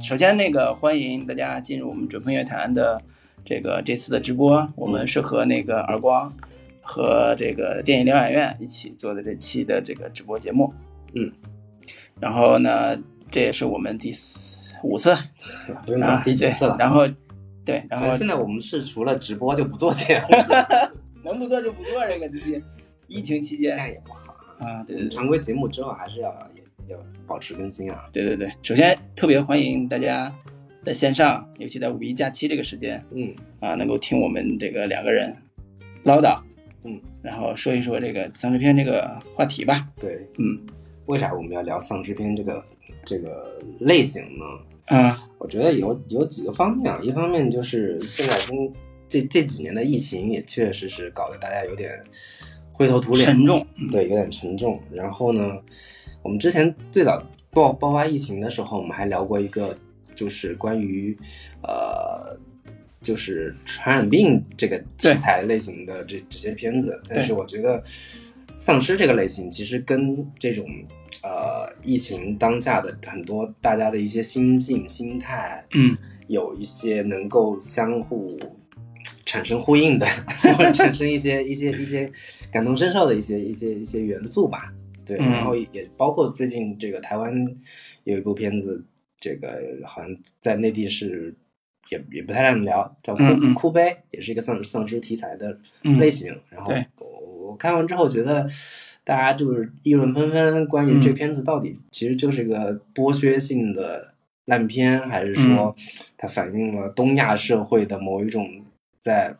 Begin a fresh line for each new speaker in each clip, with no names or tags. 首先那个欢迎大家进入我们准风乐坛的这个这次的直播，我们是和那个耳光和这个电影疗养院一起做的这期的这个直播节目，
嗯，
然后呢，这也是我们第四五次
不用
啊
讲，嗯第几
对
次了。
然后对，然
反
后
正现在我们是除了直播就不做这样的，
能不做就不做，这个最近疫情期
这
间
样也不好。
啊，对对对。
常规节目之后还是要也要保持更新啊。
对对对，首先特别欢迎大家在线上，尤其在五一假期这个时间
嗯，
啊，能够听我们这个两个人唠叨，
嗯，
然后说一说这个丧尸片这个话题吧，
对，
嗯
为啥我们要聊丧尸片这个这个类型呢？
啊
我觉得有有几个方面啊，一方面就是现在中这这几年的疫情也确实是搞得大家有点灰头土脸，
沉重，嗯
对，有点沉重。然后呢，我们之前最早爆爆发疫情的时候，我们还聊过一个，就是关于呃，就是传染病这个题
对
材类型的这这些片子。但
对
是我觉得丧尸这个类型其实跟这种呃疫情当下的很多大家的一些心境、心态，
嗯，
有一些能够相互产生呼应的， 或者产生一些一些一些感同身受的一些一些一些元素吧。对，
嗯
然后也包括最近这个台湾有一部片子，这个好像在内地是也也不太让人聊，叫《哭
嗯嗯
哭悲》，也是一个丧丧尸题材的
嗯
类型。然后
对
我我看完之后觉得，大家就是议论纷纷，关于这
嗯
片子到底其实就是一个剥削性的烂片，还是说它反映了东亚社会的某一种在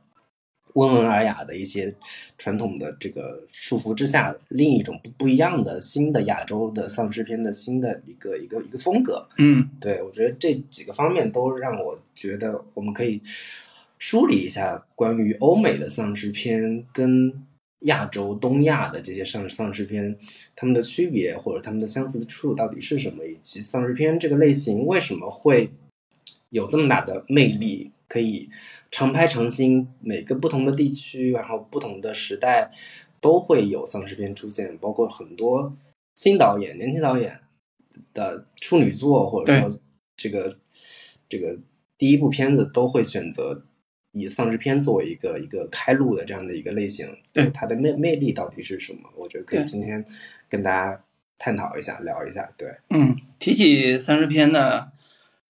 温文尔雅的一些传统的这个束缚之下，另一种不不一样的新的亚洲的丧尸片的新的一个一个一个风格。
嗯
对，我觉得这几个方面都让我觉得我们可以梳理一下关于欧美的丧尸片跟亚洲、东亚的这些丧丧尸片它们的区别，或者它们的相似之处到底是什么，以及丧尸片这个类型为什么会有这么大的魅力，可以常拍常新，每个不同的地区，然后不同的时代都会有丧尸片出现，包括很多新导演、年轻导演的处女作，或者说这个这个第一部片子都会选择以丧尸片作为一个一个开路的这样的一个类型。
对
它的魅魅力到底是什么？我觉得可以
对
今天跟大家探讨一下，聊一下。对，
嗯，提起丧尸片呢，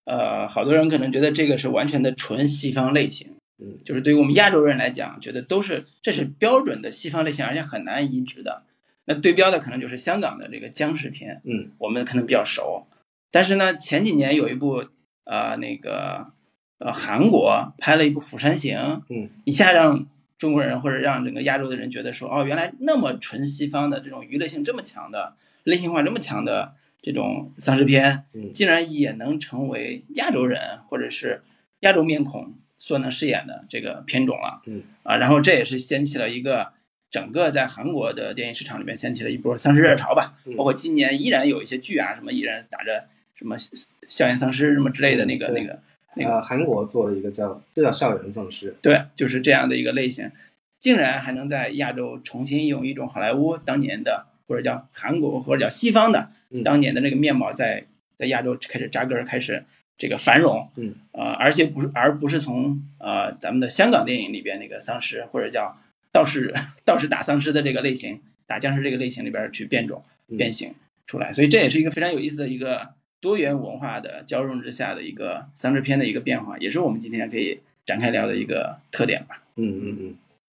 呃，好多人可能觉得这个是完全的纯西方类型，
嗯
就是对于我们亚洲人来讲，觉得都是这是标准的西方类型，而且很难移植的。那对标的可能就是香港的这个僵尸片，
嗯
我们可能比较熟。但是呢，前几年有一部呃那个呃韩国拍了一部《釜山行》，
嗯，
一下让中国人或者让整个亚洲的人觉得说，哦，原来那么纯西方的这种娱乐性这么强的、类型化这么强的这种丧尸片
嗯，
竟然也能成为亚洲人或者是亚洲面孔所能饰演的这个片种了。
嗯
啊，然后这也是掀起了一个整个在韩国的电影市场里面掀起了一波丧尸热潮吧
嗯。
包括今年依然有一些剧啊，什么依然打着什么校园丧尸什么之类的那个
嗯对
那个那个，
呃，韩国做了一个叫就叫校园丧尸，
对，就是这样的一个类型，竟然还能在亚洲重新用一种好莱坞当年的或者叫韩国或者叫西方的
嗯
当年的那个面貌在在亚洲开始扎根儿，开始这个繁荣。
嗯，
呃，而且不是而不是从呃咱们的香港电影里边那个丧尸或者叫道士 道士打丧尸的这个类型，打僵尸这个类型里边儿去变种
嗯
变形出来，所以这也是一个非常有意思的一个多元文化的交融之下的一个丧尸片的一个变化，也是我们今天可以展开聊的一个特点吧。
嗯嗯嗯，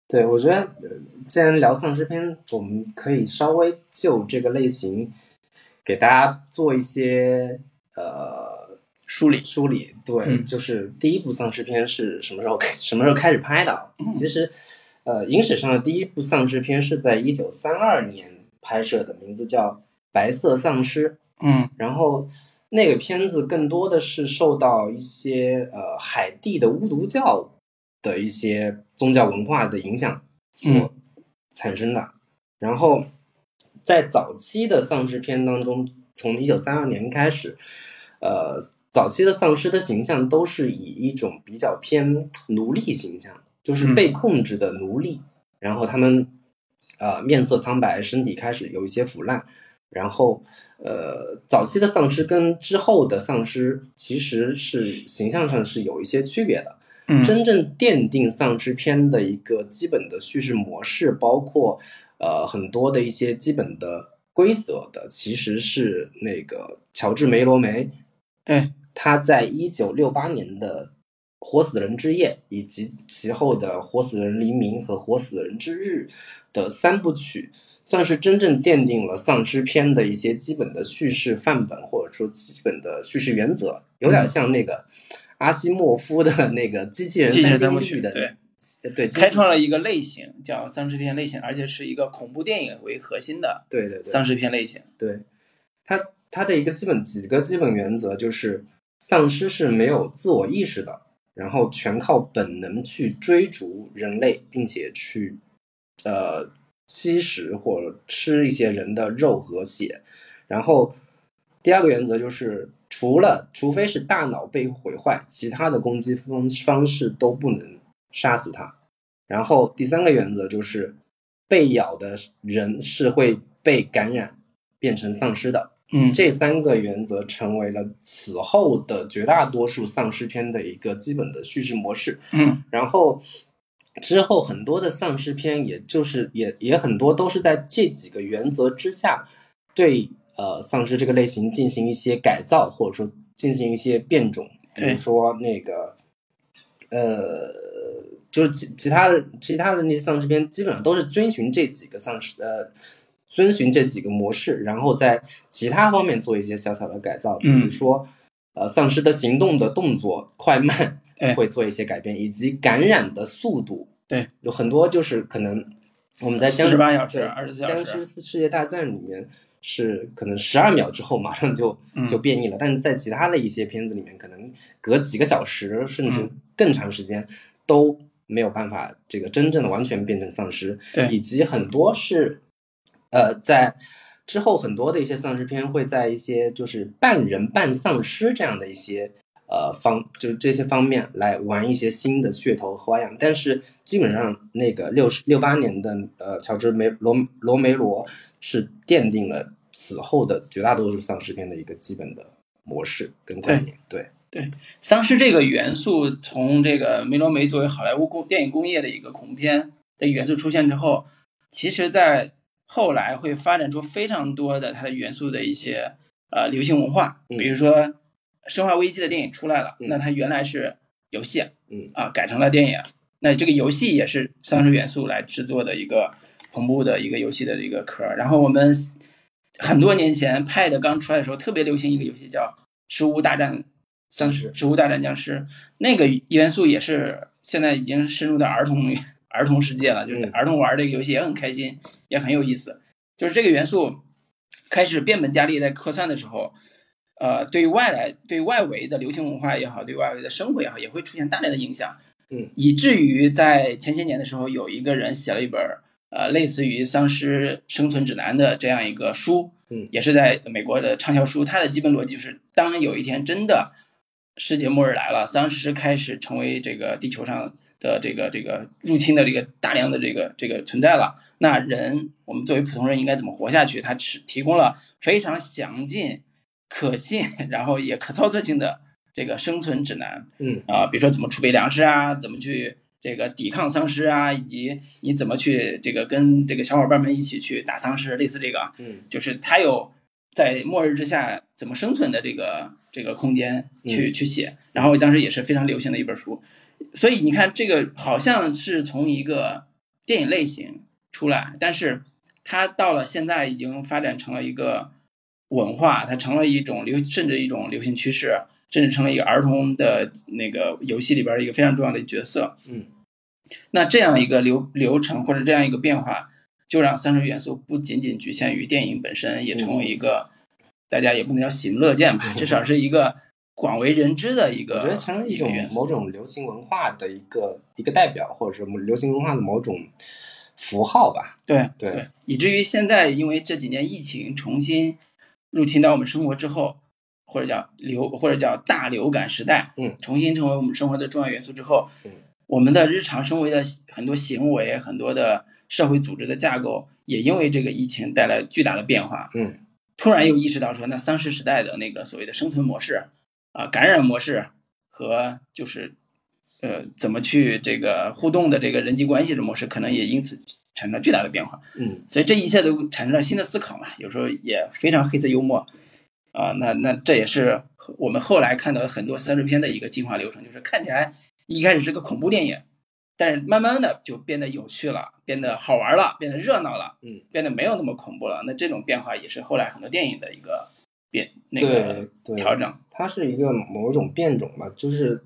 对，我觉得呃既然聊丧尸片，我们可以稍微就这个类型给大家做一些呃
梳理，
梳理。对，
嗯
就是第一部丧尸片是什么时候开什么时候开始拍的？
嗯
其实，呃，影史上的第一部丧尸片是在一九三二年拍摄的，名字叫《白色丧尸》。
嗯
然后那个片子更多的是受到一些呃海地的巫毒教的一些宗教文化的影响所
嗯
产生的。然后在早期的丧尸片当中，从一九三二年开始，呃，早期的丧尸的形象都是以一种比较偏奴隶形象，就是
嗯
被控制的奴隶。然后他们呃面色苍白，身体开始有一些腐烂，然后，呃，早期的丧尸跟之后的丧尸其实是形象上是有一些区别的。
嗯
真正奠定丧尸片的一个基本的叙事模式，包括呃很多的一些基本的规则的，其实是那个乔治梅罗梅
对，
他在一九六八年的《活死的人之夜》以及其后的《活死人黎明》和《活死人之日》的三部曲，算是真正奠定了丧尸片的一些基本的叙事范本，或者说基本的叙事原则，
嗯
有点像那个阿西莫夫的那个《机器人
机器人
三
三部
部
曲
曲》的
对
对
开创了一个类型叫丧尸片类型，而且是一个恐怖电影为核心的
对对对
丧尸片类型。
对，它它的一个基本几个基本原则就是，丧尸是没有自我意识的，然后全靠本能去追逐人类，并且去呃吸食或者吃一些人的肉和血。然后第二个原则就是，除了除非是大脑被毁坏，其他的攻击方方式都不能杀死它。然后第三个原则就是，被咬的人是会被感染变成丧尸的。
嗯
这三个原则成为了此后的绝大多数丧尸片的一个基本的叙事模式。
嗯
然后之后很多的丧尸片，也就是也也很多都是在这几个原则之下，对呃丧尸这个类型进行一些改造，或者说进行一些变种，比
对
如说那个呃，就是其其他的其他的那些丧尸片，基本上都是遵循这几个丧尸呃。遵循这几个模式，然后在其他方面做一些小小的改造，比如
嗯
说，呃，丧尸的行动的动作快慢
对
会做一些改变，以及感染的速度。
哎对，
有很多就是可能我们在僵
48小时
对
24小
僵
时
尸世界大战里面是可能十二秒之后马上就
嗯
就变异了，但是在其他的一些片子里面，可能隔几个小时甚至
嗯
更长时间都没有办法这个真正的完全变成丧尸。
对
以及很多是呃在。之后很多的一些丧尸片会在一些就是半人半丧尸这样的一些呃方，就是这些方面来玩一些新的噱头花样。但是基本上那个六十六八年的呃乔治梅罗罗梅罗是奠定了此后的绝大多数丧尸片的一个基本的模式跟观念。对，
丧尸这个元素从这个梅罗梅作为好莱坞工电影工业的一个恐怖片的元素出现之后，其实在后来会发展出非常多的它的元素的一些呃流行文化，
嗯
比如说《生化危机》的电影出来了，
嗯
那它原来是游戏，
嗯
啊改成了电影，那这个游戏也是丧尸元素来制作的一个同步的一个游戏的一个壳儿。然后我们很多年前 Pad 刚出来的时候，特别流行一个游戏叫《食物大战丧尸》《食物大战僵尸》，那个元素也是现在已经深入到儿童 儿童世界了，就是
嗯
儿童玩这个游戏也很开心，也很有意思。就是这个元素开始变本加厉在扩散的时候，呃，对于外来、对外围的流行文化也好，对外围的生活也好，也会出现大量的影响。
嗯，
以至于在前些年的时候，有一个人写了一本儿呃类似于《丧尸生存指南》的这样一个书，
嗯
也是在美国的畅销书。它的基本逻辑就是，当有一天真的世界末日来了，丧尸开始成为这个地球上的这个这个入侵的这个大量的这个这个存在了，那人我们作为普通人应该怎么活下去？它只提供了非常详尽、 可信，然后也可操作性的这个生存指南。
嗯
啊、比如说怎么储备粮食啊，怎么去这个抵抗丧尸啊，以及你怎么去这个跟这个小伙伴们一起去打丧尸，类似这个啊，
嗯
就是它有在末日之下怎么生存的这个这个空间去、去写，然后当时也是非常流行的一本书，所以你看这个好像是从一个电影类型出来，但是它到了现在已经发展成了一个文化，它成了一种流，甚至一种流行趋势，甚至成了一个儿童的那个游戏里边儿一个非常重要的角色。
嗯
那这样一个流流程或者这样一个变化，就让三十元素不仅仅局限于电影本身，也成
嗯
为一个、大家也不能叫喜闻乐见 吧，至少是一个广为人知的一个
我觉得成了一种
个元素
某种流行文化的一个一个代表，或者是流行文化的某种符号吧。
对
对
以至于现在因为这几年疫情重新入侵到我们生活之后，或者叫流或者叫大流感时代，
嗯
重新成为我们生活的重要元素之后，
嗯
我们的日常生活的很多行为、很多的社会组织的架构，也因为这个疫情带来巨大的变化。
嗯
突然又意识到说，那丧尸时代的那个所谓的生存模式啊、感染模式和就是呃怎么去这个互动的这个人际关系的模式，可能也因此产生了巨大的变化。
嗯，
所以这一切都产生了新的思考嘛，有时候也非常黑色幽默啊、那那这也是我们后来看到很多三十片的一个进化流程，就是看起来一开始是个恐怖电影，但是慢慢的就变得有趣了，变得好玩了，变得热闹了，
嗯，
变得没有那么恐怖了。那这种变化也是后来很多电影的一个变那个
对对，
调整。
它是一个某种变种吧，就是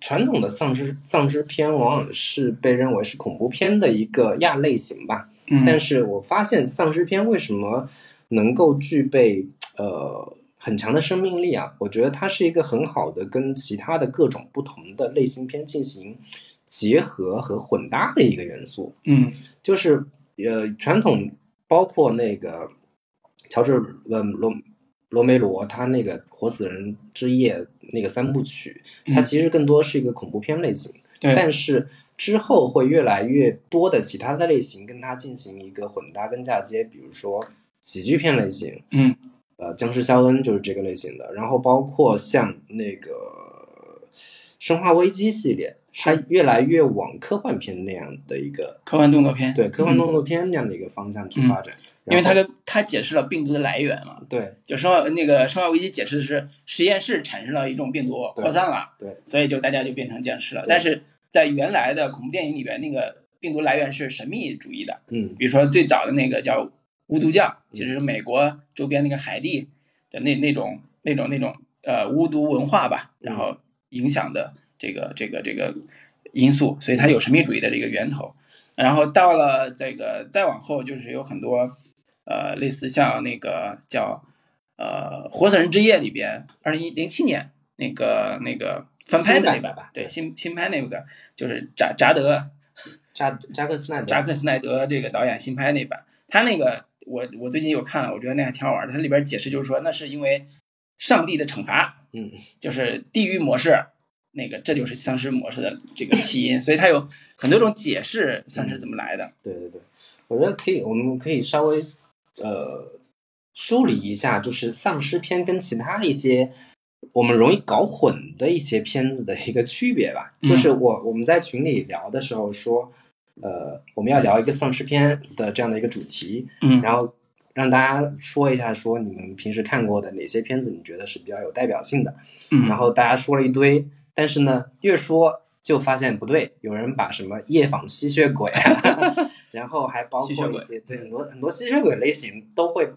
传统的丧尸丧尸片往往是被认为是恐怖片的一个亚类型吧。
嗯
但是我发现丧尸片为什么能够具备呃很强的生命力啊？我觉得它是一个很好的跟其他的各种不同的类型片进行结合和混搭的一个元素。
嗯
就是呃，传统包括那个乔治嗯罗罗梅罗他那个《活死人之夜》那个三部曲，它
嗯
其实更多是一个恐怖片类型，
对
但是之后会越来越多的其他的类型跟它进行一个混搭跟嫁接，比如说喜剧片类型，
嗯
呃，僵尸肖恩就是这个类型的，然后包括像那个《生化危机》系列，它越来越往科幻片那样的一个
科幻动作片
对科幻
嗯
动作片那样的一个方向去
嗯
发展，
因为它
然后
跟它解释了病毒的来源嘛，
对
就生化那个生化危机解释的是实验室产生了一种病毒
对
扩散了，
对
所以就大家就变成僵尸了。
对
但是在原来的恐怖电影里边，那个病毒来源是神秘主义的，
嗯
比如说最早的那个叫无毒教，其实是美国周边那个海地的那那种那种那种呃无毒文化吧，
嗯
然后影响的这个这个这个因素，所以它有神秘主义的这个源头。然后到了这个再往后，就是有很多呃类似像那个叫呃《活死人之夜》里边，二零一零七年那个那个翻拍的那
新版
个
的吧
对新新拍那个就是扎扎德
扎扎克斯奈德
扎克·斯奈德这个导演新拍那版，他那个我我最近有看了，我觉得那还挺好玩的。它里边解释就是说，那是因为上帝的惩罚，
嗯
就是地狱模式，那个这就是丧尸模式的这个起因，所以它有很多种解释丧尸怎么来的。
对对对，我觉得可以，我们可以稍微呃梳理一下，就是丧尸片跟其他一些我们容易搞混的一些片子的一个区别吧。
嗯
就是我我们在群里聊的时候说，呃，我们要聊一个丧尸片的这样的一个主题，
嗯
然后让大家说一下，说你们平时看过的哪些片子，你觉得是比较有代表性的。
嗯
然后大家说了一堆，但是呢，越说就发现不对，有人把什么夜访吸血鬼啊， 然后还包
吸血
括
鬼嗯
一些对很多很多吸血鬼类型都会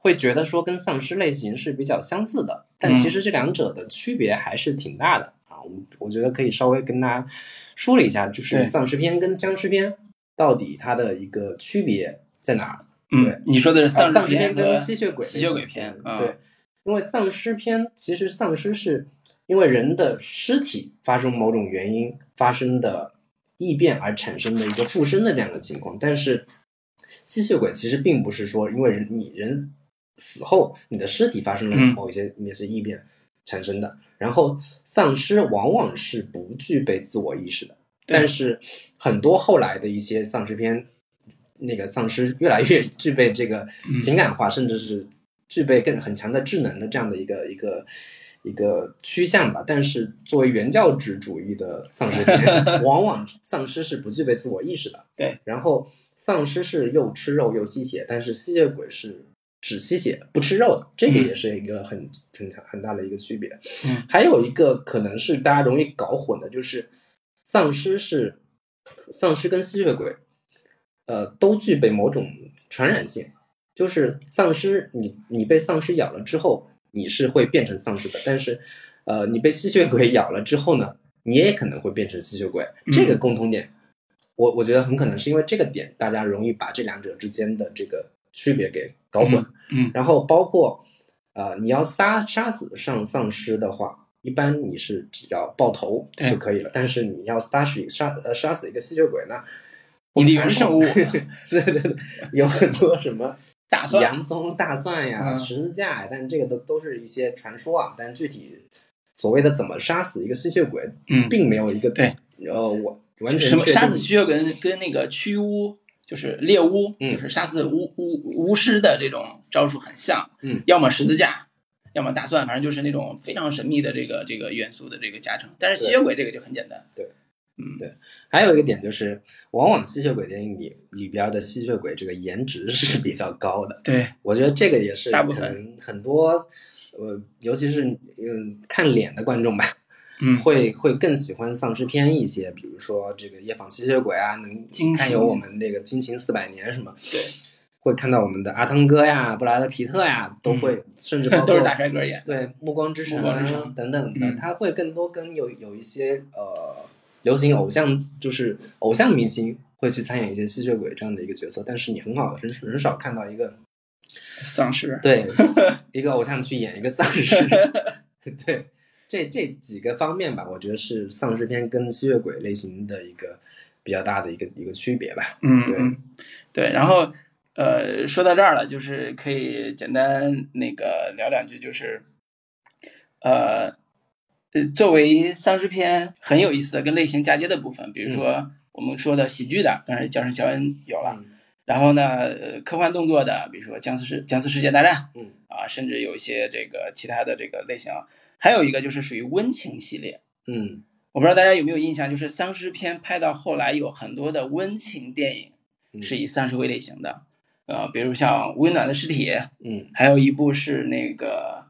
会觉得说跟丧尸类型是比较相似的，但
嗯
其实这两者的区别还是挺大的啊。我们我觉得可以稍微跟大家梳理一下，就
对
是丧尸片跟僵尸片到底它的一个区别在哪儿？对
嗯，你说的是
啊丧
丧
尸片
和
跟吸血鬼
吸血鬼片
类似，
啊
对，因为丧尸片其实丧尸是因为人的尸体发生某种原因发生的异变而产生的一个附身的这样的情况，但是吸血鬼其实并不是说因为人你人死后你的尸体发生了
嗯
某一些某些异变产生的，然后丧尸往往是不具备自我意识的。
对
但是很多后来的一些丧尸片，那个丧尸越来越具备这个情感化，甚至是具备更很强的智能的这样的一个一个一个趋向吧。但是作为原教旨主义的丧尸片，往往丧尸是不具备自我意识的。
对，
然后丧尸是又吃肉又吸血，但是吸血鬼是。只吸血不吃肉的，这个
嗯
也是一个很很强很大的一个区别。
嗯
还有一个可能是大家容易搞混的，就是丧尸是丧尸跟吸血鬼，呃，都具备某种传染性。就是丧尸，你你被丧尸咬了之后，你是会变成丧尸的，但是，呃，你被吸血鬼咬了之后呢，你也可能会变成吸血鬼。
嗯
这个共通点，我我觉得很可能是因为这个点，大家容易把这两者之间的这个区别给搞混。
嗯
然后包括呃，你要杀杀死上丧尸的话，一般你是只要爆头
对
就可以了。但是你要杀死杀呃杀死一个吸血鬼呢，
你得有
传统
肉
对对对，有很多什么
大蒜
洋葱、大蒜呀、
啊嗯
十字架呀，但这个都都是一些传说啊。但具体所谓的怎么杀死一个吸血鬼，
嗯
并没有一个
对
呃我完
就
全
什么
确
杀
定
死吸血鬼跟跟那个驱巫就是猎巫，
嗯
就是杀死巫巫巫师的这种招数很像，
嗯，
要么十字架，要么大蒜，反正就是那种非常神秘的这个这个元素的这个加成。但是吸血鬼这个就很简单，
对，
嗯，
对还有一个点就是，往往吸血鬼电影里里边的吸血鬼这个颜值是比较高的，
对，
我觉得这个也是
大部
可
分
能很多呃，尤其是嗯、看脸的观众吧，
嗯，
会会更喜欢丧尸片一些，比如说这个《夜访吸血鬼》啊，能
惊
看
情
有我们那个《惊情四百年》什么，
对，
会看到我们的阿汤哥呀、布拉德皮特呀，都会，甚至包括
嗯 都是大帅哥演，
对《暮光之城
暮光之城》
等等的，
嗯
他会更多跟有有一些呃流行偶像，就是偶像明星会去参演一些吸血鬼这样的一个角色，但是你很好很很少看到一个
丧尸，
对一个偶像去演一个丧尸， 对。这这几个方面吧，我觉得是丧尸片跟吸血鬼类型的一个比较大的一个一个区别吧。
嗯，
对
嗯，对，然后呃，说到这儿了，就是可以简单那个聊两句，就是呃呃，作为丧尸片很有意思的跟类型嫁接的部分，比如说我们说的喜剧的，当然《叫声小恩》有
嗯
了，然后呢，呃科幻动作的，比如说僵尸世僵尸世界大战
嗯
啊，甚至有一些这个其他的这个类型啊，还有一个就是属于温情系列。
嗯
我不知道大家有没有印象，就是丧尸片拍到后来有很多的温情电影，
嗯，
是以丧尸为类型的，呃，比如像《温暖的尸体》，
嗯
还有一部是那个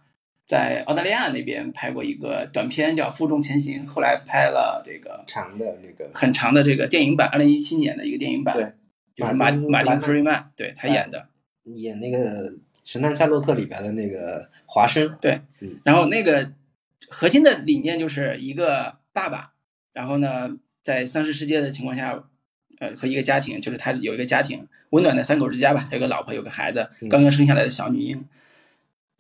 在澳大利亚那边拍过一个短片叫《负重前行》，后来拍了这个
长的那个
很长的这个电影版，二零一七年的一个电影版，
对，
就是马
马
马
丁
丁·弗里曼对他演的，
演那个《神探夏洛克》里边的那个华生，
然后那个核心的理念就是一个爸爸，然后呢，在丧尸世界的情况下，呃，和一个家庭，就是他有一个家庭温暖的三口之家吧，他有个老婆，有个孩子
嗯，
刚刚生下来的小女婴。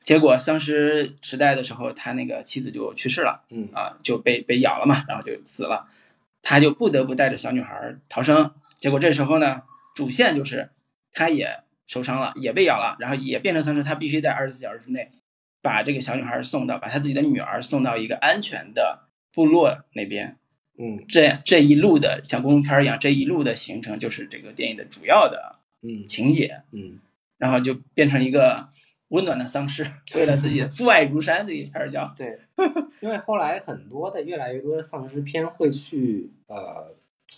结果丧尸时代的时候，他那个妻子就去世了，
嗯
啊，就被被咬了嘛，然后就死了，他就不得不带着小女孩逃生。结果这时候呢，主线就是他也受伤了，也被咬了，然后也变成丧尸，他必须在二十四小时之内把这个小女孩送到，把她自己的女儿送到一个安全的部落那边。
嗯
这这一路的像公路片儿一样，这一路的行程就是这个电影的主要的
嗯
情节，
嗯，
然后就变成一个温暖的丧尸， 为了自己的父爱如山这一片儿叫
对，因为后来很多的越来越多的丧尸片会去呃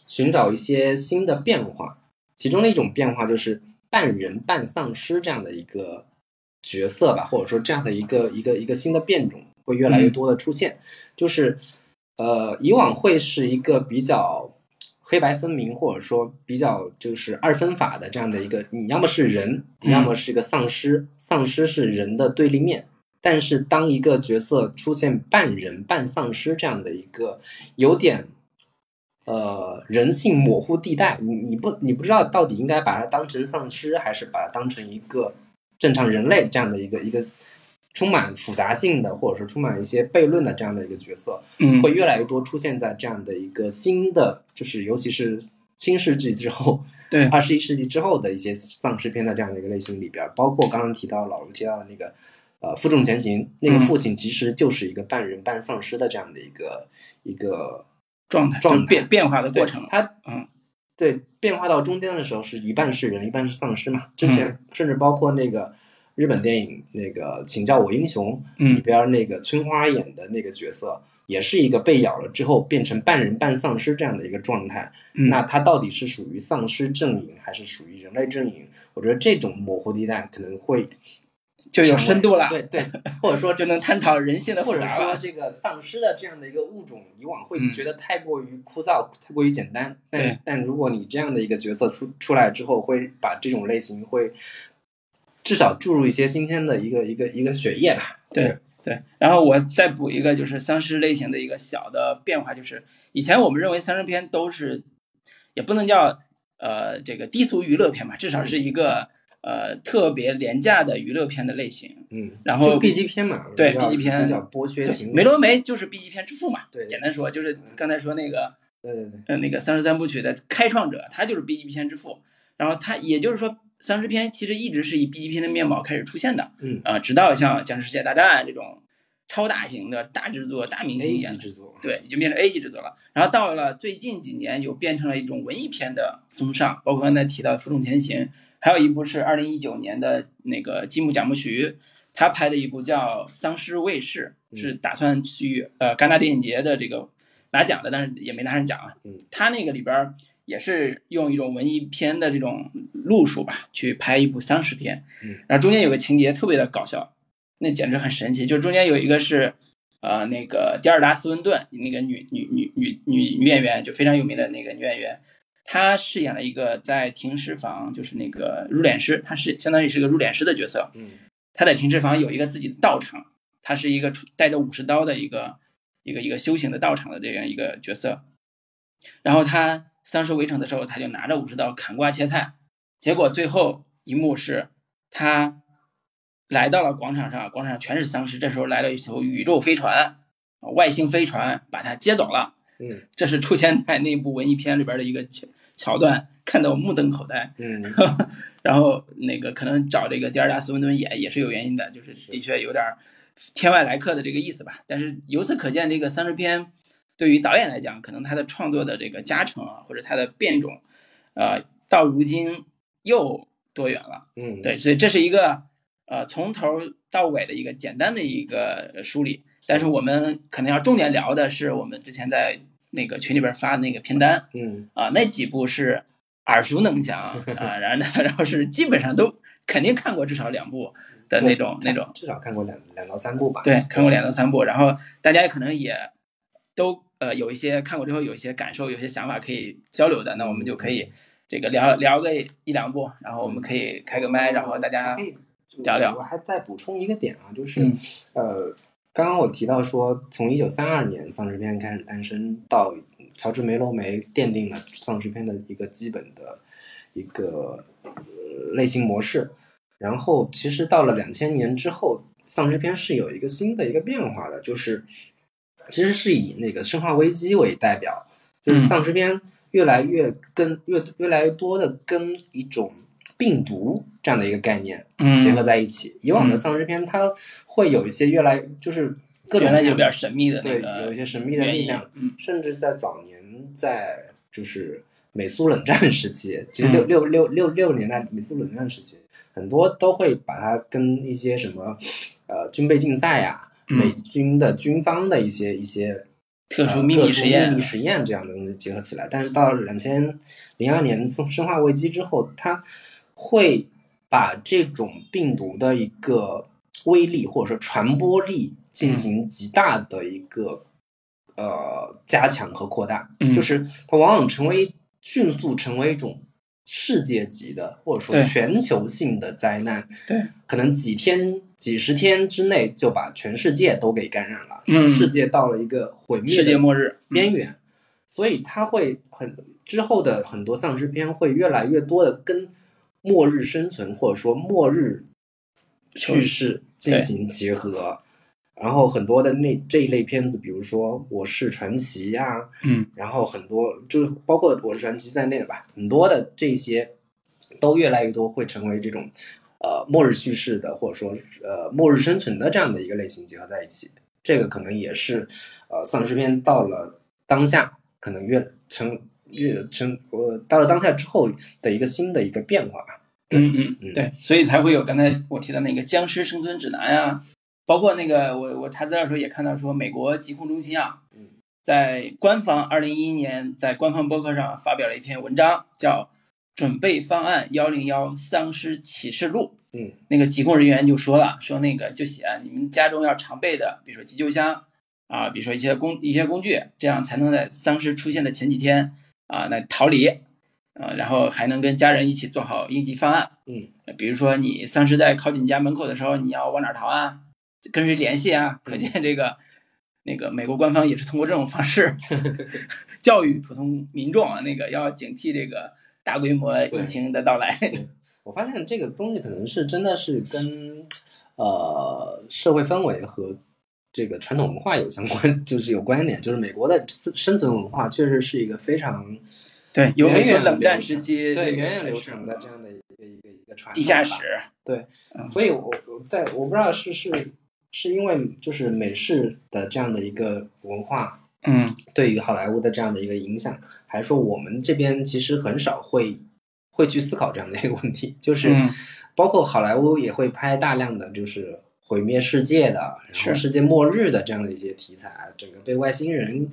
寻找一些新的变化，其中的一种变化就是半人半丧尸这样的一个角色吧，或者说这样的一个一个一个新的变种会越来越多的出现，就是呃以往会是一个比较。黑白分明，或者说比较就是二分法的这样的一个，你要么是人，你要么是一个丧尸，丧尸是人的对立面，但是当一个角色出现半人半丧尸这样的一个有点呃人性模糊地带，你你不你不知道到底应该把它当成丧尸，还是把它当成一个正常人类这样的一个一个充满复杂性的，或者说充满一些悖论的这样的一个角色，
嗯
会越来越多出现在这样的一个新的，就是尤其是新世纪之后，
对
二十一世纪之后的一些丧尸片的这样的一个类型里边儿，包括刚刚提到老卢提到的那个呃《负重前行》，那个
嗯
父亲其实就是一个半人半丧尸的这样的一个一个
状态，
状
就
态
是变变化的
对
过程。
他
嗯，
对变化到中间的时候是一半是人，一半是丧尸嘛。之前
嗯
甚至包括那个日本电影那个《请叫我英雄》里
嗯
边儿那个村花演的那个角色，也是一个被咬了之后变成半人半丧尸这样的一个状态。
嗯，
那它到底是属于丧尸阵营还是属于人类阵营？我觉得这种模糊地带可能会
就有
成为
深度了，
对 对，或者说
就能探讨人性的
或
复
者
杂
说
了。
这个丧尸的这样的一个物种，以往会
嗯
觉得太过于枯燥、太过于简单。但
对
但如果你这样的一个角色出出来之后，会把这种类型会至少注入一些新鲜的一个一个一个血液吧。
对对，然后我再补一个，就是丧尸类型的一个小的变化，就是以前我们认为丧尸片都是，也不能叫呃这个低俗娱乐片吧，至少是一个呃特别廉价的娱乐片的类型。
嗯，
然后
就 B 级片嘛，
对
比较
B 级片
比较剥削
对
情，
梅珑梅就是 B 级片之父嘛，
对
简单说就是刚才说那个
对对对，
呃那个三十三部曲的开创者，他就是 B 级片之父。然后他也就是说，丧尸片其实一直是以 B 级片的面貌开始出现的。
嗯
啊，直到像《僵尸世界大战》这种超大型的大制作、大明星
A
演
级
的，
制作，
对，就变成 A 级制作了。然后到了最近几年，有变成了一种文艺片的风尚，包括刚才提到的《负重前行》，还有一部是二零一九年的那个吉姆·贾木许他拍的一部叫《丧尸卫士》，
嗯
是打算去呃戛纳电影节的这个拿奖的，但是也没拿上奖啊
嗯。
他那个里边儿也是用一种文艺片的这种路数吧，去拍一部丧尸片
嗯，
然后中间有个情节特别的搞笑，那简直很神奇，就是中间有一个是。呃，那个迪尔达·斯温顿，那个女女女女女女演员，就非常有名的那个女演员，她饰演了一个在停尸房，就是那个入殓师，她是相当于是个入殓师的角色。
嗯
他在停尸房有一个自己的道场，他是一个出带着武士刀的一个一个一个修行的道场的这样一个角色。然后他丧尸围城的时候，他就拿着武士刀砍瓜切菜，结果最后一幕是他来到了广场上，广场上全是丧尸。这时候来了一艘宇宙飞船，呃外星飞船把他接走了。
嗯
这是出现在那部文艺片里边的一个桥桥段，看得我目瞪口呆。
嗯，
然后那个可能找这个迪尔达·斯文顿演也是有原因的，就是的确有点儿天外来客的这个意思吧。但是由此可见，这个丧尸片对于导演来讲，可能他的创作的这个加成啊，或者他的变种，呃，到如今又多元了。
嗯，
对，所以这是一个呃从头到尾的一个简单的一个呃梳理。但是我们可能要重点聊的是我们之前在那个群里边发的那个片单，
嗯，
啊，那几部是耳熟能 详啊，然后呢，然后是基本上都肯定看过至少两部的那种那种，
至少看过两两到三部吧。
对，看过两到三部，然后大家可能也都呃有一些看过之后有一些感受，有一些想法可以交流的，那我们就可以这个聊聊个一两部，然后我们可以开个麦，然后大家
可以
聊聊
哎我还再补充一个点啊，就是、
嗯
呃，刚刚我提到说，从一九三二年丧尸片开始诞生到乔治梅洛梅奠定了丧尸片的一个基本的一个、呃、类型模式。然后其实到了两千年之后，丧尸片是有一个新的一个变化的，就是其实是以那个《生化危机》为代表，就是
嗯
丧尸片越来越跟越越来越多的跟一种病毒这样的一个概念
嗯，
结合在一起。以往的
嗯
丧尸片它会有一些越来就是各种
原来
各样
有点神秘的那
对
个
有一些神秘的
原
力
因
量，，
嗯
甚至在早年在就是美苏冷战时期，其实
嗯
六六六六六十年代美苏冷战时期，很多都会把它跟一些什么呃军备竞赛呀、
嗯
美军的军方的一些一些
特殊
呃
秘密实验啊
秘密，实验这样的东西结合起来。但是到了两千零二年生生化危机之后，它会把这种病毒的一个威力或者说传播力
嗯
进行极大的一个、呃加强和扩大，
嗯
就是它往往成为迅速成为一种。世界级的，或者说
对
全球性的灾难，
对，
可能几天、几十天之内就把全世界都给感染了，
嗯
世界到了一个毁灭
世
的嗯
界末日，嗯
边缘，所以它会很之后的很多丧尸片会越来越多的跟末日生存或者说末日叙事进行结合，然后很多的那这一类片子，比如说《我是传奇》啊呀、
嗯
然后很多就是包括《我是传奇》在内的吧，很多的这些都越来越多会成为这种呃末日叙事的，或者说呃末日生存的这样的一个类型结合在一起。这个可能也是呃丧尸片到了当下可能越成越成呃到了当下之后的一个新的一个变化吧。
嗯嗯
嗯
嗯，对，所以才会有刚才我提到那个僵尸生存指南啊，包括那个我我查资料的时候也看到说，美国疾控中心啊
嗯，
在官方二零一一年在官方博客上发表了一篇文章，叫《准备方案幺零幺丧尸启示录》。
嗯，
那个疾控人员就说了，说那个就写啊你们家中要常备的，比如说急救箱啊，比如说一些工一些工具，这样才能在丧尸出现的前几天啊，那逃离啊，然后还能跟家人一起做好应急方案。呃
嗯，
比如说你丧尸在靠近你家门口的时候，你要往哪儿逃啊？跟谁联系啊？
嗯
可见这个那个美国官方也是通过这种方 式教育普通民众啊，那个要警惕这个大规模疫情的到来。
我发现这个东西可能是真的是跟呃社会氛围和这个传统文化有相关， 就是有关联。就是美国的生生存文化确实是一个非常
对，尤其
源
是
远流
冷战时期，
对
这个
源远流
是
长的这样的一个一个一个传统
地下
吧
室，
对，
嗯
所以我我在我不知道是是是因为就是美式的这样的一个文化
嗯
对于好莱坞的这样的一个影响，还是说我们这边其实很少会会去思考这样的一个问题，就是
嗯
包括好莱坞也会拍大量的就是毁灭世界的，然后
是
世界末日的这样的一些题材，啊整个被外星人。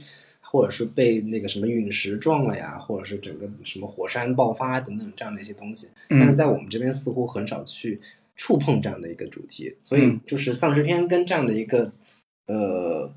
或者是被那个什么陨石撞了呀，或者是整个什么火山爆发等等这样的一些东西，但是
嗯
在我们这边似乎很少去触碰这样的一个主题，所以
嗯
就是丧尸片跟这样的一个呃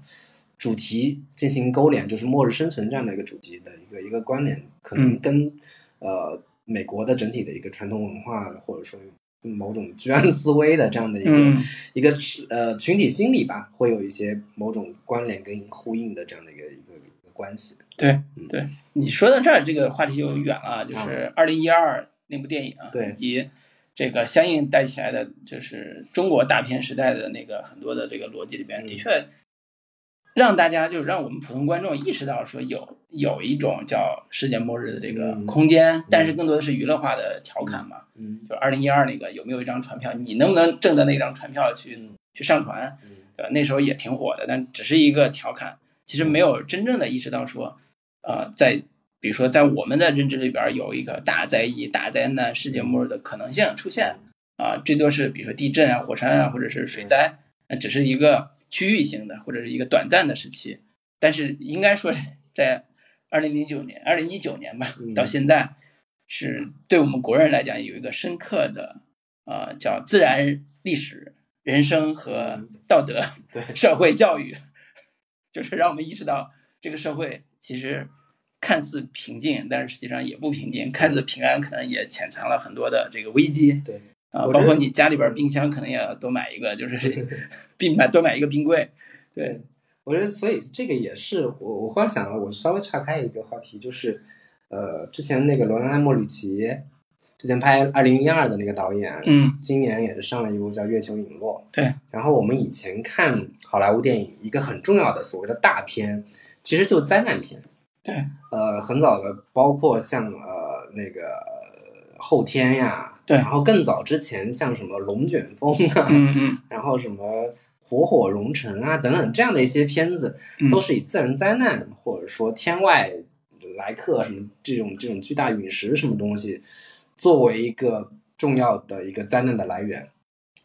主题进行勾连，就是末日生存这样的一个主题的一个一个关联，可能
嗯
跟、呃美国的整体的一个传统文化或者说某种居安思危的这样的一个、
嗯
一个呃群体心理吧，会有一些某种关联跟呼应的这样的一个一个一个关系。
对
嗯
对，你说到这儿，这个话题就远了，啊就是二零一二那部电影，
啊
啊
对
以及这个相应带起来的，就是中国大片时代的那个很多的这个逻辑里边，
嗯
的确让大家就是让我们普通观众意识到说有有一种叫世界末日的这个
嗯
空间，但是更多的是娱乐化的调侃嘛，
嗯
就二零一二那个有没有一张船票，你能不能挣到那张船票去
嗯
去上船？
嗯
对呃吧？那时候也挺火的，但只是一个调侃，其实没有真正的意识到说，呃，在比如说在我们的认知里边儿有一个大灾异、大灾难、世界末日的可能性出现啊、最多是比如说地震啊、火山啊，或者是水灾，那只是一个区域性的或者是一个短暂的时期，但是应该说是在二零零九年、二零一九年吧
嗯，
到现在是对我们国人来讲有一个深刻的呃叫自然历史、人生和道德、
嗯 对
社会教育， 就是让我们意识到这个社会其实看似平静，但是实际上也不平静；
嗯
看似平安，可能也潜藏了很多的这个危机。
对，
啊、
我
包
觉得嗯
括你家里边儿冰箱可能也要多买一个，就是 并买多买一个冰柜。对，
我觉得，所以这个也是我我忽然想到，我稍微岔开一个话题，就是呃，之前那个罗兰·艾莫里奇，之前拍《二零一二》的那个导演，
嗯，
今年也是上了一部叫《月球陨落》。
对，
然后我们以前看好莱坞电影，一个很重要的所谓的大片，其实就是灾难片。
对，
呃，很早的，包括像呃那个呃后天呀，
对
然后更早之前像什么龙卷风啊，
嗯嗯
然后什么火火熔城啊等等这样的一些片子，
嗯，
都是以自然灾难或者说天外来客什么这种这种巨大陨石什么东西作为一个重要的一个灾难的来源。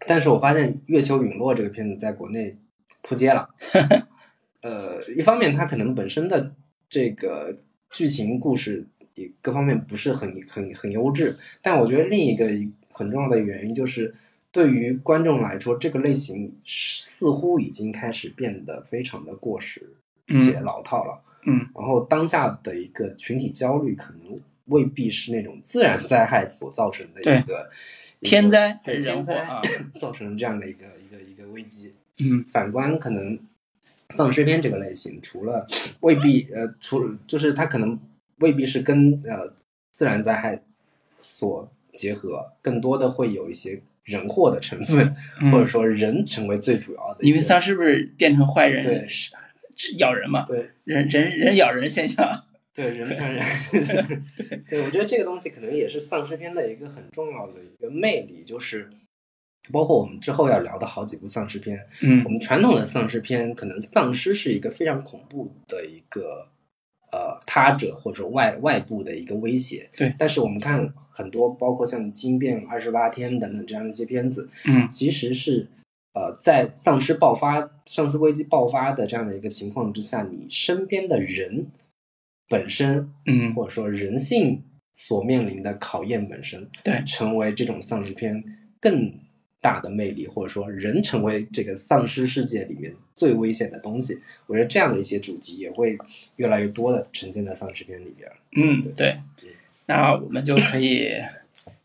但是我发现《月球陨落》这个片子在国内扑街 了。呃，一方面它可能本身的这个剧情故事也各方面不是很很很优质，但我觉得另一个很重要的原因就是，对于观众来说，这个类型似乎已经开始变得非常的过时且
嗯
老套了。
嗯
然后当下的一个群体焦虑，可能未必是那种自然灾害所造成的
对
一个
天灾还
对
是
天
人祸
灾
啊？
造成的这样的一个一个一个危机。
嗯
反观可能丧尸片这个类型，除了未必呃，除了就是它可能未必是跟呃自然灾害所结合，更多的会有一些人祸的成分，
嗯，
或者说人成为最主要的一个。
因为丧尸不是变成坏
对
人是是咬人嘛，
对
人人人咬人现象。
对人 传人，对，我觉得这个东西可能也是丧尸片的一个很重要的一个魅力，就是包括我们之后要聊的好几部丧尸片，
嗯
我们传统的丧尸片，可能丧尸是一个非常恐怖的一个呃他者或者说外外部的一个威胁。
对
但是我们看很多，包括像《惊变二十八天》等等这样的一些片子，
嗯
其实是呃在丧尸爆发、丧尸危机爆发的这样的一个情况之下，你身边的人本身
嗯，
或者说人性所面临的考验本身，
对
成为这种丧尸片更大的魅力，或者说人成为这个丧尸世界里面最危险的东西。我觉得这样的一些主题也会越来越多的呈现在丧尸片里边。
嗯，对。那我们就可以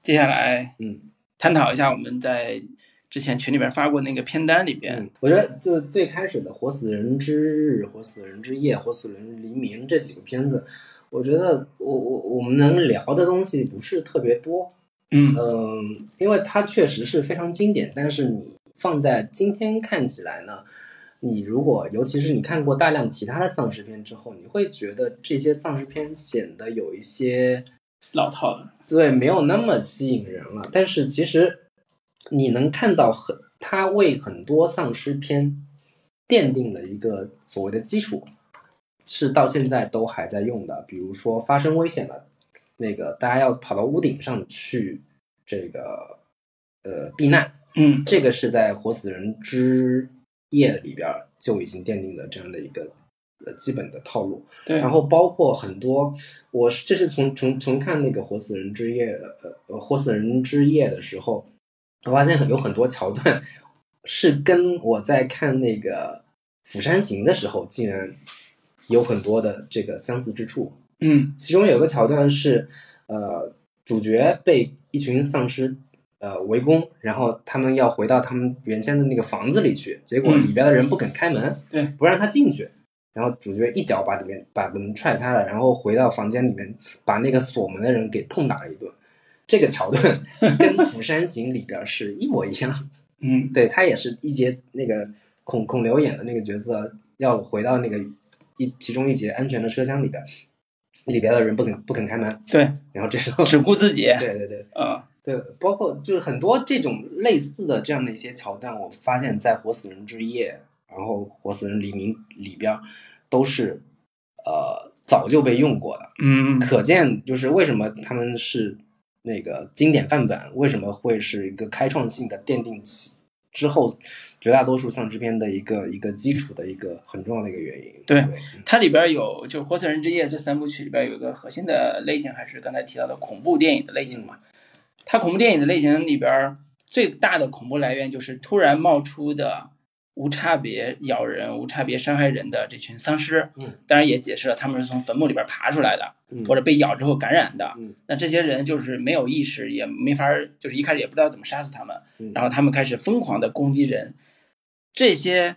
接下来
嗯
探讨一下我们在之前群里边发过那个片单里边，
嗯，我觉得就最开始的《活死人之日》《活死人之夜》《活死人黎明》这几个片子，我觉得我我我们能聊的东西不是特别多，
嗯
嗯，因为它确实是非常经典，但是你放在今天看起来呢，你如果尤其是你看过大量其他的丧尸片之后，你会觉得这些丧尸片显得有一些
老套了，
对没有那么吸引人了。但是其实你能看到很它为很多丧尸片奠定了一个所谓的基础，是到现在都还在用的。比如说发生危险了，那个大家要跑到屋顶上去这个呃避难，
嗯
这个是在《活死人之夜》里边儿就已经奠定了这样的一个呃基本的套路。
对，
然后包括很多，我是这是从从从看那个《活死人之夜》呃呃《活死人之夜》的时候，我发现很有很多桥段是跟我在看那个《釜山行》的时候竟然有很多的这个相似之处。
嗯
其中有个桥段是，呃，主角被一群丧尸呃围攻，然后他们要回到他们原先的那个房子里去，结果
嗯
里边的人不肯开门，
对
不让他进去。然后主角一脚把里面把门踹开了，然后回到房间里面，把那个锁门的人给痛打了一顿。这个桥段 跟《釜山行》里边是一模一样。
嗯
对他也是一节那个孔孔刘演的那个角色要回到那个一其中一节安全的车厢里边，里边的人不肯不肯开门，
对，
然后这时 候
只顾自己，
对对对
啊，
对，包括就是很多这种类似的这样的一些桥段，我发现在《活死人之夜》然后《活死人黎明》里边儿都是呃早就被用过的，
嗯
可见就是为什么他们是那个经典范本，为什么会是一个开创性的奠定起之后绝大多数丧尸片的一个一个基础的一个很重要的一个原因。
对
对
它里边有就是《活死人之夜》这三部曲里边有一个核心的类型，还是刚才提到的恐怖电影的类型嘛。
嗯
它恐怖电影的类型里边最大的恐怖来源就是突然冒出的无差别咬人、无差别伤害人的这群丧尸。
嗯，
当然也解释了他们是从坟墓里边爬出来的，
嗯
或者被咬之后感染的
嗯。
那这些人就是没有意识，也没法儿，就是一开始也不知道怎么杀死他们。
嗯
然后他们开始疯狂的攻击人，这些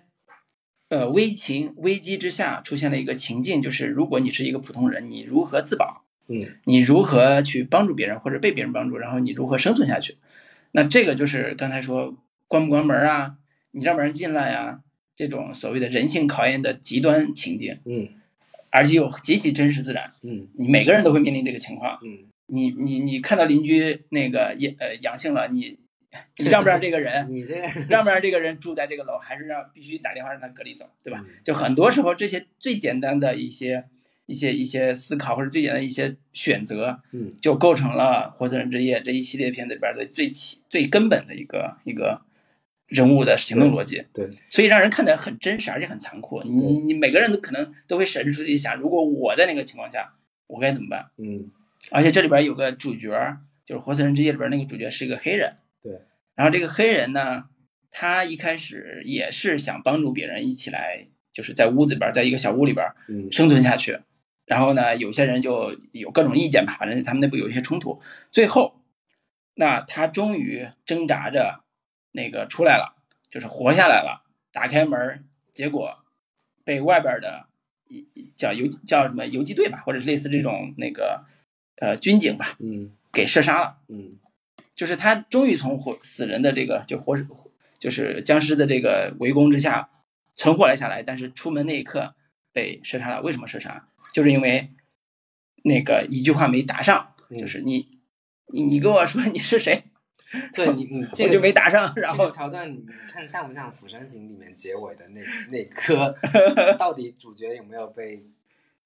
呃危情危机之下出现了一个情境，就是如果你是一个普通人，你如何自保？
嗯
你如何去帮助别人或者被别人帮助，然后你如何生存下去？那这个就是刚才说关不关门啊，你让不让人进来啊，这种所谓的人性考验的极端情境，
嗯
而且又极其真实自然，
嗯
你每个人都会面临这个情况。
嗯
你你你看到邻居那个也呃阳性了，你你让不让这个人
嗯，？你这
让不让这个人住在这个楼，还是让必须打电话让他隔离走，对吧
嗯？
就很多时候这些最简单的一些、一些、一些思考，或者最简单的一些选择，
嗯
就构成了《活死人之夜》这一系列片子里边的最起最根本的一个一个人物的行动逻辑，
对
所以让人看得很真实，而且很残酷。你
对
你每个人都可能都会审视出去想，如果我在那个情况下，我该怎么办？
嗯
而且这里边有个主角儿，就是《活死人之夜》里边那个主角是一个黑人。
对。
然后这个黑人呢，他一开始也是想帮助别人一起来，就是在屋子里边儿，在一个小屋里边儿
嗯
生存下去。然后呢，有些人就有各种意见吧，反正他们内部有一些冲突。最后，那他终于挣扎着那个出来了，就是活下来了。打开门儿，结果被外边儿的一一叫游叫什么游击队吧，或者是类似这种那个呃军警吧，
嗯
给射杀了。
嗯
就是他终于从活死人的这个就活就是僵尸的这个围攻之下存活了下来，但是出门那一刻被射杀了。为什么射杀？就是因为那个一句话没答上，
嗯
就是你你你跟我说你是 谁，
对你你这
我
个
就没答上，
这
然
个
后
桥段，你看像不像《釜山行》里面结尾的那那颗？到底主角有没有被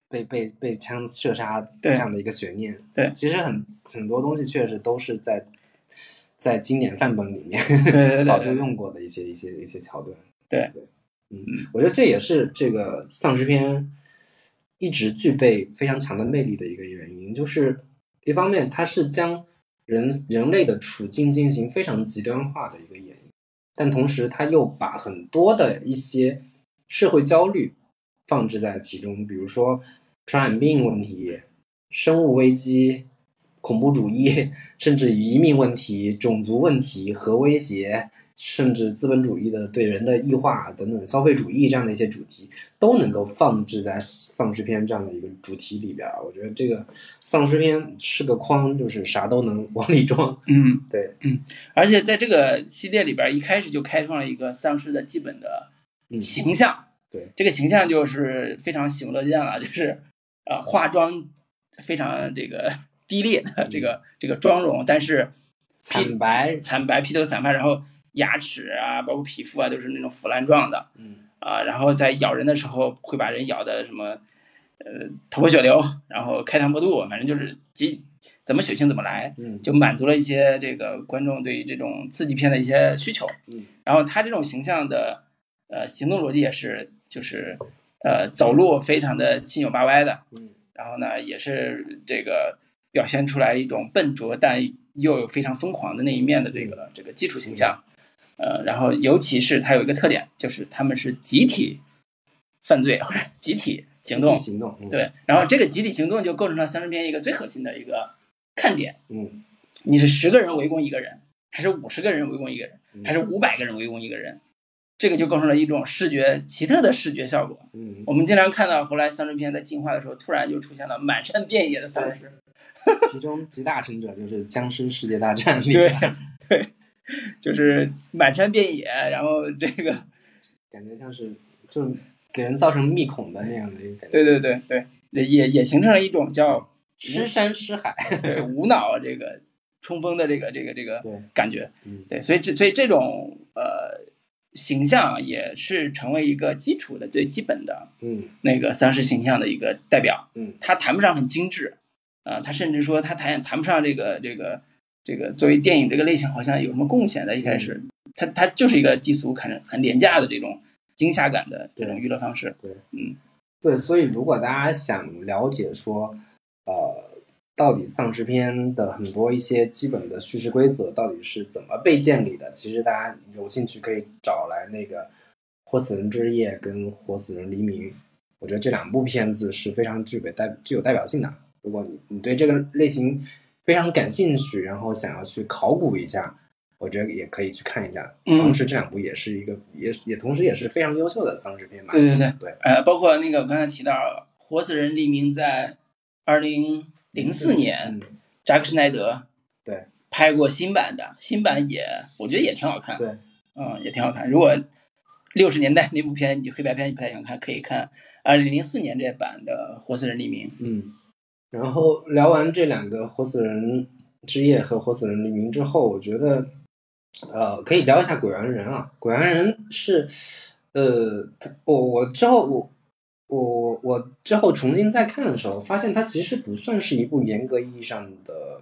被被被枪射杀
对
这样的一个悬念？
对
其实很很多东西确实都是在在经典范本里面
对对对
早就用过的一些一些一些桥段。
对
嗯，我觉得这也是这个丧尸片一直具备非常强的魅力的一个原因，就是一方面它是将人人类的处境进行非常极端化的一个演绎，但同时它又把很多的一些社会焦虑放置在其中，比如说传染病问题、生物危机、恐怖主义， 甚至移民问题、种族问题、核威胁，甚至资本主义的对人的异化等等，消费主义这样的一些主题，都能够放置在丧尸片这样的一个主题里边儿。我觉得这个丧尸片是个筐，就是啥都能往里装。
嗯，
对，
嗯，而且在这个系列里边，一开始就开创了一个丧尸的基本的
嗯
形象。
对，
这个形象就是非常喜闻乐见了，就是呃化妆非常这个 低劣的这个这个妆容，但是
惨白
惨白披头散发，然后牙齿啊，包括皮肤啊，都是那种腐烂状的
嗯
啊、然后在咬人的时候会把人咬的什么，呃，头破血流，然后开膛破肚，反正就是几怎么血腥怎么来。
嗯
就满足了一些这个观众对于这种刺激片的一些需求。
嗯，
然后他这种形象的呃行动逻辑也是就是呃走路非常的七扭八歪的，
嗯
然后呢也是这个表现出来一种笨拙但又有非常疯狂的那一面的这个这个基础形象。呃，然后尤其是他有一个特点，就是他们是集体犯罪或者集体行动
集，体行动，嗯，
对，然后这个集体行动就构成了三十篇一个最核心的一个看点。
嗯
你是十个人围攻一个人，还是五十个人围攻一个人，
嗯
还是五百个人围攻一个人？这个就构成了一种视觉奇特的视觉效果。
嗯，
我们经常看到，后来丧尸片在进化的时候，突然就出现了满山遍野的丧尸。
其中集大成者就是《僵尸世界大战》里
对
面，
对，就是满山遍野，然后这个，
感觉像是就是给人造成密孔的那样的一个感觉，
对对对对，也也形成了一种叫
尸山尸海，
对无脑这个冲锋的这个这个这个
对，
感觉。
嗯
对，所以这所以这种呃形象也是成为一个基础的最基本的
嗯
那个丧尸形象的一个代表。
嗯，
他谈不上很精致，啊、他甚至说他谈谈不上这个这个这个作为电影这个类型好像有什么贡献的。一开
嗯
始，他他就是一个低俗、很很廉价的这种惊吓感的这种娱乐方式。
对，所以如果大家想了解说，呃，到底丧尸片的很多一些基本的叙事规则到底是怎么被建立的，其实大家有兴趣可以找来那个《活死人之夜》跟《活死人黎明》，我觉得这两部片子是非常具备代具有代表性的。如果你你对这个类型非常感兴趣，然后想要去考古一下，我觉得也可以去看一下。
嗯
同时，这两部也是一个也也同时也是非常优秀的丧尸片吧。
对对对
对，
呃，包括那个我刚才提到《活死人黎明》在二零零四年，
嗯
扎克施奈德
对
拍过新版的，新版也我觉得也挺好看。
对，
嗯，也挺好看。如果六十年代那部片你黑白片你不太想看，可以看二零零四年这版的《活死人黎明》。
嗯，然后聊完这两个活死人之夜和活死人黎明之后，我觉得，呃，可以聊一下鬼玩人啊。鬼玩人是，呃，他我我之后我我我我之后重新再看的时候，发现它其实不算是一部严格意义上的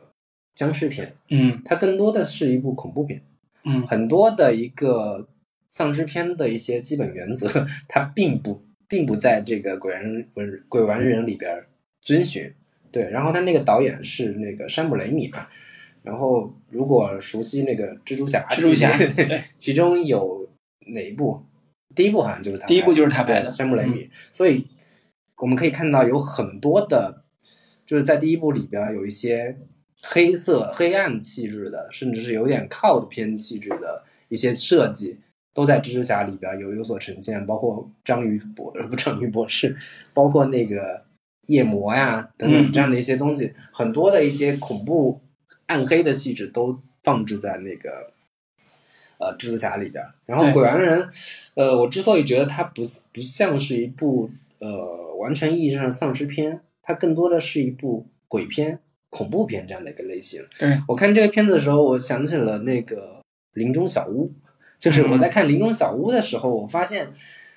僵尸片，
嗯
它更多的是一部恐怖片。
嗯
很多的一个丧尸片的一些基本原则，它并不并不在这个鬼玩人鬼玩人里边儿遵循。对，然后他那个导演是那个山姆雷米嘛，然后如果熟悉那个蜘蛛侠系
蜘
列，
蛛侠对
其中有哪一部？第一部好像就是他拍的，
第一部就是他拍的
对山姆雷米。
嗯
所以我们可以看到有很多的，就是在第一部里边儿有一些黑色、黑暗气质的，甚至是有点 cult 偏气质的一些设计，都在蜘蛛侠里边儿有有所呈现，包括章鱼博呃不章鱼博士， 包括那个夜魔呀等
嗯
等这样的一些东西，很多的一些恐怖、暗黑的气质都放置在那个呃蜘蛛侠里边儿。然后
对
鬼玩人，呃，我之所以觉得它不不像是一部呃完全意义上的丧尸片，它更多的是一部鬼片、恐怖片这样的一个类型。
对，
我看这个片子的时候，我想起了那个《林中小屋》，就是我在看《林中小屋》的时候，我发现《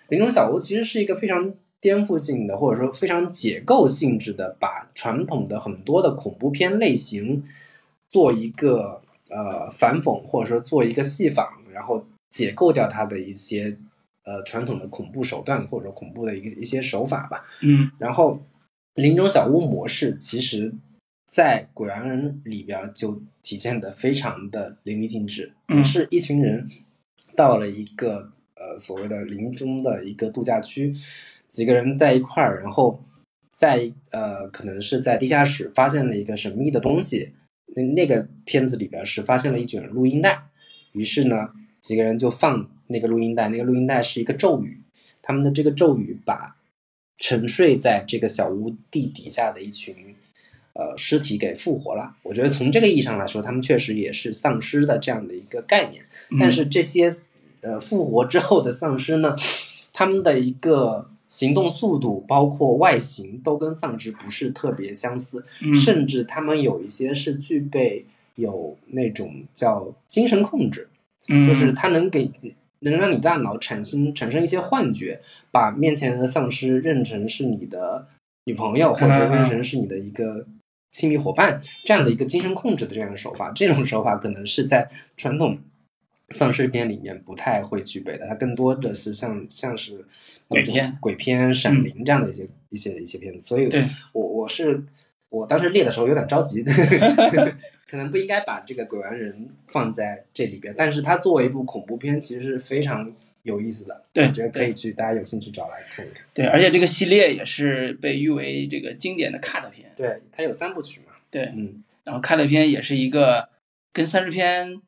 林中小屋》其实是一个非常颠覆性的，或者说非常解构性质的，把传统的很多的恐怖片类型做一个呃反讽，或者说做一个戏仿，然后解构掉它的一些呃传统的恐怖手段，或者说恐怖的一个一些手法吧。
嗯
然后林中小屋模式其实，在《鬼玩人》里边儿就体现的非常的淋漓尽致，
嗯
是一群人到了一个呃所谓的林中的一个度假区，几个人在一块儿，然后在呃可能是在地下室发现了一个神秘的东西，那那个片子里边是发现了一卷录音带，于是呢几个人就放那个录音带，那个录音带是一个咒语，他们的这个咒语把沉睡在这个小屋地底下的一群呃尸体给复活了。我觉得从这个意义上来说，他们确实也是丧尸的这样的一个概念。
嗯
但是这些呃复活之后的丧尸呢，他们的一个行动速度，包括外形，都跟丧尸不是特别相似。
嗯
甚至他们有一些是具备有那种叫精神控制，
嗯
就是它能给能让你大脑产生产生一些幻觉，把面前的丧尸认成是你的女朋友，或者
嗯嗯嗯
认成是你的一个亲密伙伴，这样的一个精神控制的这样的手法，这种手法可能是在传统。丧尸片里面不太会具备的，它更多的是像像是嗯
鬼片、嗯
鬼片、闪灵这样的一些、一些一些片子，所以
对
我我是我当时列的时候有点着急， 可能不应该把这个鬼玩人放在这里边，但是它作为一部恐怖片，其实是非常有意思的，
对
我觉得可以去大家有兴趣找来看一看。
对，而且这个系列也是被誉为这个经典的 cut 片，
对，它有三部曲嘛，
对，
嗯，
然后 cut 片也是一个跟三十片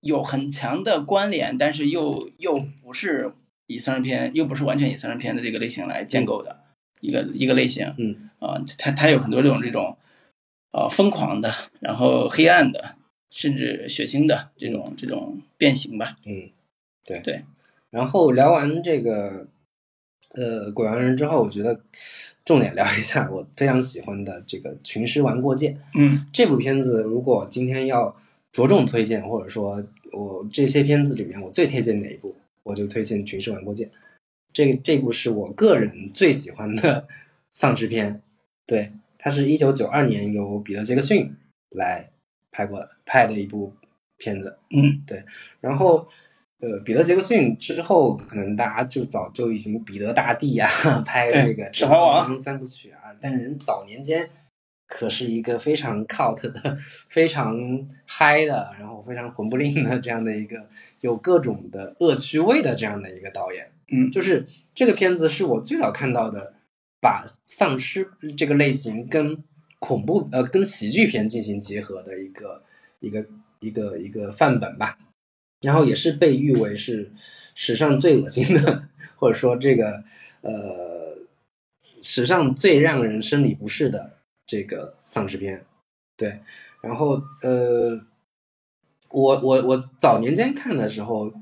有很强的关联，但是又又不是以三十片，又不是完全以三十片的这个类型来建构的一个一个类型，
嗯，
啊、它它有很多这种这种呃疯狂的，然后黑暗的，甚至血腥的这种这种变形吧，
嗯，对
对。
然后聊完这个呃鬼玩人之后，我觉得重点聊一下我非常喜欢的这个《群尸玩过界》。
嗯
这部片子如果今天要着重推荐，或者说我这些片子里面我最推荐哪一部，我就推荐《群尸玩过界》。这这部是我个人最喜欢的 丧尸片，对，它是一九九二年由彼得·杰克逊来拍过的拍的一部片子。
嗯，
然后，呃，彼得·杰克逊之后，可能大家就早就已经彼得大帝啊，拍
对
那个《
指环王》
三部曲啊，但人早年间可是一个非常 cult 的、非常嗨的，然后非常魂不吝的这样的一个有各种的恶趣味的这样的一个导演。
嗯
就是这个片子是我最早看到的，把丧尸这个类型跟恐怖呃跟喜剧片进行结合的一个一个一个一个范本吧。然后也是被誉为是史上最恶心的， 或者说这个呃史上最让人生理不适的这个丧尸片。对，然后呃，我我我早年间看的时候，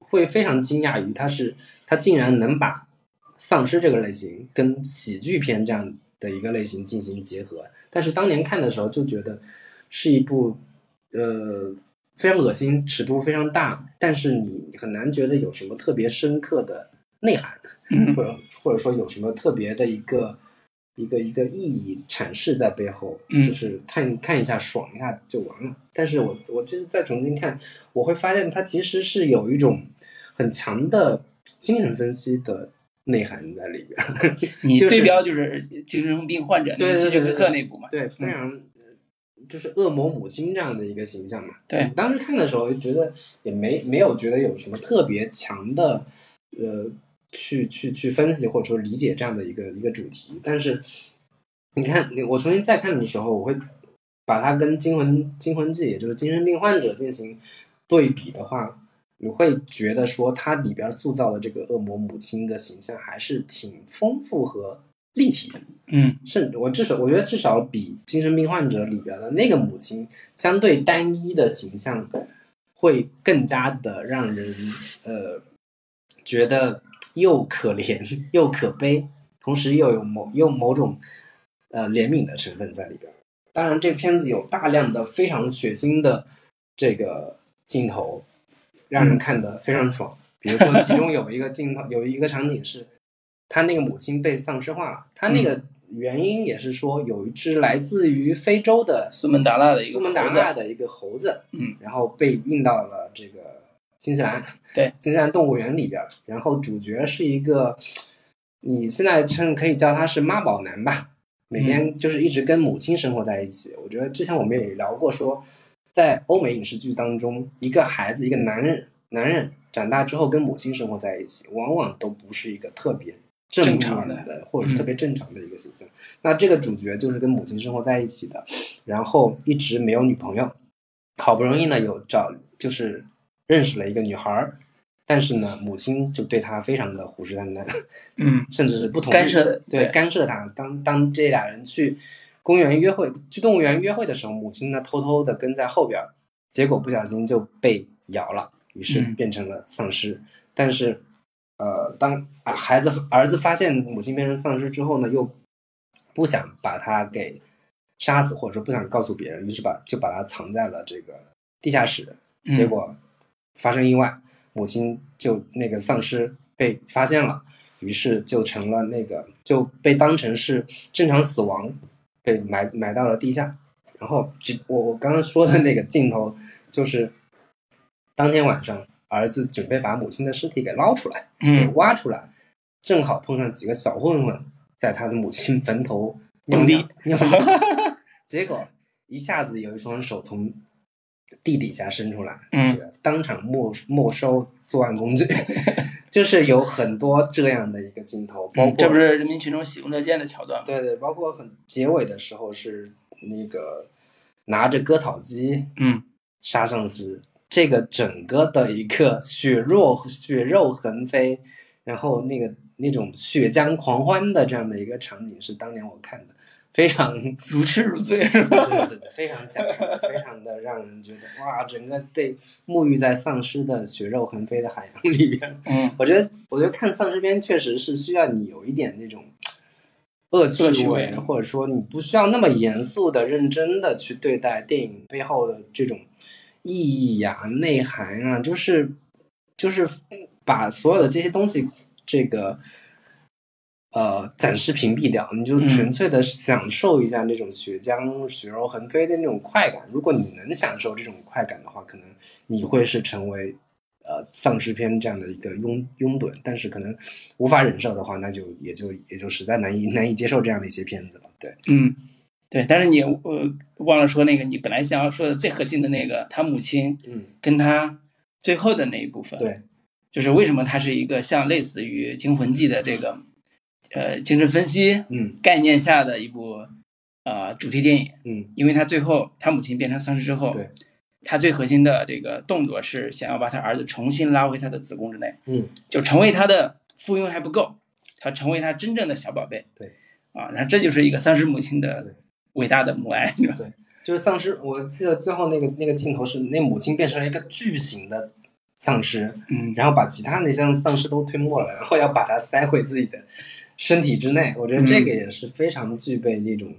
会非常惊讶于它是它竟然能把丧尸这个类型跟喜剧片这样的一个类型进行结合，但是当年看的时候就觉得是一部呃非常恶心、尺度非常大，但是你很难觉得有什么特别深刻的内涵。
嗯
或者或者说有什么特别的一个一个一个意义阐释在背后，
嗯
就是看看一下爽一下就完了。但是我我这次再重新看，我会发现它其实是有一种很强的精神分析的内涵在里边儿。
你
就是
对标就是精神病患者那
对
个
对
希
对
区柯
对
克那部嘛，嗯
对，非常、呃就是恶魔母亲这样的一个形象嘛。
对，
当时看的时候就觉得也没没有觉得有什么特别强的，呃，去去去分析或者说理解这样的一个一个主题。但是你看，你我重新再看的时候，我会把它跟《惊魂惊魂记》也就是精神病患者进行对比的话。你会觉得说，它里边塑造的这个恶魔母亲的形象还是挺丰富和立体的，
嗯
甚至我至少我觉得至少比精神病患者里边的那个母亲相对单一的形象，会更加的让人呃觉得又可怜又可悲，同时又有某又某种呃怜悯的成分在里边。当然，这片子有大量的非常血腥的这个镜头，让人看得非常爽。比如说，其中有一个镜头，有一个场景是，他那个母亲被丧尸化了。他那个原因也是说，有一只来自于非洲的
苏门答腊的一个
苏门答
猴子
腊的一个猴子，
嗯，
然后被运到了这个新西兰，
对，
新西兰动物园里边儿。然后主角是一个，你现在称可以叫他是妈宝男吧，每天就是一直跟母亲生活在一起。我觉得之前我们也聊过说，在欧美影视剧当中，一个孩子，一个男人，男人长大之后跟母亲生活在一起，往往都不是一个特别
正
正
常的
面的，或者是特别
嗯
正常的一个形象。那这个主角就是跟母亲生活在一起的，然后一直没有女朋友，好不容易呢有找就是认识了一个女孩儿，但是呢母亲就对他非常的虎视眈眈，
嗯
甚至是不同意
干涉
对
对
干涉他。当当这俩人去公园约会、去动物园约会的时候，母亲呢偷偷的跟在后边儿，结果不小心就被咬了，于是
嗯
变成了丧尸。但是，呃，当啊孩子儿子发现母亲变成丧尸之后呢，又不想把他给杀死，或者说不想告诉别人，于是把就把他藏在了这个地下室。
嗯
结果发生意外，母亲就那个丧尸被发现了，于是就成了那个就被当成是正常死亡，被埋埋到了地下。然后只我我刚刚说的那个镜头就是当天晚上，儿子准备把母亲的尸体给捞出来，给
嗯，
挖出来，正好碰上几个小混混在他的母亲坟头尿
蹦迪
尿尿尿， 结果一下子有一双手从地底下伸出来，
嗯
这个当场没没收作案工具， 就是有很多这样的一个镜头，包括、
嗯这不是人民群众喜闻乐见的桥段吗？
对对，包括很结尾的时候是那个拿着割草机
嗯
杀上司，这个整个的一个血肉血肉横飞，然后那个那种血浆狂欢的这样的一个场景是当年我看的，非常
如痴如醉是吧？
对对对，非常享受，非常的让人觉得哇，整个被沐浴在丧尸的血肉横飞的海洋里边，
嗯，
我觉得，我觉得看丧尸片确实是需要你有一点那种恶趣
恶趣
味，
味
或者说你不需要那么严肃的、认真的去对待电影背后的这种意义呀、内涵啊，就是就是把所有的这些东西这个。呃，暂时屏蔽掉，你就
嗯
纯粹的享受一下那种血浆、血肉横飞的那种快感。如果你能享受这种快感的话，可能你会是成为呃丧尸片这样的一个拥拥趸，但是可能无法忍受的话，那就也就也就实在难以难以接受这样的一些片子了。对，
嗯，对，但是你呃忘了说那个，你本来想要说的最核心的那个，他母亲
嗯，
跟他最后的那一部分，
对，
就是为什么它是一个像类似于《惊魂记》的这个呃精神分析
嗯
概念下的一部呃主题电影，
嗯
因为他最后他母亲变成丧尸之后
对，
他最核心的这个动作是想要把他儿子重新拉回他的子宫之内，
嗯，
就成为他的附庸还不够，他成为他真正的小宝贝。
对，
啊，然后这就是一个丧尸母亲
对
的伟大的母爱，是吧？
就是丧尸，我记得最后那个那个镜头是那母亲变成了一个巨型的丧尸，
嗯，
然后把其他那些丧尸都吞没了，然后要把它塞回自己的身体之内。我觉得这
嗯
个也是非常具备那种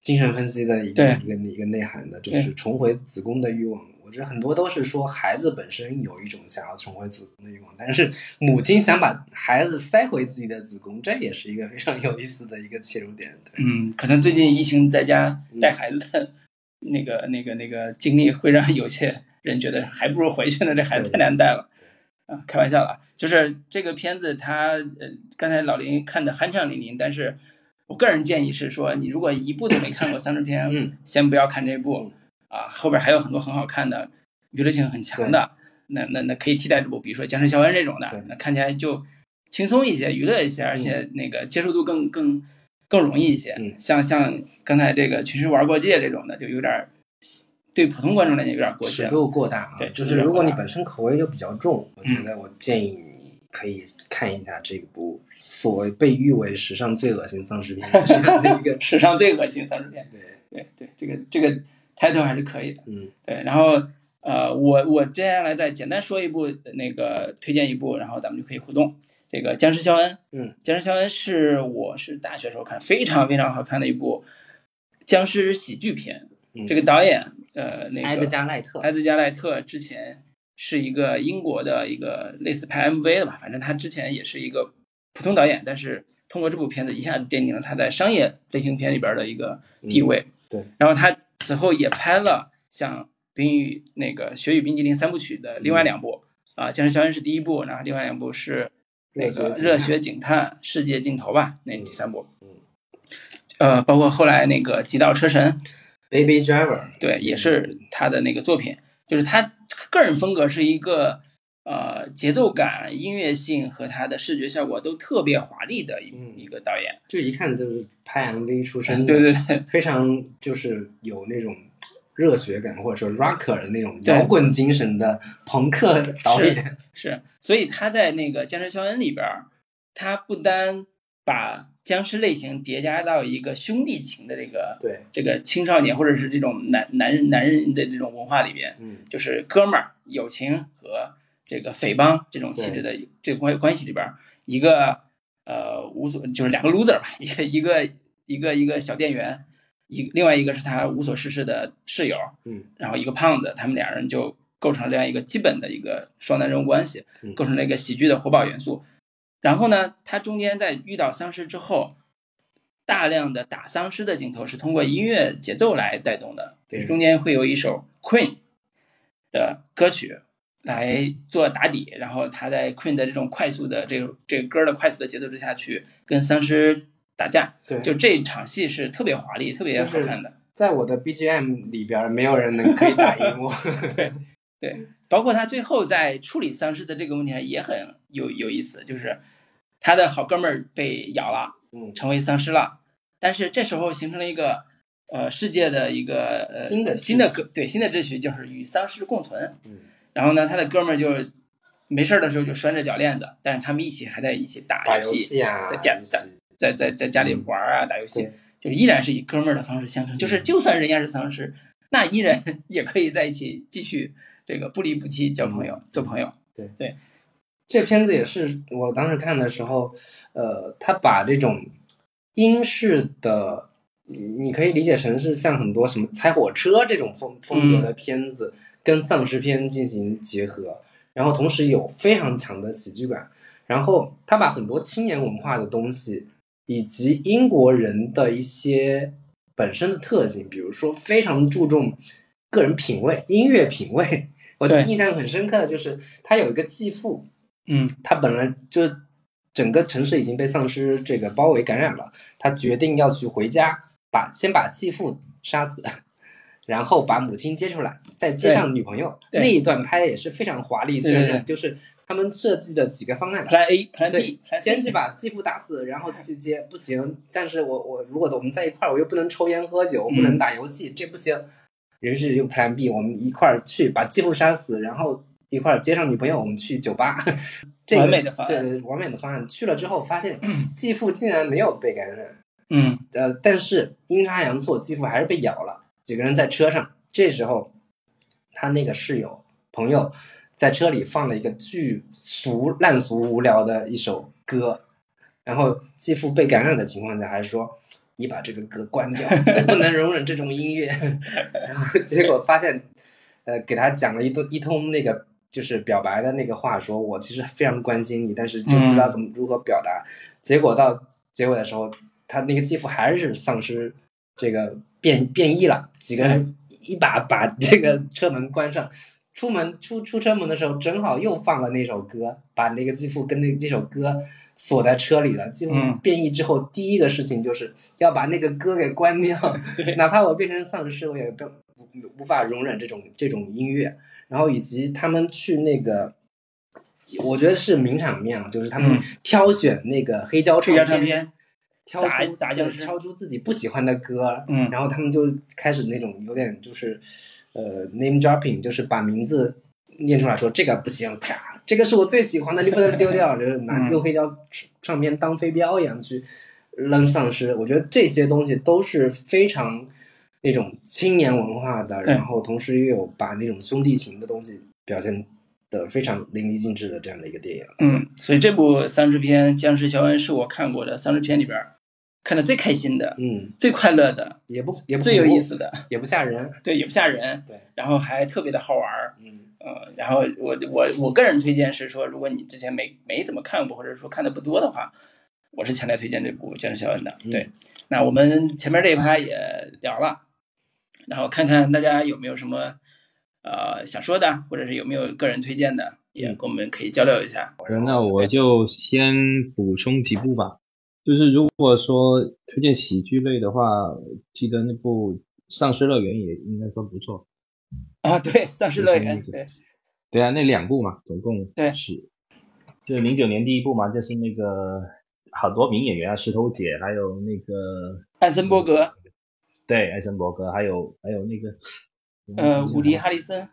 精神分析的一个
对
一个一个内涵的，就
对
是重回子宫的欲望。我觉得很多都是说孩子本身有一种想要重回子宫的欲望，但是母亲想把孩子塞回自己的子宫，这也是一个非常有意思的一个切入点。对，
嗯，可能最近疫情在家带孩子
嗯
的那个、那个、那个经历，会让有些人觉得还不如回去呢，这孩子
对
太难带了。啊，开玩笑了，就是这个片子它，呃，刚才老林看的酣畅淋漓，但是我个人建议是说，你如果一部都没看过丧尸片，
嗯，
先不要看这部，啊，后边还有很多很好看的，娱乐性很强的，那那那可以替代这部，比如说《僵尸校园》这种
对
的，那看起来就轻松一些，娱乐一些，而且那个接受度更更更容易一些。
嗯
像像刚才这个《群尸玩过界》这种的，就有点儿对普通观众来讲有点儿过界
尺
了。
度过大啊。
对
就是
尺度
如果
过
你
大
本身口味就比较重，我觉
嗯。
得我建议你可以看一下这部所谓被誉为史上最恶心丧尸片的这样的一个
史上最恶心丧尸 片，
对，
对对，这个这个 title 还是可以的。
嗯
对，然后呃，我我接下来再简单说一部那个推荐一部，然后咱们就可以互动。这个《僵尸肖恩》，
嗯
《僵尸肖恩》是我是大学时候看非常非常好看的一部僵尸喜剧片。
嗯
这个导演呃，那个
埃德加·赖特，
埃德加·赖特之前是一个英国的一个类似拍 MV 的吧，反正他之前也是一个普通导演，但是通过这部片子一下子奠定了他在商业类型片里边的一个地位。
对，
然后他此后也拍了像《冰与那个雪与冰激凌》三部曲的另外两部。啊，《僵尸肖恩》是第一部，然后另外两部是那个《热血警探》《世界尽头》吧，那第三部。
嗯嗯
呃，包括后来那个《极道车神》，
Baby Driver，
对，也是他的那个作品，就是他个人风格是一个呃节奏感、音乐性和他的视觉效果都特别华丽的一
嗯
一个导演。
就一看就是拍 MV 出身的，
啊对对对，
非常就是有那种热血感，或者说 rocker 的那种
对
摇滚精神的朋克导演。
是，所以他在那个《僵尸肖恩》里边儿，他不单把僵尸类型叠加到一个兄弟情的这个
对，
这个青少年或者是这种男男人男人的这种文化里边，
嗯
就是哥们儿、友情和这个匪帮这种气质的这个关关系里边儿，一个呃无所就是两个 loser 吧，一个一个一个一个小店员，一另外一个是他无所事事的室友，
嗯，
然后一个胖子，他们俩人就构成了这样一个基本的一个双男人物关系
嗯，
构成了一个喜剧的活宝元素。然后呢，他中间在遇到丧尸之后，大量的打丧尸的镜头是通过音乐节奏来带动的，
对
就是中间会有一首 Queen 的歌曲来做打底，然后他在 Queen 的这种快速的这个这个歌的快速的节奏之下去跟丧尸打架，
对，
就这场戏是特别华丽、特别好看的。
在我的 BGM 里边儿，没有人能可以 打赢我。
对，包括他最后在处理丧尸的这个问题上也很有有意思，就是他的好哥们儿被咬了，
嗯，
成为丧尸了，但是这时候形成了一个呃世界的一个、呃、
新的秩序
新的格对新的秩序，就是与丧尸共存。
嗯，
然后呢，他的哥们儿就没事儿的时候就拴着脚链子，但是他们一起还在一起打
打
游
游戏啊，
在家
游戏
在在在家里玩儿啊，打游戏
嗯对，嗯
就依然是以哥们儿的方式相称。就是就算人家是丧尸，那依然 也可以在一起继续这个不离不弃交朋友、
嗯
做朋友。
这片子也是我当时看的时候，呃，他把这种英式的，你你可以理解成是像很多什么猜火车这种风风格的片子，跟丧尸片进行结合，然后同时有非常强的喜剧感，然后他把很多青年文化的东西，以及英国人的一些本身的特性，比如说非常注重个人品味、音乐品味。 我
对
印象很深刻的就是他有一个继父，
嗯，
他本来就整个城市已经被丧尸这个包围感染了，他决定要去回家，把先把继父杀死， 然后把母亲接出来，再接上女朋友。
对
那一段拍的也是非常华丽
对
渲
对
染，就是他们设计的几个方案。
plan A、plan
对
B、，plan
先
C，
去把继父打死，然后去接，不行。但是我我如果我们在一块儿，我又不能抽烟喝酒，我不
嗯
能打游戏，这不行。于是用 Plan B，我们一块儿去把继父杀死，然后一块儿接上女朋友，我们去酒吧。 这个
完美的方案
对对，完美的方案。去了之后发 现继父竟然没有被感染，
嗯，
呃，但是阴差阳错，继父还是被咬了。几个人在车上，这时候他那个室友朋友在车里放了一个巨俗、烂俗、无聊的一首歌，然后继父被感染的情况下还说：“你把这个歌关掉，我不能容忍这种音乐。” 然后结果发现，呃，给他讲了一通一通那个。就是表白的那个话说，我其实非常关心你，但是就不知道怎么如何表达。结果到结尾的时候，他那个继父还是丧尸这个变变异了，几个人一把把这个车门关上。出门出出车门的时候，正好又放了那首歌，把那个继父跟那那首歌锁在车里了。继父
嗯
变异之后，第一个事情就是要把那个歌给关掉， 哪怕我变成丧尸，我也不无无法容忍这种这种音乐。然后以及他们去那个，我觉得是名场面啊，就是他们
嗯
挑选那个黑胶
这
唱
张唱片，
挑
砸
出
砸
对
僵尸
挑出自己不喜欢的歌，
嗯
然后他们就开始那种有点就是，呃，name dropping，就是把名字念出来说这个不行，啪，这个是我最喜欢的，你不能丢掉，就是拿
嗯
用黑胶唱片当飞镖一样去扔丧尸。我觉得这些东西都是非常那种青年文化的，
对
然后同时又有把那种兄弟情的东西表现的非常淋漓尽致的这样的一个电影。
嗯，所以这部丧尸片《僵尸肖恩》是我看过的丧尸片里边儿看的最开心的、
嗯，
最快乐的、
也不也不
最
恐
有
怖
意，思的，
也不吓人。
对，也不吓人，
对，
然后还特别的好玩儿。
嗯。
呃，然后我我我个人推荐是说，如果你之前没没怎么看过，或者说看的不多的话，我是强烈推荐这部《僵尸肖恩》的。
嗯
对，那我们前面这一趴也聊了，然后看看大家有没有什么呃想说的，或者是有没有个人推荐的，也跟我们可以交流一下。
那
哦
我就先补充几部吧。就是如果说推荐喜剧类的话，记得那部《丧尸乐园》也应该说不错。
啊，对，《丧尸乐园》对，
对啊，那两部嘛，总共
对
是，就是零九年第一部嘛，就是那个好多名演员啊，石头姐，还有那个
艾森伯格，
对艾森伯格，还有还有那个嗯
呃，伍迪·
哈。
哈里森，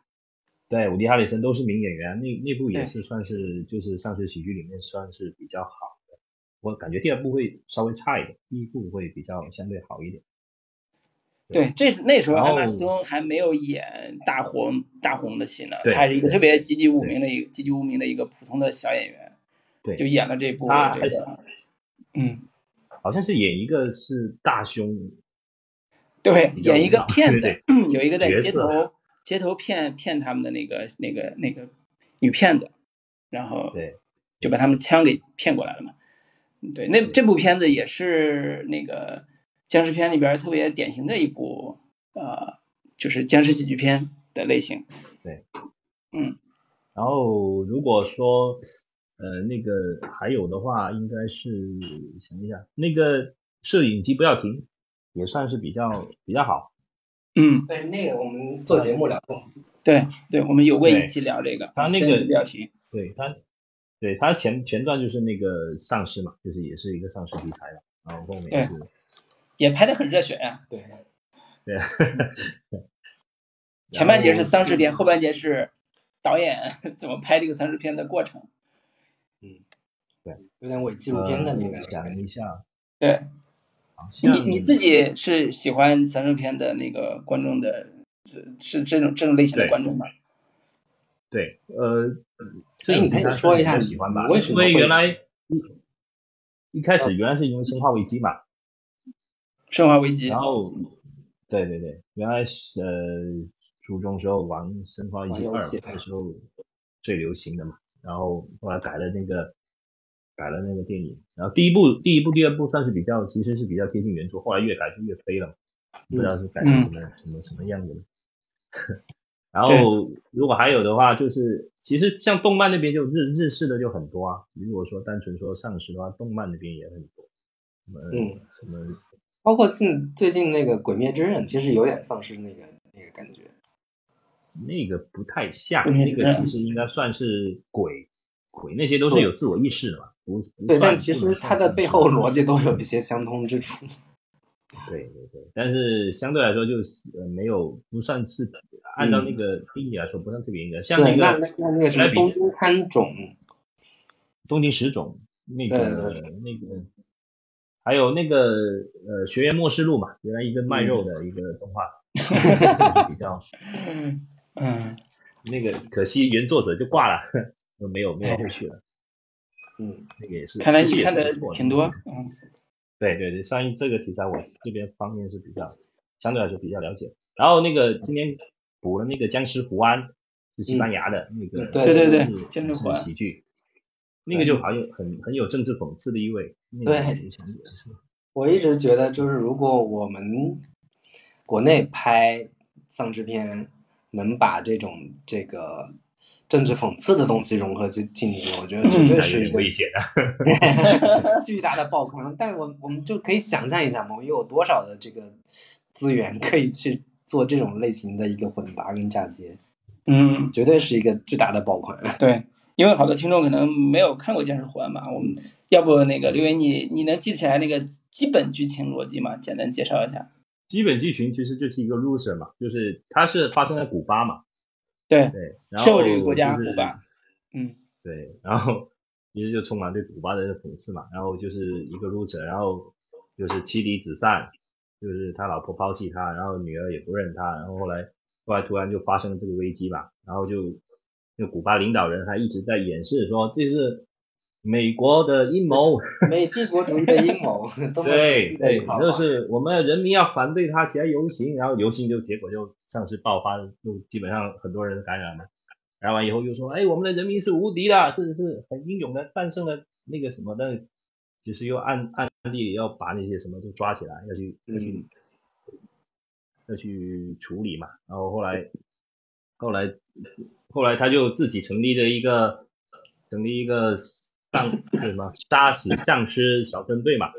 对，伍迪·哈里森都是名演员，那那部
对
也是算是就是丧尸喜剧里面算是比较好的。我感觉第二部会稍微差一点，第一部会比较相对好一点。
对，这是那时候
然
艾
后
玛斯通还没有演大红大红的戏呢，
对
她还是一个
对
特别籍籍无名的一个籍籍无名的一个普通的小演员，
对啊
就演了这部
她
这个，嗯，
好像是演一个是大胸，
对，
比较
演一个
无脑
骗子
对，
有一个在
角
街
色
头街头骗骗他们的那个那个那个女骗子，然后
对，
就把他们枪给骗过来了嘛。对，那这部片子也是那个僵尸片里边特别典型的一部，呃，就是僵尸喜剧片的类型。
然后如果说呃那个还有的话，应该是想一下，那个摄影机不要停，也算是比较比较好。
嗯，
对，那个我们做节目聊过，
对对，我们有过一
对
期聊这个，
他那个
真的比较提，
对他，对他前前段就是那个丧尸嘛，就是也是一个丧尸题材的，然后后面
对
是
也拍的很热血啊呀、
对，
对，
前半节是丧尸
嗯
片，后半节是导演 怎么拍这个丧尸片的过程。
有点伪纪录片的那个感觉。
呃讲一下，
对
好
你
啊像
你自己是喜欢丧尸片的那个观众的，是是这种这种类型的
对
观众吗？
对，呃，这
哎
种
你可以
题材
说一
是
下
很
你
喜欢吧？
为什
因
么
为
会
原
喜
来一一开始原来是因为《生化危机》嘛，
生化危机
然》后
嗯
对对对，原来是呃初中时候玩《生化危
玩
机
游
二
戏》
那时候最流行的嘛，然后后来改了那个改了那个电影，然后第一部第一部第二部算是比较其实是比较接近原著，后来越改就越飞了嘛，不知道是改成什
嗯
么、什么什么样子的。 然后如果还有的话，就是其实像动漫那边就日日式的就很多啊，如果说单纯说丧尸的话，动漫那边也很多，什么、
嗯、
什么
包括近最近那个《鬼灭之刃》，其实有点丧尸那个那个感觉。
那个不太像，
嗯
那个其实应该算是鬼，鬼那些都是有自我意识的嘛，不不
对，
算
但其
不能
实它
算
的
是
背后逻辑都有一些相通之处。
对对对，但是相对来说就是呃没有不算是按照那个定义来说不算特别严格，像
嗯对，那
个
那那那个什么
来比
东京喰种，
东京十种那个
对
那个。还有那个呃，《学院末世录》嘛，原来一个卖肉的一个动画， 就是比较
嗯，
那个可惜原作者就挂了， 没有没有后续了。
嗯，
那个也是，
看来
其实
你
也
看
是
的
不错
挺多，嗯，
对对对，关于这个题材，我这边方面是比较相对来说比较了解。然后那
嗯
个今天补了那个《僵尸胡安》，是西班牙的那个，
对
对对对
是
僵尸胡安
是喜剧，那个就好像很很有政治讽刺的意味。那个
对
影响也是
我一直觉得就是如果我们国内拍丧尸片，能把这种这个政治讽刺的东西融合进进去，我觉得绝对
还有
是一
点
个
危险的。
巨大的爆款，但我我们就可以想象一下嘛，我们有多少的这个资源可以去做这种类型的一个混搭跟嫁接，
嗯，
绝对是一个巨大的爆款。
对，因为好多听众可能没有看过《僵尸胡安》吧，我们要不那个刘云，你你能记起来那个基本剧情逻辑吗？简单介绍一下。
基本剧情其实就是一个 loser 嘛，就是它是发生在古巴嘛，
对，
对，然
社
后
会主义国家
就是
古巴，嗯，
对，然后其实就充满对古巴的讽刺嘛，然后就是一个 loser，然后就是妻离子散，就是他老婆抛弃他，然后女儿也不认他，然后后来后来突然就发生了这个危机吧，然后就就古巴领导人还一直在掩饰说这是美国的阴谋，
美帝国主义的阴 谋，多么熟
对
悉的一
对，
个套
就
话
是我们人民要反对他起来游行，然后游行就结果就上次爆发，就基本上很多人感染了，感染完以后又说，哎，我们的人民是无敌的，是是很英勇的战胜了那个什么的，其实又暗暗地里要把那些什么都抓起来，要去要去、
嗯
要去处理嘛，然后后来后来后来他就自己成立了一个成立一个丧什么杀死丧尸小分队嘛。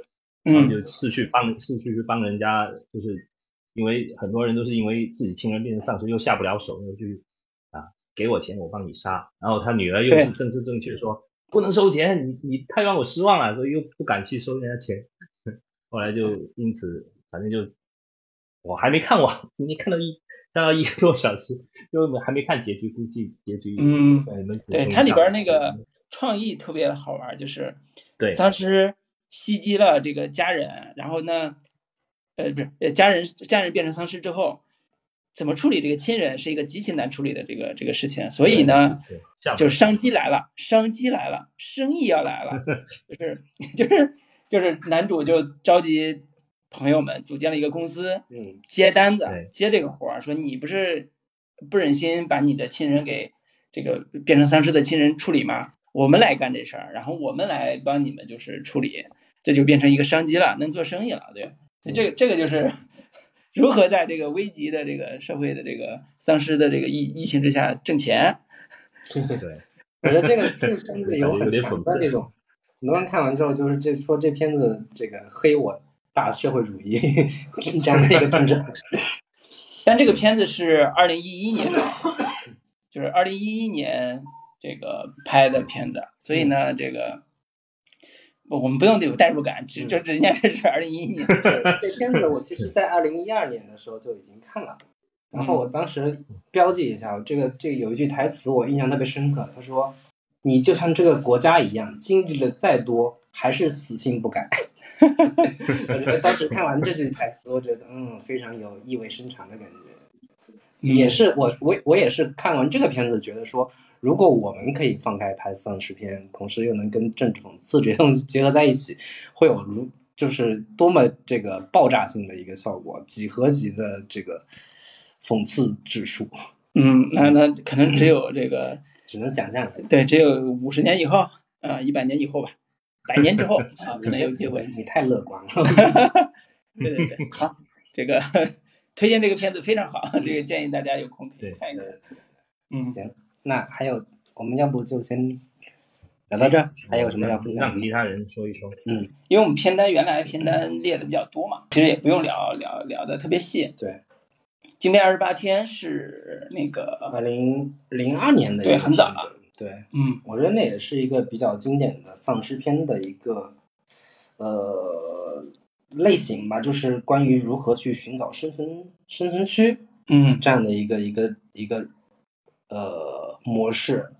然后
嗯，
就四去帮四去去帮人家，就是因为很多人都是因为自己亲人变成丧尸又下不了手，又去啊给我钱我帮你杀，然后他女儿又
对
是政治正确说不能收钱，你你太让我失望了，所以又不敢去收人家钱， 后来就因此反正就我还没看完，今天看到一看到一个多小时，因为我还没看结局，估计结局呃
嗯
你们
对，它里边那个创意特别好玩，就是
对
丧尸袭击了这个家人，然后呢，呃，不是呃家人家人变成丧尸之后，怎么处理这个亲人是一个极其难处理的这个这个事情，所以呢。
对下
就是商机来了，商机来了，生意要来 了，就是 就是就是男主就召集朋友们组建了一个公司
嗯
接单子
对，
啊接这个活儿，说你不是不忍心把你的亲人给这个变成丧尸的亲人处理嘛，我们来干这事儿，然后我们来帮你们就是处理，这就变成一个商机了，能做生意了，对。所以这个这个就是如何在这个危急的这个社会的这个丧尸的这个疫疫情之下挣钱。
对，
我觉得这个这个片子有
有
很
点
强
讽
的
刺
这种，很多人看完之后就是这说这片子这个黑我大社会主义这样的一个政治，
但这个片子是二零一一年的， 就是二零一一年这个拍的片子，所以
嗯
呢，这个我们不用有代入感，
嗯
只就人家这是二零一一年，
这这片子我其实在二零一二年的时候就已经看了，然后我当时标记一下，这个这个有一句台词我印象特别深刻，他说：“你就像这个国家一样，经历了再多，还是死性不改。” 我觉得当时看完这句台词，我觉得嗯，非常有意味深长的感觉。
嗯
嗯
也是我我我也是看完这个片子，觉得说，如果我们可以放开拍丧尸片，同时又能跟政治讽刺这些东西 结合在一起，会有如就是多么这个爆炸性的一个效果，几何级的这个讽刺指数，
嗯，那那可能只
嗯
有这个
只能想象。
对，只有五十年以后，啊，一百年以后吧，百年之 后啊，可能有机会。
你太 乐观了。
对对对，好，这个 推荐这个片子非常好，这个建议大家有空可以
对
看一看。嗯，
行，那还有，我们要不就先聊到这儿？还有什么要分享
让
的
其？他人说一说？
因为我们片单原来片单列的比较多嘛，其实也不用聊聊聊的特别细。
对，
今天二十八天是那个，
二零零二年的一
对
个
很早
片子。对，
嗯
我觉得那也是一个比较经典的丧尸片的一个呃类型吧，就是关于如何去寻找生存生存区
嗯，
这样的一个一个一个呃模式，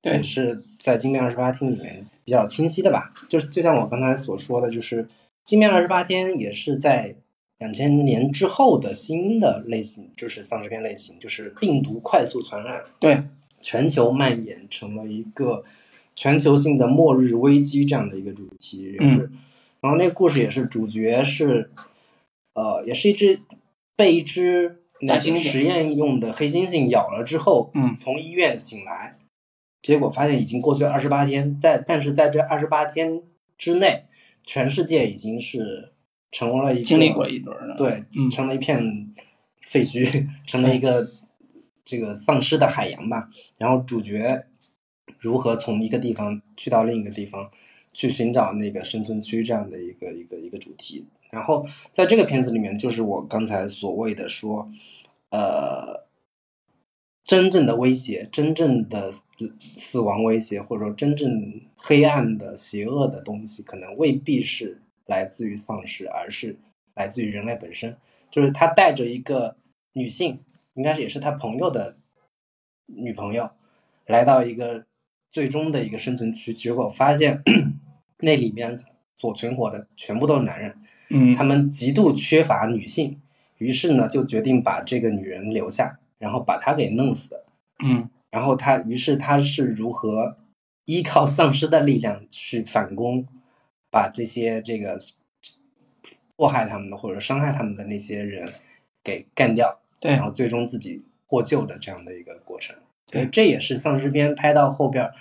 对
也，是在《金面二十八天》里面比较清晰的吧。就是就像我刚才所说的，就是《金面二十八天》也是在两千年之后的新的类型，就是丧尸片类型，就是病毒快速传染。
对，
全球蔓延成了一个全球性的末日危机这样的一个主题，
嗯
也是，然后那个故事也是主角是，呃，也是一只被一只那
大
个
猩猩
实验用的黑猩猩咬了之后，
嗯
从医院醒来，结果发现已经过去了二十八天，在但是在这二十八天之内，全世界已经是成为了一个
经历过一轮了。，
对，
嗯
成了一片废墟，成了一个这个丧尸的海洋吧。然后主角如何从一个地方去到另一个地方，去寻找那个生存区这样的一个一个一个主题。然后在这个片子里面，就是我刚才所谓的说，呃，真正的威胁，真正的死死亡威胁，或者说真正黑暗的、邪恶的东西，可能未必是来自于丧尸，而是来自于人类本身。就是他带着一个女性，应该是也是他朋友的女朋友，来到一个最终的一个生存区，结果发现 那里面所存活的全部都是男人，
嗯
他们极度缺乏女性，于是呢就决定把这个女人留下，然后把她给弄死。
嗯
然后他，于是他是如何依靠丧尸的力量去反攻，把这些这个迫害他们的或者伤害他们的那些人给干掉，
对
然后最终自己获救的这样的一个过程。
对
这也是丧尸片拍到后边儿，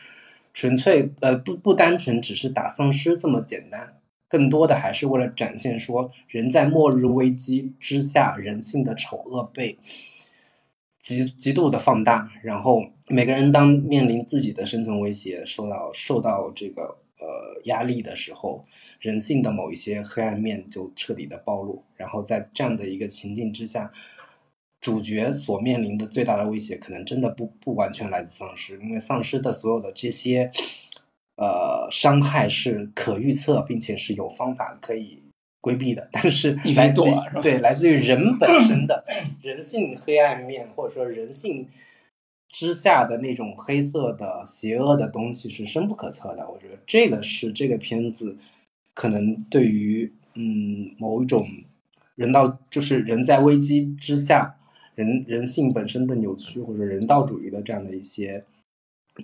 纯粹呃不不单纯只是打丧尸这么简单，更多的还是为了展现说人在末日危机之下人性的丑恶被极极度的放大，然后每个人当面临自己的生存威胁，受到受到这个呃压力的时候，人性的某一些黑暗面就彻底的暴露。然后在这样的一个情境之下，主角所面临的最大的威胁，可能真的不不完全来自丧尸，因为丧尸的所有的这些呃伤害是可预测，并且是有方法可以规避的。但是
你可以
来自于
躲是吧
对来自于 人本身的人性黑暗面，或者说人性。之下的那种黑色的、邪恶的东西是深不可测的。我觉得这个是这个片子可能对于嗯某一种人道，就是人在危机之下，人人性本身的扭曲或者人道主义的这样的一些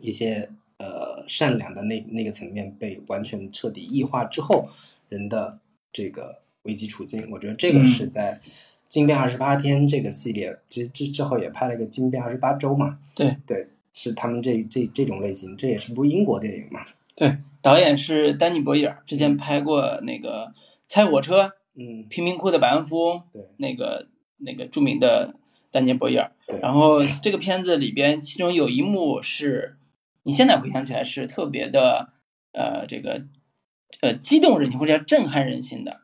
一些呃善良的那那个层面被完全彻底异化之后，人的这个危机处境，我觉得这个
嗯
是在《金变二十八天》这个系列，其实之之后也拍了一个《金变二十八周》嘛，
对
对，是他们这这这种类型，这也是部英国电影嘛，
对，导演是丹尼·博伊尔，之前拍过那个《猜火车》《
嗯，
贫民窟的百万富翁》
对，
那个那个著名的丹尼·博伊尔
对。
然后这个片子里边，其中有一幕是你现在回想起来是特别的，呃，这个呃激动人心或者叫震撼人心的，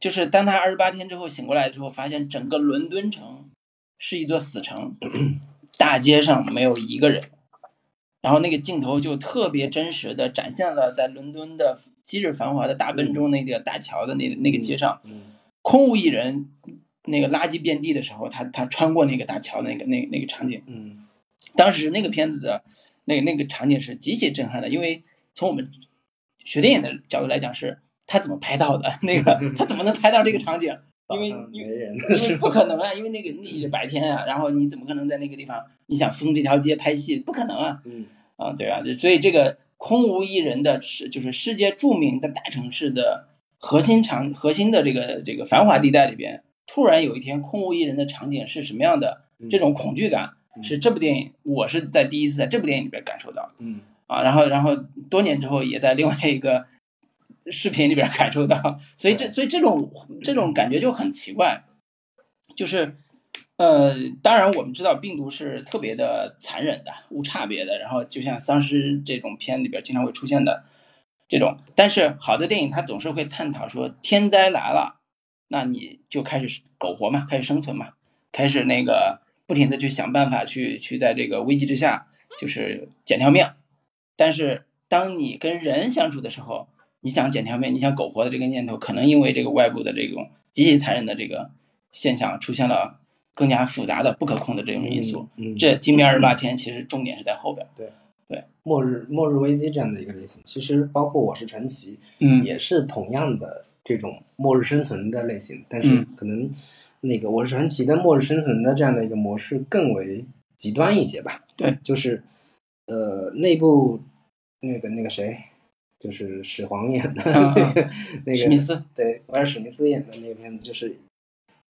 就是当他二十八天之后醒过来之后，发现整个伦敦城是一座死城，大街上没有一个人。然后那个镜头就特别真实的展现了在伦敦的昔日繁华的大笨钟那个大桥的那那个街上，
嗯
空无一人，那个垃圾遍地的时候，他他穿过那个大桥那个那那个场景，
嗯
当时那个片子的那那个场景是极其震撼的，因为从我们学电影的角度来讲是，他怎么拍到的？ 那个 他怎么能拍到这个场景？因为
早上
因
没
为
人
因为不可能啊，因为那个那也是白天啊，然后你怎么可能在那个地方你想封这条街拍戏？不可能啊！
嗯
啊，对啊，就所以这个空无一人的世，就是世界著名的大城市的核心场、核心的这个这个繁华地带里边，突然有一天空无一人的场景是什么样的？这种恐惧感
嗯
是这部电影，我是在第一次在这部电影里边感受到的
嗯
啊。然后，然后多年之后也在另外一个视频里边感受到，所以这
对
所以这种这种感觉就很奇怪，就是呃，当然我们知道病毒是特别的残忍的、无差别的，然后就像丧尸这种片里边经常会出现的这种，但是好的电影它总是会探讨说天灾来了，那你就开始苟活嘛，开始生存嘛，开始那个不停的去想办法去去在这个危机之下就是捡条命，但是当你跟人相处的时候，你想捡条命，你想苟活的这个念头，可能因为这个外部的这种极其残忍的这个现象，出现了更加复杂的、不可控的这种因素。，
嗯，
这《金边二十八天》其实重点是在后边。
末日末日危机这样的一个类型，其实包括《我是传奇》
嗯
也是同样的这种末日生存的类型，但是
嗯
可能那个《我是传奇》的末日生存的这样的一个模式更为极端一些吧。
对，
就是呃，内部那个那个谁，就是史皇演的
嗯
那个 那个
史密斯，
对，威尔史密斯演的那个片子，就是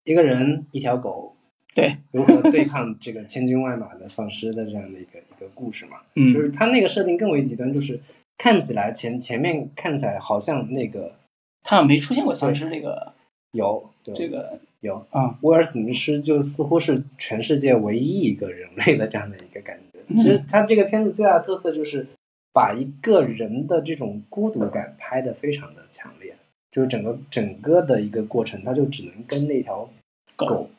一个人一条狗
对，
如何对抗这个千军万马的丧尸的这样的一个一个故事嘛。就
嗯
是他那个设定更为极端，就是看起来前前面看起来好像那个
他好像没出现过丧尸这个
有对
这个
有
啊，
威尔史密斯就似乎是全世界唯一一个人类的这样的一个感觉。其实
嗯
他这个片子最大的特色就是把一个人的这种孤独感拍得非常的强烈，就是整个整个的一个过程，他就只能跟那条
狗
狗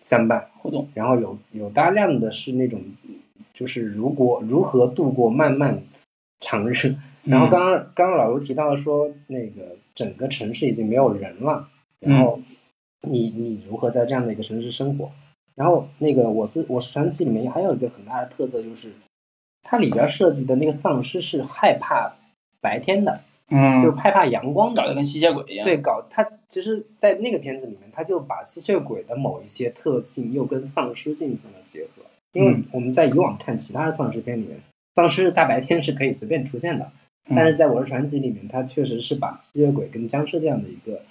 相伴，
互动。
然后有有大量的是那种，就是如果如何度过漫漫长日。然后刚刚刚刚老卢提到说，那个整个城市已经没有人了，然后你你如何在这样的一个城市生活？然后那个我是我是传奇里面还有一个很大的特色就是，它里边设计的那个丧尸是害怕白天的，
嗯
就是害怕阳光的
搞，得跟吸血鬼一样。
对，，搞他其实，在那个片子里面，他就把吸血鬼的某一些特性又跟丧尸进行了结合。因为
嗯
我们在以往看其他的丧尸片里面，丧尸大白天是可以随便出现的，
嗯
但是在《我是传奇》里面，它确实是把吸血鬼跟僵尸这样的一个，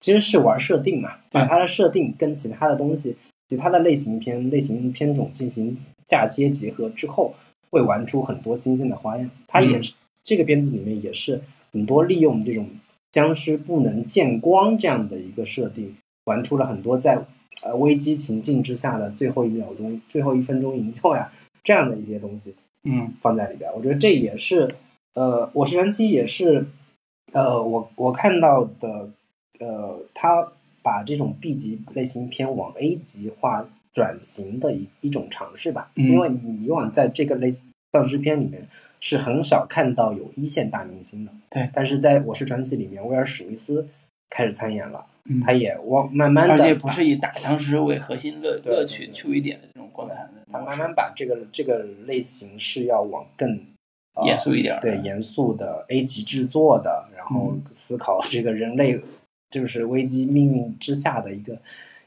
其实是玩设定嘛，把
对
它的设定跟其他的东西、其他的类型片、类型片种进行嫁接结合之后，会玩出很多新鲜的花样。它也是、这个片子里面也是很多利用这种僵尸不能见光这样的一个设定，玩出了很多在呃危机情境之下的最后一秒钟、最后一分钟营救呀这样的一些东西。
嗯
放在里边儿。我觉得这也是，呃，我是传奇也是，呃，我我看到的，呃，他把这种 B 级类型片往 A 级化转型的一一种尝试吧。
嗯
因为你以往在这个类似丧尸片里面是很少看到有一线大明星的，
对
但是在《我是传奇》里面，威尔史密斯开始参演了，
嗯，
他也往慢慢的，
而且不是以打丧尸为核心乐
对
乐
对
趣
对
趣味点的这种观看的
他
模
慢
式，
慢把这个这个类型是要往更。呃
严肃一点儿。
对严肃的 A 级制作的，然后
嗯
思考这个人类就是危机命运之下的一个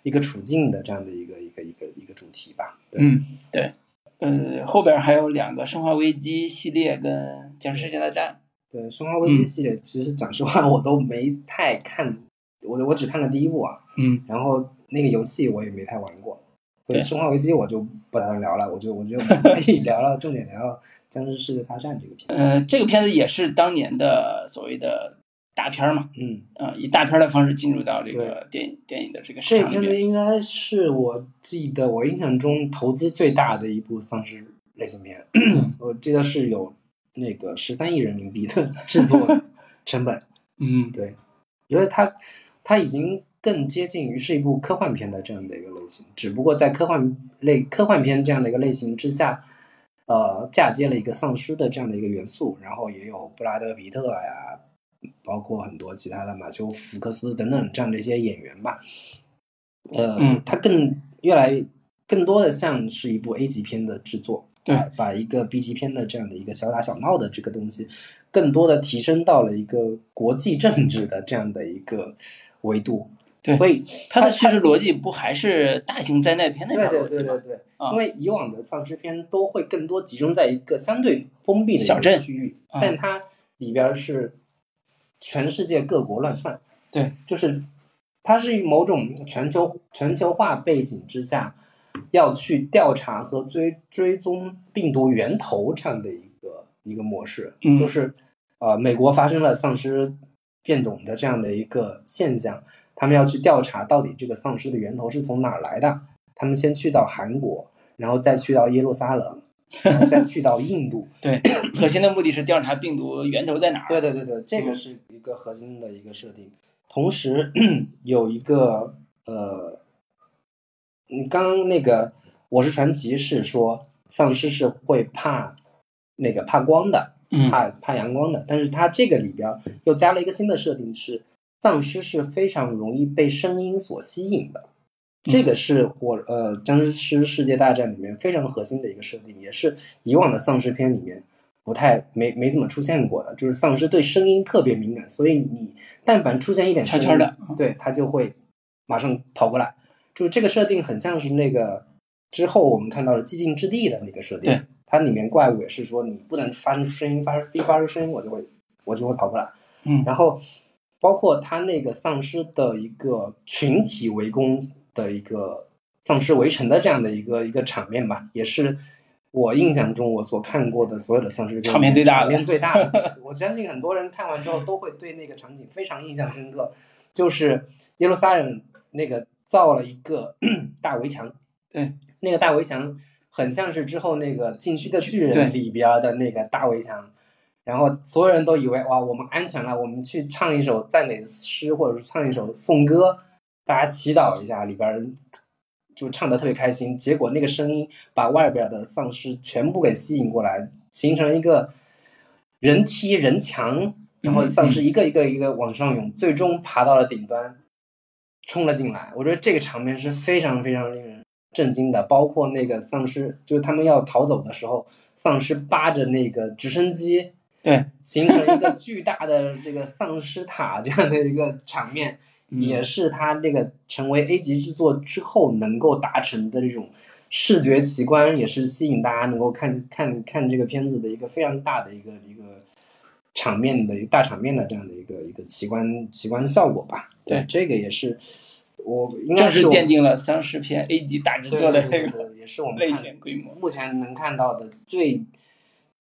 一个处境的这样的一个一个一个一个主题吧。对，
嗯，对，呃，后边还有两个《生化危机》系列跟《僵尸世界大战
对，《生化危
嗯》
机系列，其实讲实话我都没太看，我我只看了第一部啊，》。
嗯
然后那个游戏我也没太玩过，所以
对
《生化危机》我就不打算聊了。我就我觉得我们可以聊聊重点，聊聊《僵尸世界大战》这个片。
呃，这个片子也是当年的所谓的大片儿嘛，
嗯，
啊、以大片儿的方式进入到这个电影电影的这个市
这
场里
片子
面。
应该是我记得我印象中投资最大的一部丧尸类型片， 我记得是有那个十三亿人民币的制作成本。
嗯，
对，觉得它它已经更接近于是一部科幻片的这样的一个类型，只不过在科幻类科幻片这样的一个类型之下，呃，嫁接了一个丧尸的这样的一个元素，然后也有布拉德皮特呀，包括很多其他的马修福克斯等等这样的一些演员吧，呃，
嗯
它更越来更多的像是一部 A 级片的制作，
对
把把一个 B 级片的这样的一个小打小闹的这个东西，更多的提升到了一个国际政治的这样的一个维度。
对
所以
它的叙事逻辑不还
嗯
是大型灾难片那
对
条
对
逻
对
辑
对
吗？
对，
啊
因为以往的丧尸片都会更多集中在一个相对封闭的一
小
个
镇
区域，
啊
但它里边儿是全世界各国乱窜，
对，
就是它是某种全球全球化背景之下，要去调查和追追踪病毒源头这样的一个一个模式，
嗯
就是呃，美国发生了丧尸变种的这样的一个现象，他们要去调查到底这个丧尸的源头是从哪儿来的，他们先去到韩国，然后再去到耶路撒冷，然后再去到印度，
对核心的目的是调查病毒源头在哪儿。
对对对对，这个
嗯
是一个核心的一个设定。同时有一个呃，你刚刚那个《我是传奇》是说丧尸是会怕那个怕光的，
嗯
怕怕阳光的，但是它这个里边儿又加了一个新的设定是，丧尸是非常容易被声音所吸引的。
嗯
这个是我呃《僵尸世界大战》里面非常核心的一个设定，也是以往的丧尸片里面不太没没怎么出现过的，就是丧尸对声音特别敏感，所以你但凡出现一点
悄
声音
悄嗯的
对它就会马上跑过来。就是这个设定很像是那个之后我们看到了寂静之地的那个设定，
对
它里面怪物也是说你不能发出声音，发出一发出声音我就会我就会跑过来。
嗯
然后包括他那个丧尸的一个群体围攻的一个丧尸围城的这样的一个一个场面吧，也是我印象中我所看过的所有的丧尸片
场面最大的
场面最大 的。我相信很多人看完之后都会对那个场景非常印象深刻，就是耶路撒冷那个造了一个 大围墙，
对，
那个大围墙很像是之后那个《进击的巨
对
人》里边儿的那个大围墙，然后所有人都以为哇，我们安全了，我们去唱一首赞美诗，或者是唱一首颂歌，大家祈祷一下，里边儿就唱的特别开心。结果那个声音把外边的丧尸全部给吸引过来，形成一个人梯人墙，然后丧尸一个一个一个往上涌，最终爬到了顶端，冲了进来。我觉得这个场面是非常非常令人震惊的，包括那个丧尸，就是他们要逃走的时候，丧尸扒着那个直升机，
对，
形成一个巨大的这个丧尸塔这样的一个场面，
嗯
也是他这个成为 A 级制作之后能够达成的这种视觉奇观，也是吸引大家能够看看看这个片子的一个非常大的一个一个场面的一个大场面的这样的一个一个奇观奇观效果吧。
对
这个也是我应该
正
是
式
我
奠定了丧尸片 A 级大制
对
作的
对
这
对
个
对也是我们
类
看
型规模。
目前能看到的最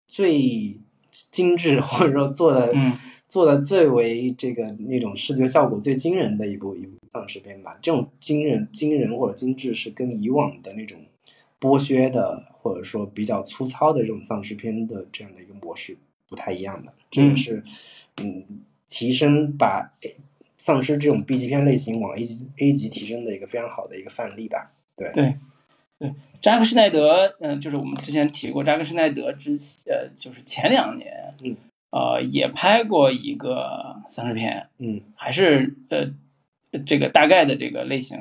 最精致， 或者说做的、
嗯
做的最为这个那种视觉效果最惊人的一部一部丧尸片吧。这种惊人、惊人或者精致是跟以往的那种剥削的，或者说比较粗糙的这种丧尸片的这样的一个模式不太一样的。这也
嗯
是嗯提升把。诶丧尸这种 B 级片类型往 A 级 A 级提升的一个非常好的一个范例吧。对
对扎克施耐德，嗯、就是我们之前提过，扎克施耐德之呃，就是前两年，
嗯，
呃，也拍过一个丧尸片，
嗯
还是呃这个大概的这个类型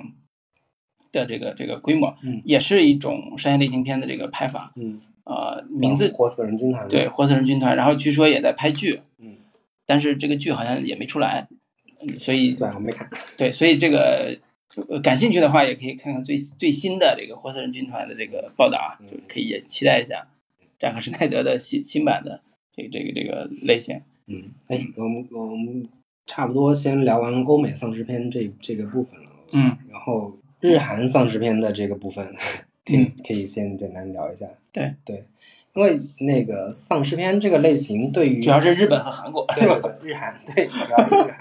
的这个这个规模，
嗯
也是一种商业类型片的这个拍法，
嗯，
呃，名字
活死人军团。
对，活死人军团，然后据说也在拍剧，
嗯，
但是这个剧好像也没出来，嗯所以
对，我没看。
对，所以这个呃感兴趣的话，也可以看看最最新的这个活死人军团的这个报道啊，就可以也期待一下扎克施耐德的新新版的这个这个这个类型。
嗯，哎，我们我们差不多先聊完欧美丧尸片这这个部分了。
嗯，
然后日韩丧尸片的这个部分，可以可以先简单聊一下。
对
对，因为那个丧尸片这个类型对于
嗯主要是日本和韩国，
对对对日韩 对主要是日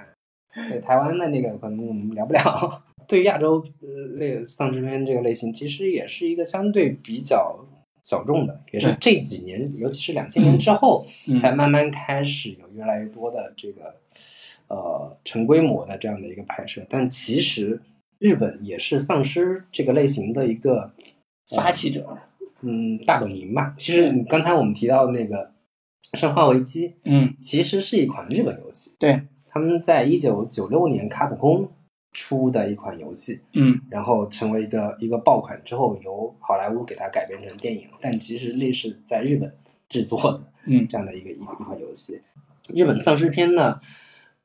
韩，对台湾的那个可能我们聊不了。对于亚洲呃那个丧尸片这个类型，其实也是一个相对比较小众的，也是这几年，尤其是两千年之后，
嗯
才慢慢开始有越来越多的这个呃成规模的这样的一个拍摄。但其实日本也是丧尸这个类型的一个
发起者，
嗯大本营吧。其实你刚才我们提到那个《生化危机》，
嗯，
其实是一款日本游戏，
对，
他们在一九九六年卡普空出的一款游戏。
嗯
然后成为一个一个爆款之后，由好莱坞给它改编成电影，但其实那是在日本制作的
嗯
这样的一个一个一款游戏。日本丧尸片呢，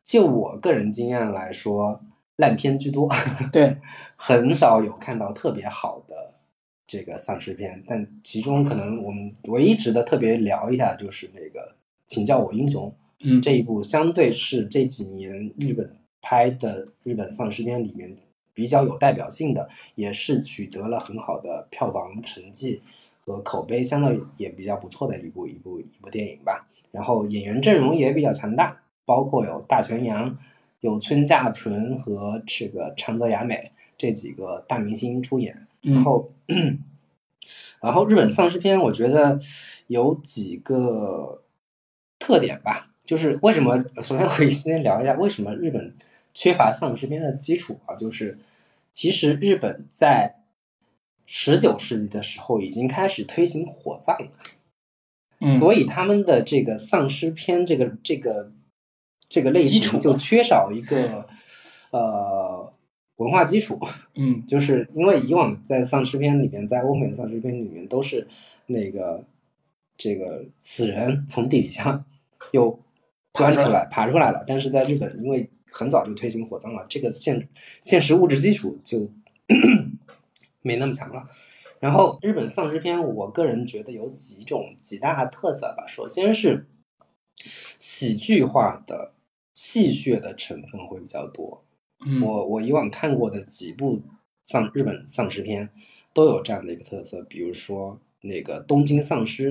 就我个人经验来说，烂片居多，
对，
很少有看到特别好的这个丧尸片。但其中可能我们唯一值得特别聊一下，就是那个《请叫我英雄》，
嗯，
这一部相对是这几年日本拍的日本丧尸片里面比较有代表性的，也是取得了很好的票房成绩和口碑，相对也比较不错的一部一部一部电影吧。然后演员阵容也比较强大，包括有大泉洋、有村架纯和这个长泽雅美这几个大明星出演。然
然
后， 然后日本丧尸片，我觉得有几个特点吧，就是为什么？首先可以先聊一下为什么日本缺乏丧尸片的基础啊，就是其实日本在十九世纪的时候已经开始推行火葬了。
嗯
所以他们的这个丧尸片这个这个这个类
基础啊
型就缺少一个呃文化基础，
嗯
就是因为以往在丧尸片里面，在欧美的丧尸片里面都是那个这个死人从地底下又钻出来爬出来了，但是在日本，因为很早就推行火葬了，这个现现实物质基础就 没那么强了。然后日本丧尸片，我个人觉得有几种几大特色吧。首先是喜剧化的、戏谑的成分会比较多。
嗯
我我以往看过的几部丧日本丧尸片都有这样的一个特色，比如说那个《东京丧尸》，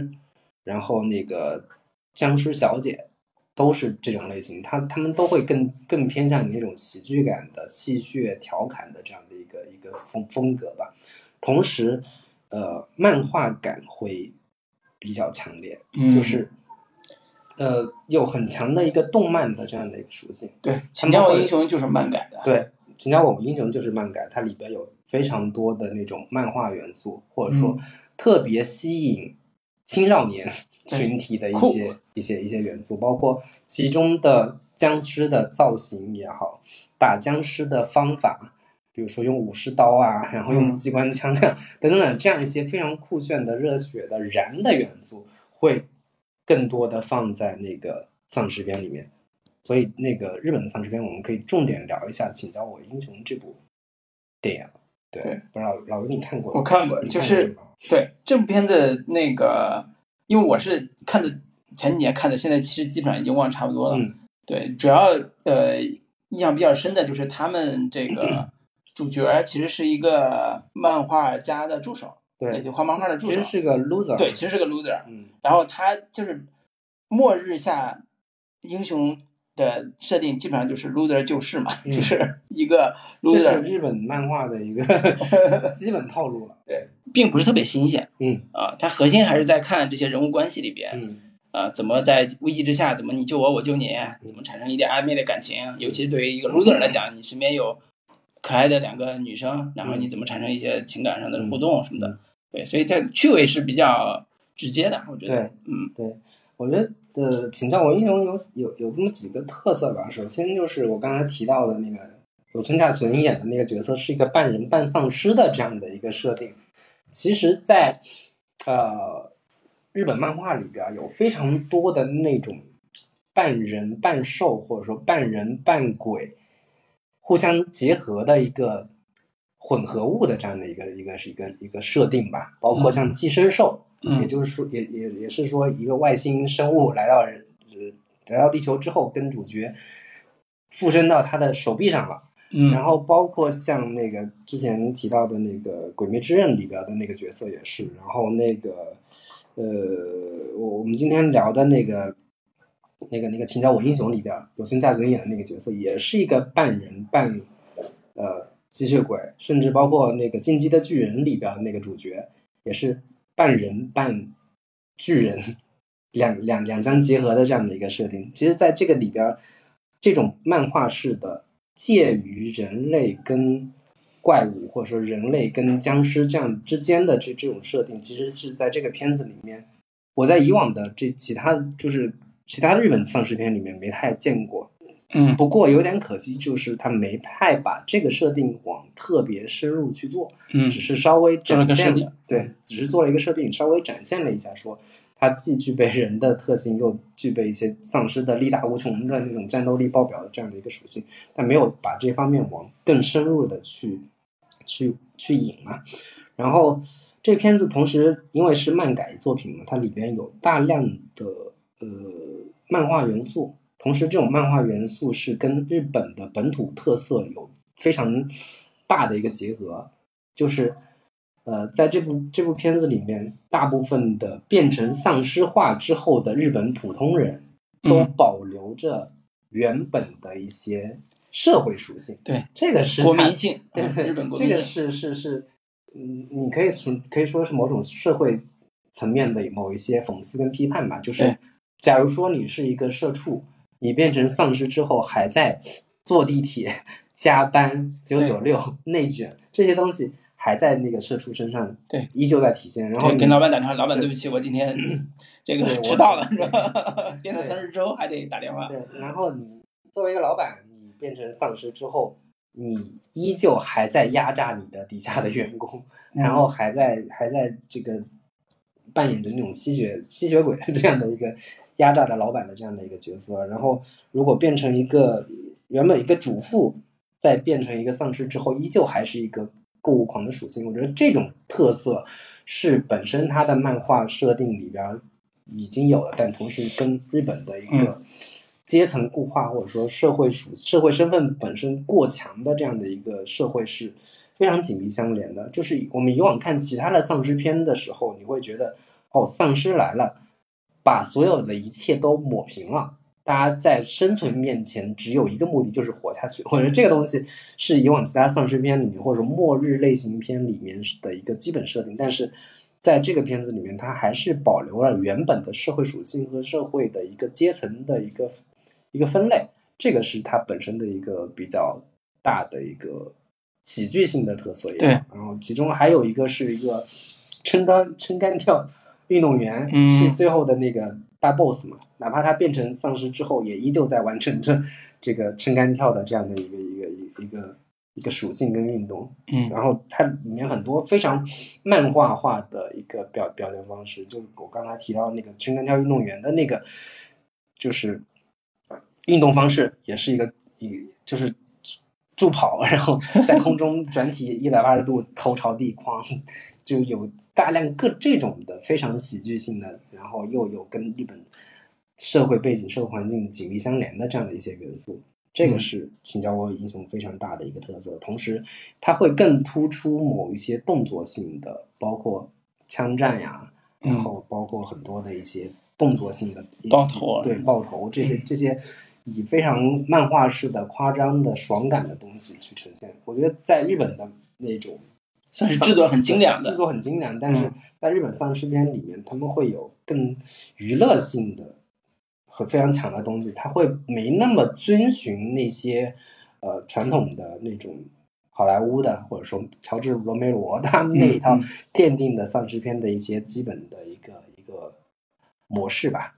然后那个《僵尸小姐》，都是这种类型。他他们都会更更偏向于那种喜剧感的、戏谑调侃的这样的一个一个风风格吧。同时，呃，漫画感会比较强烈，
嗯
就是呃有很强的一个动漫的这样的一个属性。
对，请教我英雄就是漫改的，
对，《请叫我英雄》就是漫改，它里边有非常多的那种漫画元素，或者说
嗯
特别吸引青少年
对
群体的一
酷
些一些一些元素，包括其中的僵尸的造型也好，打僵尸的方法。比如说用武士刀啊，然后用
嗯
机关枪啊、等等这样一些非常酷炫的、热血的、燃的元素，会更多的放在那个丧尸片里面。所以那个日本的丧尸片，我们可以重点聊一下《请教我英雄》这部电影。对，
对
不知道老刘你看过吗？
我看过
你
就是
过吗
对这部片子那个，因为我是看的前几年看的，现在其实基本上已经忘差不多了。
嗯
对，主要呃印象比较深的就是他们这个主角其实是一个漫画家的助手，也
对，
就画漫画的助
其
手
实，是个 loser。
对，其实是个 loser。
嗯，
然后他就是末日下英雄的设定，基本上就是 loser 救世嘛，
嗯
就是一个
这是
loser，
日本漫画 的一个基本套路了。
并不是特别新鲜
嗯
啊。它核心还是在看这些人物关系里边，
嗯
啊，怎么在危机之下，怎么你救我，我救你，啊怎么产生一点暧昧的感情？尤其对于一个 loser 来讲，你身边有可爱的两个女生，然后
嗯
你怎么产生一些情感上的互动什么的？对，所以它趣味是比较直接的，我觉得
对。
嗯
对，我觉得呃，请教我英雄有有有这么几个特色吧。首先就是我刚才提到的那个有村架纯演的那个角色是一个半人半丧尸的这样的一个设定。其实在，呃日本漫画里边儿有非常多的那种半人半兽或者说半人半鬼互相结合的一个混合物的这样的一个一个是一个一个设定吧，包括像寄生兽。也
嗯
就是说，也也也是说，一个外星生物来到人，呃来到地球之后，跟主角附身到他的手臂上了，
嗯，
然后包括像那个之前提到的那个《鬼灭之刃》里边的那个角色也是，然后那个呃，我我们今天聊的那个那个那个《请叫我英雄》里边，有村架纯演的那个角色也是一个半人半呃吸血鬼，甚至包括那个《进击的巨人》里边的那个主角也是半人半巨人，两两两相结合的这样的一个设定。其实，在这个里边儿，这种漫画式的介于人类跟怪物，或者说人类跟僵尸这样之间的这这种设定，其实是在这个片子里面，我在以往的这其他就是其他日本丧尸片里面没太见过。
嗯
不过有点可惜，就是他没太把这个设定往特别深入去做。
嗯
只是稍微展
做了
现
个设定
对，只是做了一个设定，稍微展现了一下说，它既具备人的特性，又具备一些丧尸的力大无穷的那种战斗力爆表的这样的一个属性，但没有把这方面往更深入的去去去引嘛。然后这片子同时因为是漫改作品嘛，它里边有大量的呃漫画元素，同时这种漫画元素是跟日本的本土特色有非常大的一个结合。就是呃，在这部这部片子里面，大部分的变成丧尸化之后的日本普通人都
嗯，
保留着原本的一些社会属性。
对，
这个是
国
它
民 性，嗯日本国民
这个
性，
是是是，嗯，你可以说可以说是某种社会层面的某一些讽刺跟批判吧。就是
对
假如说你是一个社畜，你变成丧尸之后还在坐地铁、 加班、九九六、 内卷这些东西，还在那个社畜身上，
对，
依旧在体现。然后
对，
你
跟老板打电话，老板
对嗯
对不起，我今天 这
对
个
我
迟到了，是吧？ 变成
对
三十之后还得打电话，
对，然后你作为一个老板，你变成丧尸之后，你依旧还在压榨你的底下的员工，
嗯
然后还在还在这个扮演着那种吸血吸血鬼这样的一个压榨的老板的这样的一个角色。然后如果变成一个原本一个主妇，再变成一个丧尸之后，依旧还是一个购物狂的属性。我觉得这种特色是本身它的漫画设定里边儿已经有了，但同时跟日本的一个阶层固化或者说社会属社会身份本身过强的这样的一个社会是非常紧密相连的。就是我们以往看其他的丧尸片的时候，你会觉得哦，丧尸来了，把所有的一切都抹平了。大家在生存面前只有一个目的，就是活下去。我觉得这个东西是以往其他丧尸片里面或者末日类型片里面的一个基本设定，但是在这个片子里面，它还是保留了原本的社会属性和社会的一个阶层的一个一个分类，这个是它本身的一个比较大的一个喜剧性的特色也好。
对
然后其中还有一个是一个撑杆撑杆跳运动员，
嗯
是最后的那个大 boss 嘛，哪怕他变成丧尸之后，也依旧在完成着这个撑杆跳的这样的一个一个一个一个一个属性跟运动。
嗯
然后它里面很多非常漫画化的一个表表现方式，就我刚才提到那个撑杆跳运动员的那个，就是运动方式也是一个一就是助跑，然后在空中转体一百八十度头朝地框，就有大量各这种的非常喜剧性的，然后又有跟日本社会背景、社会环境紧密相连的这样的一些元素。这个
嗯
是请教我英雄非常大的一个特色，同时它会更突出某一些动作性的，包括枪战呀，
嗯
然后包括很多的一些动作性的一些
爆头啊
对爆头这些这些以非常漫画式的夸张的爽感的东西去呈现。我觉得在日本的那种
算 是制作很精良
制
的，
作很精良，但是
嗯
在日本丧尸片里面，他们会有更娱乐性的和非常强的东西，它会没那么遵循那些呃传统的那种好莱坞的或者说乔治罗梅罗他们那一套
嗯嗯
奠定的丧尸片的一些基本的一个一个模式吧。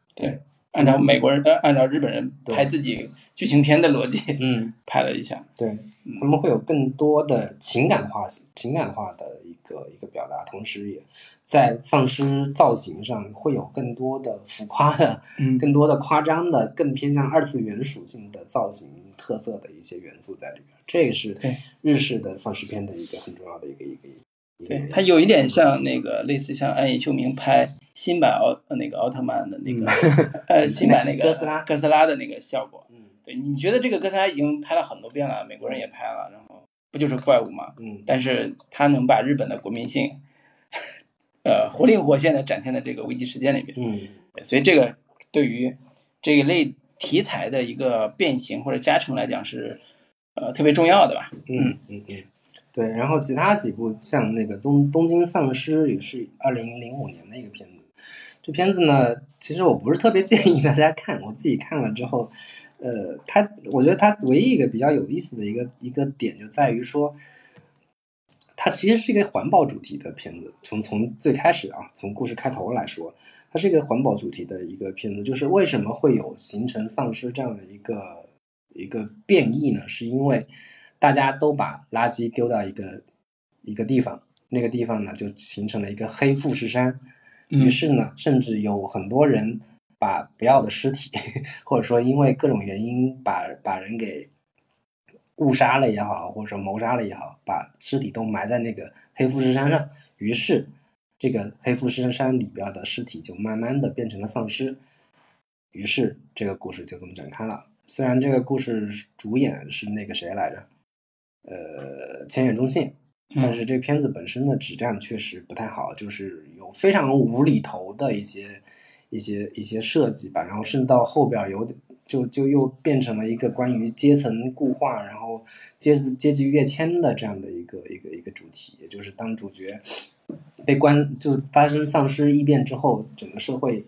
按照美国人呃按照日本人
对
拍自己剧情片的逻辑
嗯，
拍了一下，
对
嗯，
他们会有更多的情感化、情感化的一个一个表达，同时也在丧尸造型上会有更多的浮夸的、
嗯
更多的夸张的、更偏向二次元属性的造型特色的一些元素在里面。这是
对
日式的丧尸片的一个很重要的一个一个一个。
对，它有一点像那个类似像暗夜秀明拍 新版奥呃那个奥特曼的那个、呃新版那个
哥斯拉
哥斯拉的那个效果，
嗯
对，你觉得这个哥斯拉已经拍了很多遍了，美国人也拍了，然后不就是怪物吗？
嗯，
但是他能把日本的国民性，呃，活灵活现的展现在这个危机事件里面，
嗯
所以这个对于这一类题材的一个变形或者加成来讲是，呃，特别重要的吧。
嗯嗯嗯，对。然后其他几部像那个《东东京丧尸》也是二零零五年的一个片子。这片子呢，其实我不是特别建议大家看，我自己看了之后，呃，它我觉得它唯一一个比较有意思的一个一个点就在于说，它其实是一个环保主题的片子。从从最开始啊，从故事开头来说，它是一个环保主题的一个片子。就是为什么会有形成丧尸这样的一个一个变异呢？是因为大家都把垃圾丢到一个一个地方，那个地方呢就形成了一个黑富士山。于是呢，甚至有很多人把不要的尸体， 或者说因为各种原因把把人给误杀了也好，或者说谋杀了也好，把尸体都埋在那个黑富士山上。于是，这个黑富士山里边的尸体就慢慢的变成了丧尸。于是，这个故事就这么展开了。虽然这个故事主演是那个谁来着，呃，千远忠信，
嗯
但是这片子本身的质量确实不太好，就是有非常无厘头的一些、一些、一些设计吧，然后甚至到后边有点就就又变成了一个关于阶层固化，然后阶阶级跃迁的这样的一个一个一个主题，也就是当主角被关就发生丧尸异变之后，整个社会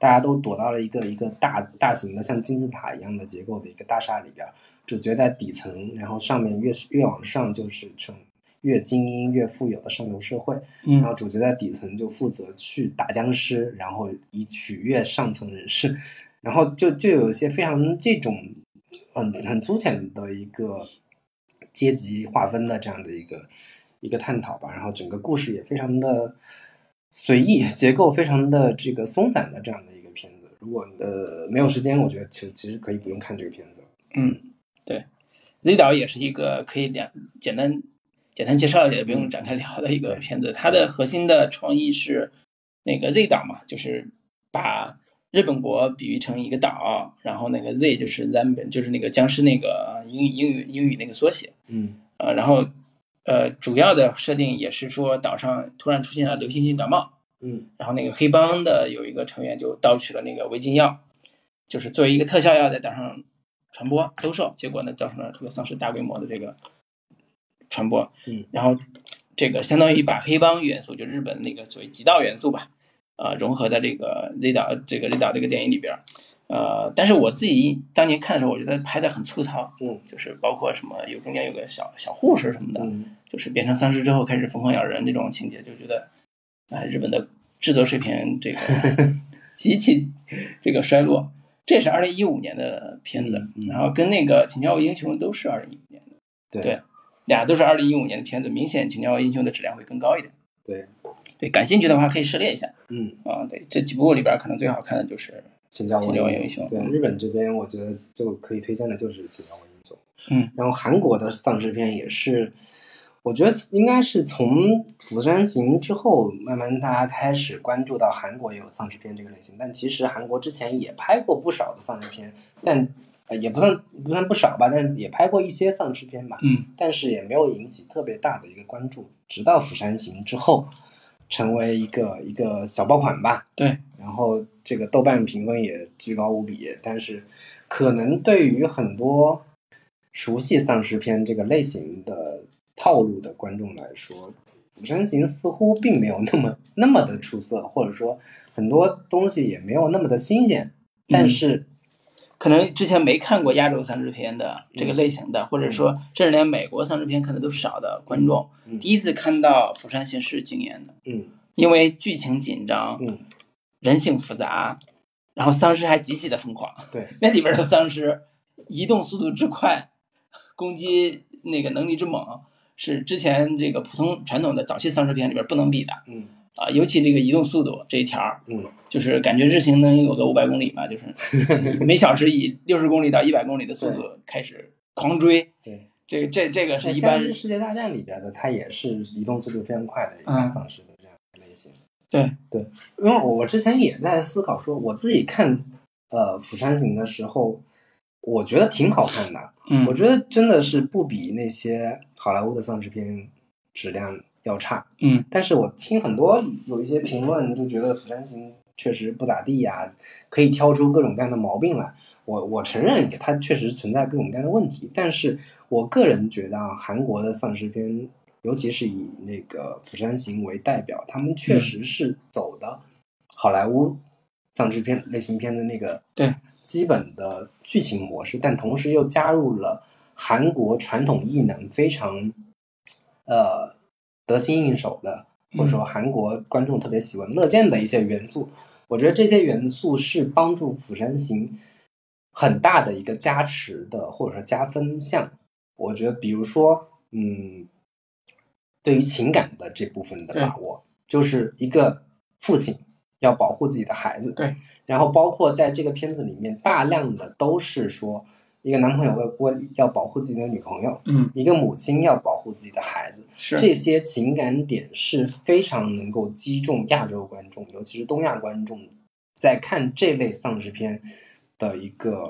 大家都躲到了一个一个大大型的像金字塔一样的结构的一个大厦里边，主角在底层，然后上面越越往上就是成越精英越富有的上流社会，
嗯
然后主角在底层就负责去打僵尸，然后以取悦上层人士，然后就就有一些非常这种很很粗浅的一个阶级划分的这样的一个一个探讨吧，然后整个故事也非常的随意，结构非常的这个松散的这样的一个片子。如果呃没有时间，我觉得其其实可以不用看这个片子。
嗯，对，Z 导也是一个可以两简单简单介绍，也不用展开聊的一个片子。它的核心的创意是那个 Z 岛嘛，就是把日本国比喻成一个岛，然后那个 Z 就是 Zambi，就是那个僵尸那个英英语英语那个缩写。
嗯
呃，然后呃，主要的设定也是说岛上突然出现了流行性感冒，
嗯
然后那个黑帮的有一个成员就盗取了那个违禁药，就是作为一个特效药在岛上传播兜售，结果呢造成了这个丧尸大规模的这个传播。
嗯，
然后这个相当于把黑帮元素，就日本那个所谓极道元素吧，呃，融合在这个 Z 岛这个 Z 岛这个电影里边儿。呃，但是我自己当年看的时候，我觉得拍的很粗糙，
嗯
就是包括什么有中间有个小小护士什么的，
嗯
就是变成丧尸之后开始疯狂咬人这种情节，就觉得，哎，日本的制作水平 这个极其这个衰落。这是二零一五年的片子，
嗯嗯
然后跟那个《请教我英雄》都是二零一五年的，
对
对俩都是二零一五年的片子，明显《请教我英雄》的质量会更高一点。
对
对，感兴趣的话可以涉猎一下
嗯。
啊。对，这几部里边可能最好看的就是，
请教我
请教我英雄
对
嗯
日本这边，我觉得就可以推荐的就是请教我英雄。
嗯，
然后韩国的丧尸片也是，我觉得应该是从《釜山行》之后，慢慢大家开始关注到韩国也有丧尸片这个类型。但其实韩国之前也拍过不少的丧尸片，但、呃、也不算不算不少吧，但也拍过一些丧尸片吧。
嗯
但是也没有引起特别大的一个关注，直到《釜山行》之后，成为一个一个小爆款吧。
对，
然后这个豆瓣评分也居高无比，但是可能对于很多熟悉丧尸片这个类型的套路的观众来说，《釜山行》似乎并没有那么那么的出色，或者说很多东西也没有那么的新鲜，但是。
可能之前没看过亚洲丧尸片的
嗯
这个类型的，或者说甚至连美国丧尸片看的都少的观众，
嗯
第一次看到《釜山行》是惊艳的，
嗯
因为剧情紧张，
嗯，
人性复杂，然后丧尸还极其的疯狂。
对，
那里边的丧尸移动速度之快，攻击那个能力之猛，是之前这个普通传统的早期丧尸片里边不能比的
嗯
啊、尤其这个移动速度这一条儿，
嗯
就是感觉日行能有个五百公里吧，就是 每小时以六十公里到一百公里的速度开始狂追。
对，
这个这这个是
在
一
《
般
僵尸世界大战》里边的，它也是移动速度非常快的一个
嗯
丧尸的这样的类型。
对
对，因为我之前也在思考说，我自己看呃《釜山行》的时候，我觉得挺好看的。
嗯，
我觉得真的是不比那些好莱坞的丧尸片质量要差。
嗯，
但是我听很多有一些评论就觉得《釜山行》确实不咋地呀、可以挑出各种各样的毛病来。我我承认它确实存在各种各样的问题，但是我个人觉得啊，韩国的丧尸片，尤其是以那个《釜山行》为代表，他们
嗯
确实是走的好莱坞丧尸片类型片的那个
对
基本的剧情模式，但同时又加入了韩国传统艺能非常呃得心应手的，或者说韩国观众特别喜闻乐见的一些元素。我觉得这些元素是帮助《釜山行》很大的一个加持的，或者说加分项。我觉得，比如说，嗯，对于情感的这部分的把握，就是一个父亲要保护自己的孩子，
对，
然后包括在这个片子里面，大量的都是说一个男朋友为为要保护自己的女朋友，
嗯，
一个母亲要保护自己的孩子，
是
这些情感点是非常能够击中亚洲观众，尤其是东亚观众在看这类丧尸片的一个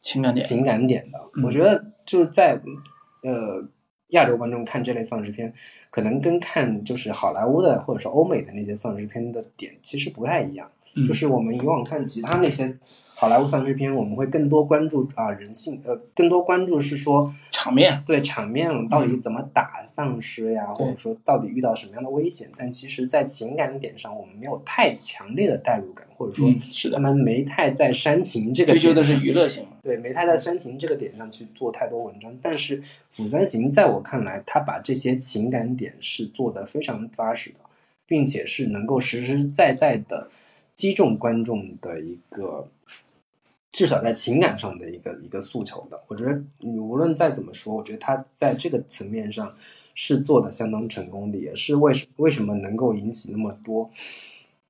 情感点，
情感点的。
嗯
我觉得就是在呃亚洲观众看这类丧尸片，可能跟看就是好莱坞的或者是欧美的那些丧尸片的点其实不太一样。
嗯
就是我们以往看其他那些好莱坞丧尸片，我们会更多关注啊、人性，呃，更多关注是说
场面，
对场面到底怎么打丧尸呀，
嗯对
或者说到底遇到什么样的危险，但其实，在情感点上，我们没有太强烈的代入感，或者说
嗯，是
他
的，
们没太在煽情这个
追
点
求的是娱乐性嘛，
对，没太在煽情这个点上去做太多文章。但是《釜山行》在我看来，他把这些情感点是做得非常扎实的，并且是能够实实在在的击中观众的一个，至少在情感上的一个一个诉求的。我觉得你无论再怎么说，我觉得他在这个层面上是做的相当成功的，也是为什为什么能够引起那么多。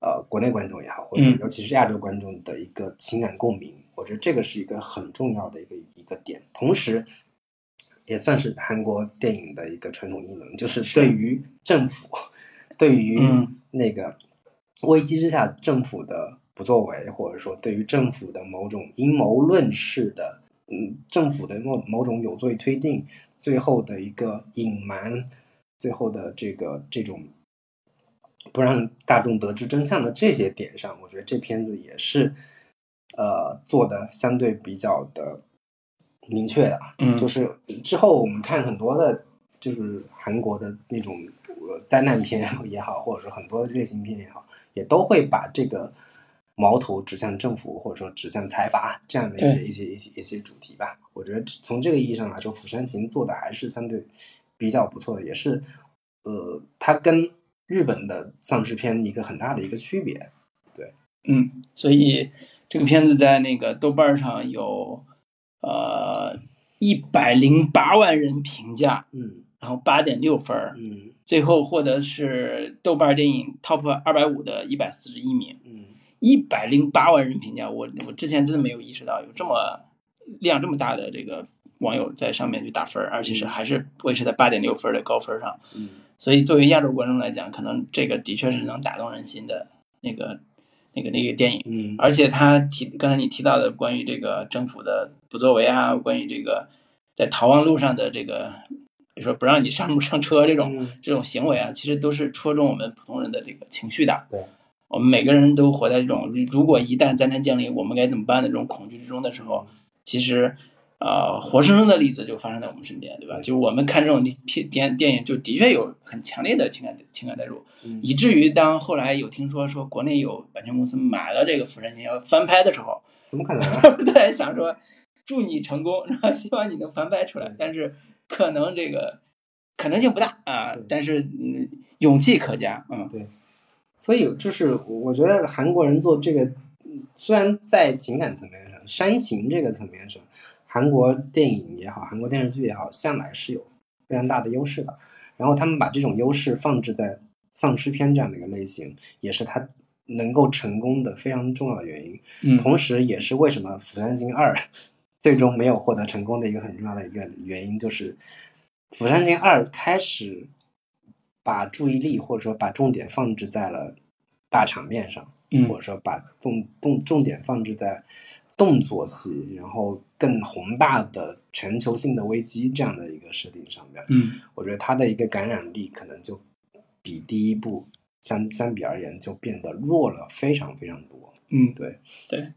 呃，国内观众也好，或者
嗯
尤其是亚洲观众的一个情感共鸣，我觉得这个是一个很重要的一个一个点。同时，也算是韩国电影的一个传统艺能，就是对于政府，对于
嗯
那个危机之下政府的不作为，或者说对于政府的某种阴谋论式的，嗯，政府的某某种有罪推定，最后的一个隐瞒，最后的这个这种不让大众得知真相的这些点上，我觉得这片子也是呃做的相对比较的明确的，
嗯
就是之后我们看很多的，就是韩国的那种呃灾难片也好，或者说很多类型片也好，也都会把这个矛头指向政府，或者说指向财阀这样的一些
对
一些一些一些主题吧。我觉得从这个意义上来说，《釜山行》做的还是相对比较不错的，也是呃，它跟日本的丧尸片一个很大的一个区别。
嗯，所以这个片子在那个豆瓣上有呃一百零八万人评价，
嗯
然后八点六分儿，
嗯
最后获得是豆瓣电影 Top 二百五的一百四十一名，
嗯
一百零八万人评价，我我之前真的没有意识到有这么量这么大的这个网友在上面去打分儿，而且是还是维持在八点六分儿的高分儿上，
嗯
所以作为亚洲观众来讲，可能这个的确是能打动人心的那个那个那个电影。
嗯
而且他提刚才你提到的关于这个政府的不作为啊，关于这个在逃亡路上的这个，比如说不让你上上车这种、
嗯
这种行为啊，其实都是戳中我们普通人的这个情绪的。
对，
我们每个人都活在这种如果一旦灾难降临，我们该怎么办的这种恐惧之中的时候，其实。呃，活生生的例子就发生在我们身边，对吧？
对
就是我们看这种片电电影，就的确有很强烈的情感情感代入。
嗯
以至于当后来有听说说国内有版权公司买了这个《釜山行》要翻拍的时候，
怎么可能啊？
都在想说祝你成功，然后希望你能翻拍出来，但是可能这个可能性不大啊
对，
但是嗯，勇气可嘉，嗯
所以就是我觉得韩国人做这个，嗯虽然在情感层面上、煽情这个层面上，韩国电影也好，韩国电视剧也好，向来是有非常大的优势的。然后他们把这种优势放置在丧尸片这样的一个类型，也是它能够成功的非常重要的原因。
嗯
同时也是为什么《釜山行二》 最终没有获得成功的一个很重要的一个原因，就是《釜山行二》开始把注意力或者说把重点放置在了大场面上，或
嗯
者说把重重重点放置在动作戏，然后更宏大的全球性的危机这样的一个设定上面，
嗯
我觉得它的一个感染力可能就比第一部相相比而言就变得弱了非常非常多。
嗯，
对
对。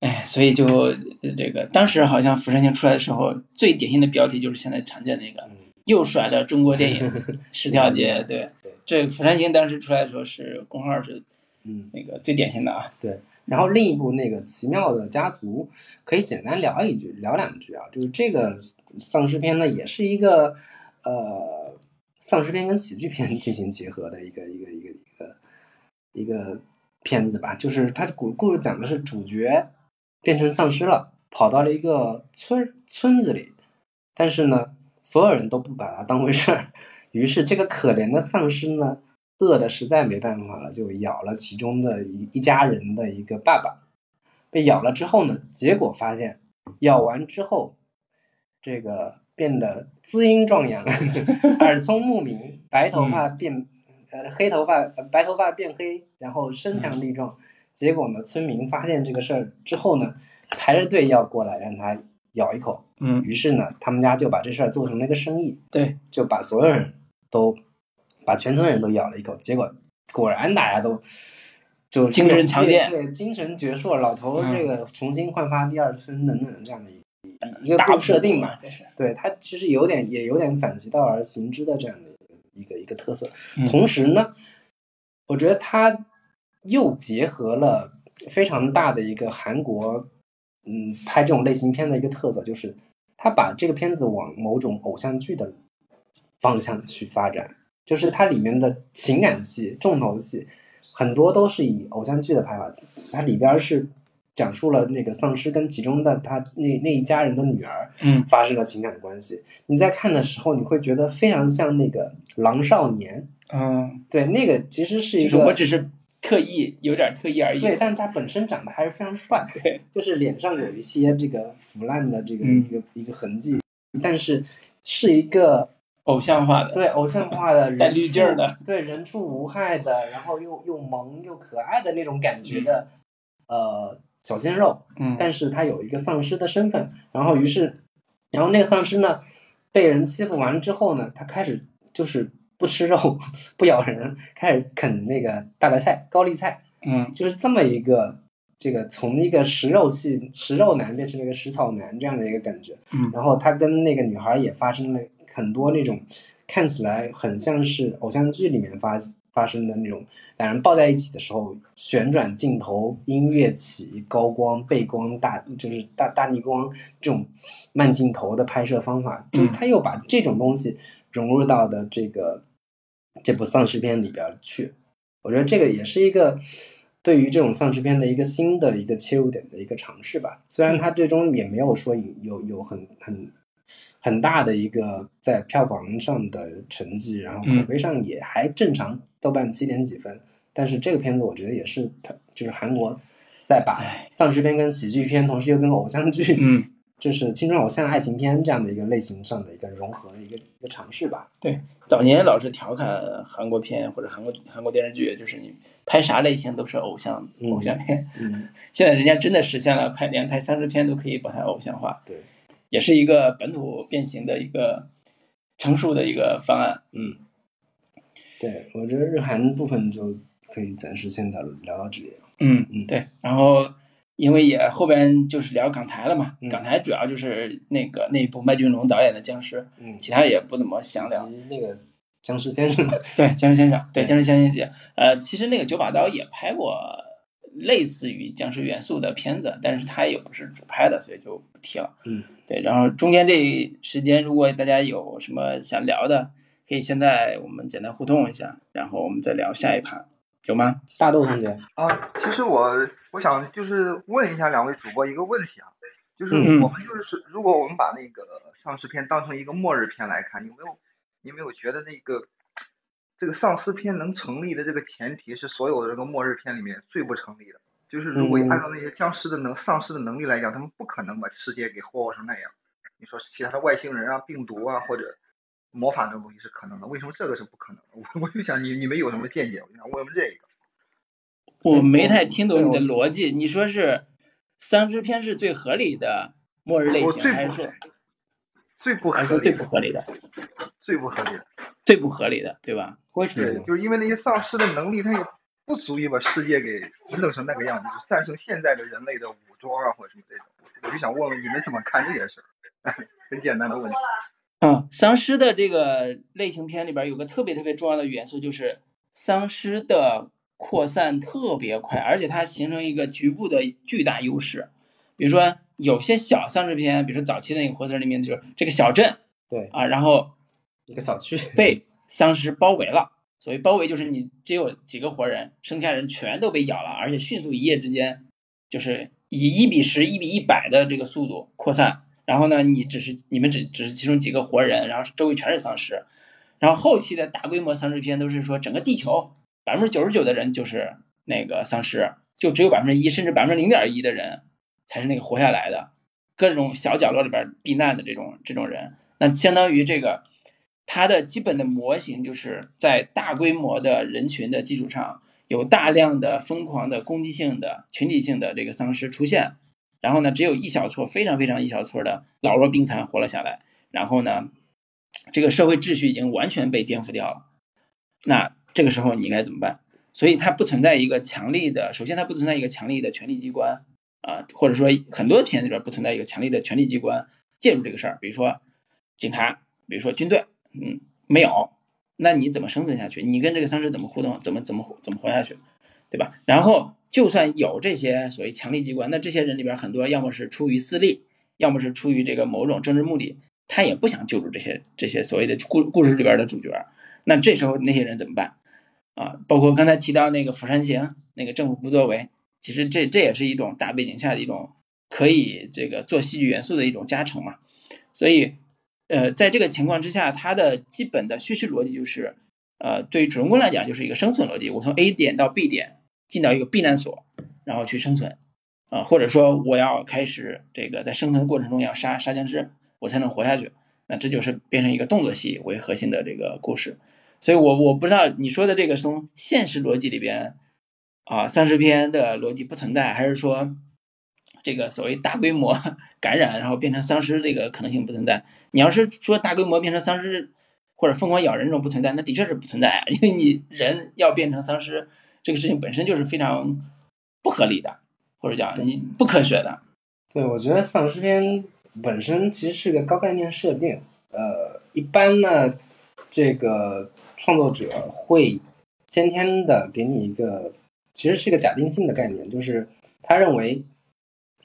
哎，所以就呃这个，当时好像《釜山行》出来的时候，最典型的标题就是现在常见的那个
嗯
“又甩了中国电影 十条街”。对
对，
这《釜山行》当时出来的时候是公号是
嗯，
那个最典型的啊。
然后另一部那个《奇妙的家族》，可以简单聊一句，聊两句啊。就是这个丧尸片呢，也是一个呃，丧尸片跟喜剧片 进行结合的一个一个一个一个一个片子吧。就是它故故事讲的是主角变成丧尸了，跑到了一个村村子里，但是呢，所有人都不把他当回事儿，于是这个可怜的丧尸呢，饿的实在没办法了，就咬了其中的一一家人的一个爸爸。被咬了之后呢，结果发现咬完之后，这个变得滋阴壮阳， 耳聪目明，白头发变、呃黑头发、呃白头发变黑，然后身强力壮。结果呢，村民发现这个事儿之后呢，排着队要过来让他咬一口。
嗯，
于是呢，他们家就把这事儿做成了一个生意，
对，
就把所有人都把全村人都咬了一口，结果果然大家都就
精神强健
对对精神矍铄，老头
嗯
这个重新焕发第二春等等这样的一一个
大
大
部
设定嘛，
这是。
对它其实有点也有点反其道而行之的这样的一个一个一个特色
嗯。
同时呢，我觉得它又结合了非常大的一个韩国，嗯，拍这种类型片的一个特色，就是他把这个片子往某种偶像剧的方向去发展，就是它里面的情感戏、重头戏很多都是以偶像剧的拍法，它里边儿是。讲述了那个丧尸跟其中的他那那一家人的女儿，
嗯
发生了情感关系。你在看的时候，你会觉得非常像那个《狼少年
嗯，》，
对，那个其实是
就
一
是
个
我只是特意有点特意而已。
对，但他本身长得还是非常帅，
对，
就是脸上有一些这个腐烂的这个
嗯
一个、一个痕迹，但是是一个
偶像化的。
对偶像化的人
带滤镜儿
畜
的，
对人畜无害的，然后又又萌又可爱的那种感觉的，呃，小鲜肉，
嗯，
但是他有一个丧尸的身份，然后于是，然后那个丧尸呢，被人欺负完之后呢，他开始就是不吃肉， 不咬人，开始啃那个大白菜、高丽菜，
嗯
就是这么一个这个从一个食肉系食肉男变成了一个食草男这样的一个感觉。
嗯
然后他跟那个女孩也发生了很多那种看起来很像是偶像剧里面发发生的那种两人抱在一起的时候，旋转镜头、音乐起、高光、背光、大就是大大逆光这种慢镜头的拍摄方法，就是
嗯
他又把这种东西融入到的这个这部丧尸片里边儿去。我觉得这个也是一个对于这种丧尸片的一个新的一个切入点的一个尝试吧。虽然它最终也没有说有有有很很很大的一个在票房上的成绩，然后口碑上也还正常，豆瓣七点几分。但是这个片子我觉得也是它就是韩国在把丧尸片跟喜剧片，同时又跟偶像剧，
嗯，
就是青春偶像爱情片这样的一个类型上的一个融合的一个一个尝试吧。
早年老是调侃韩国片或者韩国韩国电视剧，就是你拍啥类型都是偶像
嗯
偶像片。
嗯，
现在人家真的实现了拍连拍三十片都可以把它偶像化，
对，
也是一个本土变形的一个成熟的一个方案。
嗯，对，我觉得日韩部分就可以暂时先聊聊到这里。
嗯，
嗯
对。然后因为也后边就是聊港台了嘛，
嗯
港台主要就是那个那一部麦浚龙导演的《僵尸》，
嗯，
其他也不怎么详聊。
以及那个僵尸先生，
对，僵尸先生，对，
对
僵尸先生也，呃，其实那个九把刀也拍过类似于僵尸元素的片子，但是它也不是主拍的，所以就不提了。
嗯，
对，然后中间这时间，如果大家有什么想聊的，可以现在我们简单互动一下，然后我们再聊下一盘，有吗？
大豆同学，
啊，其实我我想就是问一下两位主播一个问题啊，就是
嗯
我们就是如果我们把那个丧尸片当成一个末日片来看，有没有有没有觉得那个这个丧尸片能成立的这个前提是所有的这个末日片里面最不成立的？就是如果
嗯
按照那些僵尸的能丧尸的能力来讲，他们不可能把世界给霍霍成那样。你说其他的外星人啊、病毒啊或者魔法这种东西是可能的，为什么这个是不可能的？ 我我就想你你们有什么见哎解？我就想问问这个。
我没太听懂你的
对
逻辑，你说是丧尸片是最合理的末日类
我
型，
哦最
还
不
是说
最不合
还是说
理
最
的，
不合理的？
最不合理的，
最不合理的，对吧？为什
对
么，？
就是因为那些丧尸的能力，它也不足以把世界给折腾成那个样子，就战胜现在的人类的武装啊或者什么这种。我就想问问你们怎么看这件事儿？ 很简单的问题，
啊，丧尸的这个类型片里边有个特别特别重要的元素，就是丧尸的扩散特别快，而且它形成一个局部的巨大优势。比如说有些小丧尸片，比如说早期那个活死人里面，就是这个小镇
对，
啊，然后
一个小区，
被丧尸包围了。所谓包围，就是你只有几个活人，剩下人全都被咬了，而且迅速一夜之间，就是以一比十、一比一百的这个速度扩散。然后呢，你只是你们只只是其中几个活人，然后周围全是丧尸。然后后期的大规模丧尸片都是说，整个地球百分之九十九的人就是那个丧尸，就只有百分之一甚至百分之零点一的人才是那个活下来的，各种小角落里边避难的这种这种人。那相当于这个，它的基本的模型就是在大规模的人群的基础上，有大量的疯狂的攻击性的群体性的这个丧尸出现，然后呢，只有一小撮非常非常一小撮的老弱病残活了下来，然后呢，这个社会秩序已经完全被颠覆掉了。那这个时候你应该怎么办？所以它不存在一个强力的，首先它不存在一个强力的权力机关啊、或者说很多片里边不存在一个强力的权力机关介入这个事儿，比如说警察，比如说军队，嗯，没有，那你怎么生存下去？你跟这个丧尸怎么互动？怎么怎么活怎么活下去？对吧？然后就算有这些所谓强力机关，那这些人里边很多要么是出于私利，要么是出于这个某种政治目的，他也不想救助这些这些所谓的故故事里边的主角。那这时候那些人怎么办啊？包括刚才提到那个《釜山行》，那个政府不作为，其实这这也是一种大背景下的一种可以这个做戏剧元素的一种加成嘛。所以，呃，在这个情况之下，它的基本的叙事逻辑就是，呃，对于主人公来讲就是一个生存逻辑，我从 A 点到 B 点，进到一个避难所，然后去生存，啊、或者说我要开始这个在生存过程中要杀杀僵尸，我才能活下去。那这就是变成一个动作戏为核心的这个故事。所以我我不知道你说的这个从现实逻辑里边啊，丧尸片的逻辑不存在，还是说这个所谓大规模 感染然后变成丧尸这个可能性不存在？你要是说大规模变成丧尸或者疯狂咬人这种不存在，那的确是不存在啊，因为你人要变成丧尸这个事情本身就是非常不合理的，或者讲你不科学的。
对，我觉得丧尸片本身其实是个高概念设定。呃，一般呢，这个创作者会先天的给你一个，其实是一个假定性的概念，就是他认为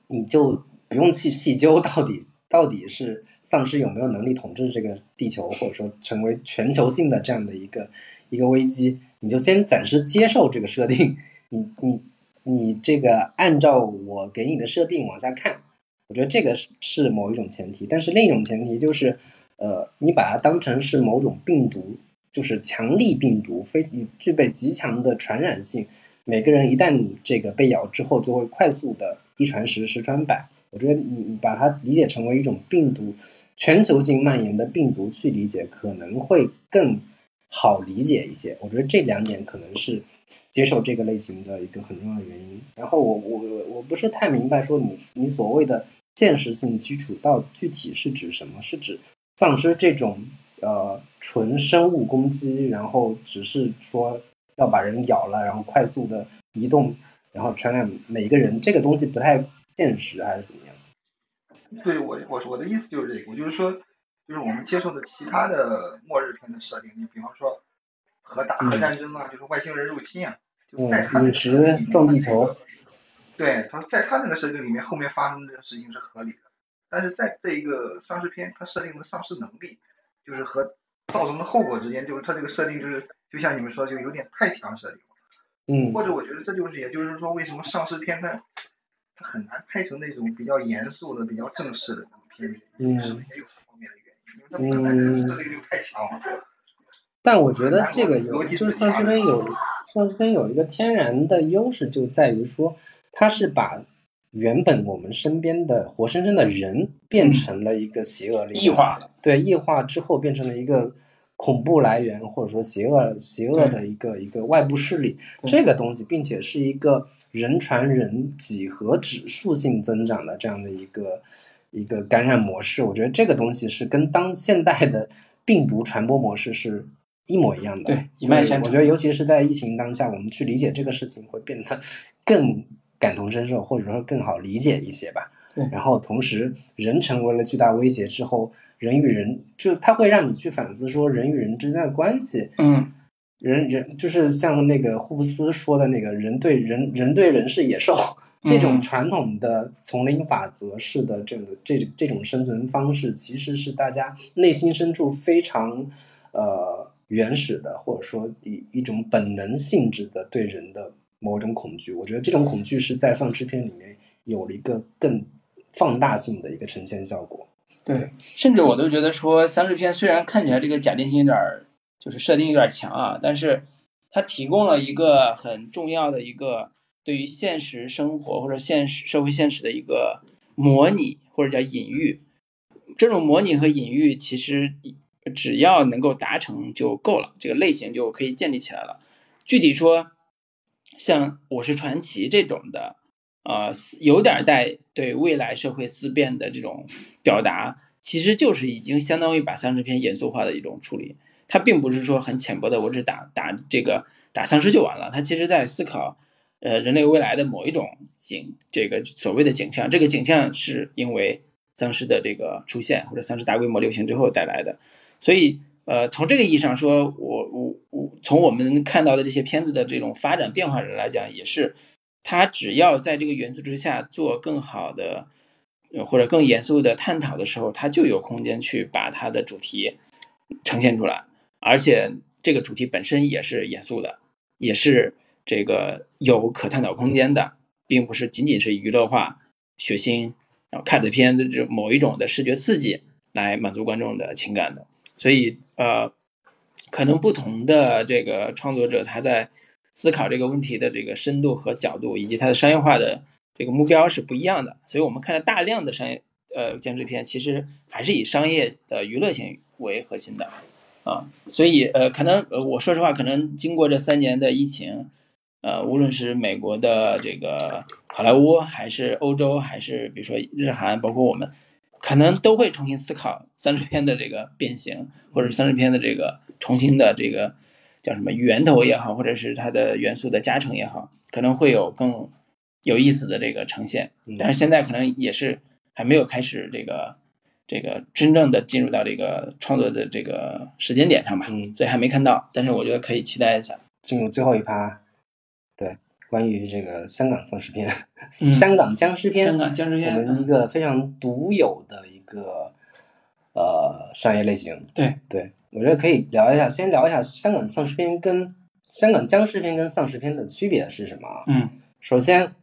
你就不用去细究到底到底是丧尸有没有能力统治这个地球，或者说成为全球性的这样的一个一个危机，你就先暂时接受这个设定，你你你这个按照我给你的设定往下看，我觉得这个是是某一种前提，但是另一种前提就是，呃，你把它当成是某种病毒，就是强力病毒，非具备极强的传染性，每个人一旦这个被咬之后，就会快速的一传十，十传百。我觉得你你把它理解成为一种病毒，全球性蔓延的病毒去理解，可能会更好理解一些。我觉得这两点可能是接受这个类型的一个很重要的原因。然后我我我我不是太明白，说你你所谓的现实性基础到具体是指什么？是指丧尸这种呃纯生物攻击，然后只是说要把人咬了，然后快速的移动，然后传染每一个人，这个东西不太现实，还是怎么样？
对我我我的意思就是这个，我就是说，就是我们接受的其他的末日片的设定，你比方说核打核战争啊，就是外星人入侵啊，就在他
嗯，陨
那个设定里
石
面
撞地球，
对，他在他那个设定里面，后面发生这个事情是合理的，但是在这一个丧尸片，它设定的丧尸能力，就是和造成的后果之间，就是它这个设定就是，就像你们说，就有点太强设定了，
嗯
或者我觉得这就是，也就是说，为什么丧尸片它它很难拍成那种比较严肃的、比较正式的那种片子，也
嗯。
有这方面的原因，因为它本来这个设定就太强了。
但我觉得这个有，就是丧尸片有丧尸片有一个天然的优势，就在于说它是把原本我们身边的活生生的人变成了一个邪恶力
嗯
量，
异化了，
对异化之后变成了一个恐怖来源，或者说邪恶邪恶的一个一个外部势力，
对
这个东西，并且是一个人传人几何指数性增长的这样的一个一个感染模式，我觉得这个东西是跟当现代的病毒传播模式是一模一样的。
对一脉相承
我觉得尤其是在疫情当下，我们去理解这个事情会变得更感同身受，或者说更好理解一些吧。然后同时，人成为了巨大威胁之后，人与人就它会让你去反思说人与人之间的关系，
嗯，
人人就是像那个霍布斯说的那个人对人人对人是野兽
嗯
这种传统的丛林法则式的这个这这种生存方式，其实是大家内心深处非常呃原始的，或者说一一种本能性质的对人的某种恐惧。我觉得这种恐惧是在丧尸片里面有了一个更放大性的一个呈现效果。
对，甚至我都觉得说，丧尸片虽然看起来这个假定性有点儿，就是设定有点儿强啊，但是它提供了一个很重要的一个对于现实生活或者现实社会现实的一个模拟或者叫隐喻。这种模拟和隐喻其实只要能够达成就够了，这个类型就可以建立起来了。具体说，像《我是传奇》这种的，呃，思有点儿带对未来社会思辨的这种表达，其实就是已经相当于把丧尸片严肃化的一种处理。它并不是说很浅薄的，我只打打这个打丧尸就完了。它其实在思考，呃，人类未来的某一种景，这个所谓的景象，这个景象是因为丧尸的这个出现或者丧尸大规模流行之后带来的。所以，呃，从这个意义上说，我我我从我们看到的这些片子的这种发展变化上来讲，也是它只要在这个元素之下做更好的，呃或者更严肃的探讨的时候，它就有空间去把它的主题呈现出来，而且这个主题本身也是严肃的，也是这个有可探讨空间的，并不是仅仅是娱乐化、血腥，然后看的片子这某一种的视觉刺激来满足观众的情感的。所以呃，可能不同的这个创作者他在思考这个问题的这个深度和角度，以及他的商业化的这个目标是不一样的。所以我们看到大量的商业呃僵尸片，其实还是以商业的娱乐性为核心的啊。所以呃，可能呃我说实话，可能经过这三年的疫情。呃，无论是美国的这个好莱坞，还是欧洲，还是比如说日韩，包括我们，可能都会重新思考三十篇的这个变形，或者三十篇的这个重新的这个叫什么源头也好，或者是它的元素的加成也好，可能会有更有意思的这个呈现。但是现在可能也是还没有开始这个这个真正的进入到这个创作的这个时间点上吧，
嗯
所以还没看到，但是我觉得可以期待一下。
进入最后一趴，对，关于这个香港丧 尸片、
嗯
香港僵尸片、
香港僵尸片嗯
我们一个非常独有的一个呃商业类型。
对
对，我觉得可以聊一下，先聊一下香港丧尸片跟香港僵尸片跟丧尸片的区别是什么啊？
嗯
首先，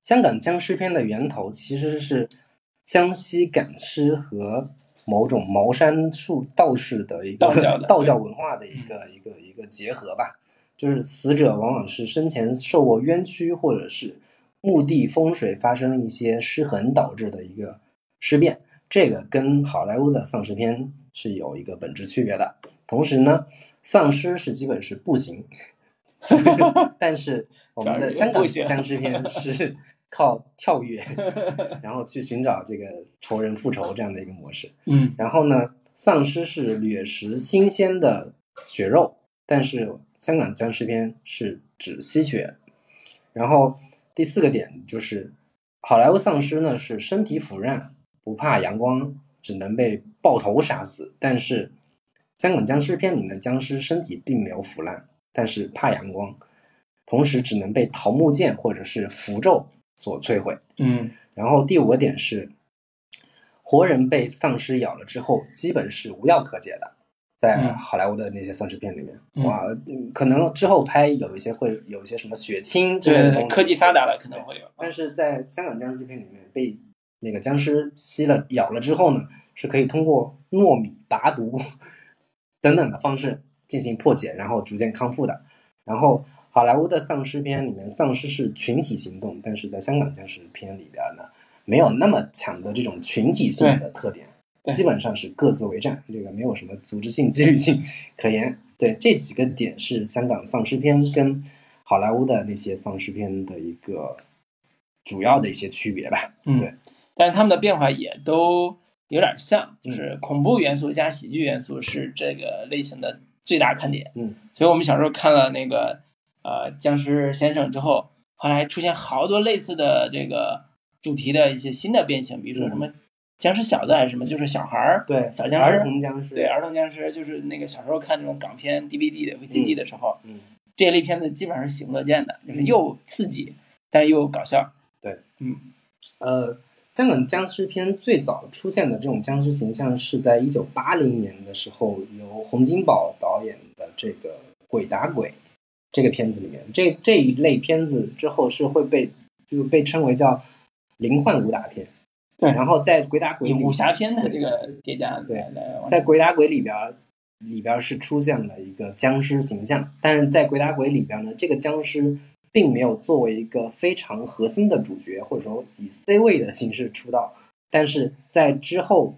香港僵尸片的源头其实是湘西赶尸和某种茅山术道士的一个
道教的 嗯
道教文化的一个一个一个结合吧。就是死者往往是生前受过冤屈，或者是墓地风水发生一些失衡导致的一个尸变，这个跟好莱坞的丧尸片是有一个本质区别的。同时呢，丧尸是基本是步行，但是我们的香港僵尸片是靠跳跃，然后去寻找这个仇人复仇这样的一个模式。
嗯
然后呢，丧尸是掠食新鲜的血肉，但是香港僵尸片是指吸血。然后第四个点就是，好莱坞丧尸呢是身体腐烂，不怕阳光，只能被爆头杀死。但是香港僵尸片里的僵尸身体并没有腐烂，但是怕阳光，同时只能被桃木剑或者是符咒所摧毁。
嗯
然后第五个点是，活人被丧尸咬了之后，基本是无药可解的。在
嗯
好莱坞的那些丧尸片里面，
嗯
哇，嗯可能之后拍有一些会有一些什么血清之类的
对，
东西，
科技发达了可能会有，
但是在香港僵尸片里面，被那个僵尸吸了咬了之后呢，是可以通过糯米拔毒等等的方式进行破解，然后逐渐康复的。然后好莱坞的丧尸片里面，丧尸是群体行动，但是在香港僵尸片里边呢，没有那么强的这种群体性的特点，
对对
基本上是各自为战，这个没有什么组织性、纪律性可言。对，这几个点是香港丧尸片跟好莱坞的那些丧尸片的一个主要的一些区别吧。
嗯
对，
但是他们的变化也都有点像，就是恐怖元素加喜剧元素是这个类型的最大看点。
嗯，
所以我们小时候看了那个呃《僵尸先生》之后，后来出现好多类似的这个主题的一些新的变形，比如说什么僵尸小子还是什么，就是小孩儿
对，
小僵尸
儿童僵尸，
对，啊儿童僵尸，就是那个小时候看那种港片 DVD 的 VCD 的时候，
嗯，
这类片子基本上是喜闻乐见的，就是又刺激，但是又搞笑。
对，
嗯
呃，香港僵尸片最早出现的这种僵尸形象是在一九八零年的时候，由洪金宝导演的这个《鬼打鬼》这个片子里面，这这一类片子之后是会被就是被称为叫灵幻武打片。
对
然后在《鬼打鬼》
以
里
武侠片的
对
这个叠加
对
来来往
在《鬼打鬼》里边儿，里边儿是出现了一个僵尸形象，但是在《鬼打鬼》里边儿呢，这个僵尸并没有作为一个非常核心的主角，或者说以 C 位的形式出道。但是在之后，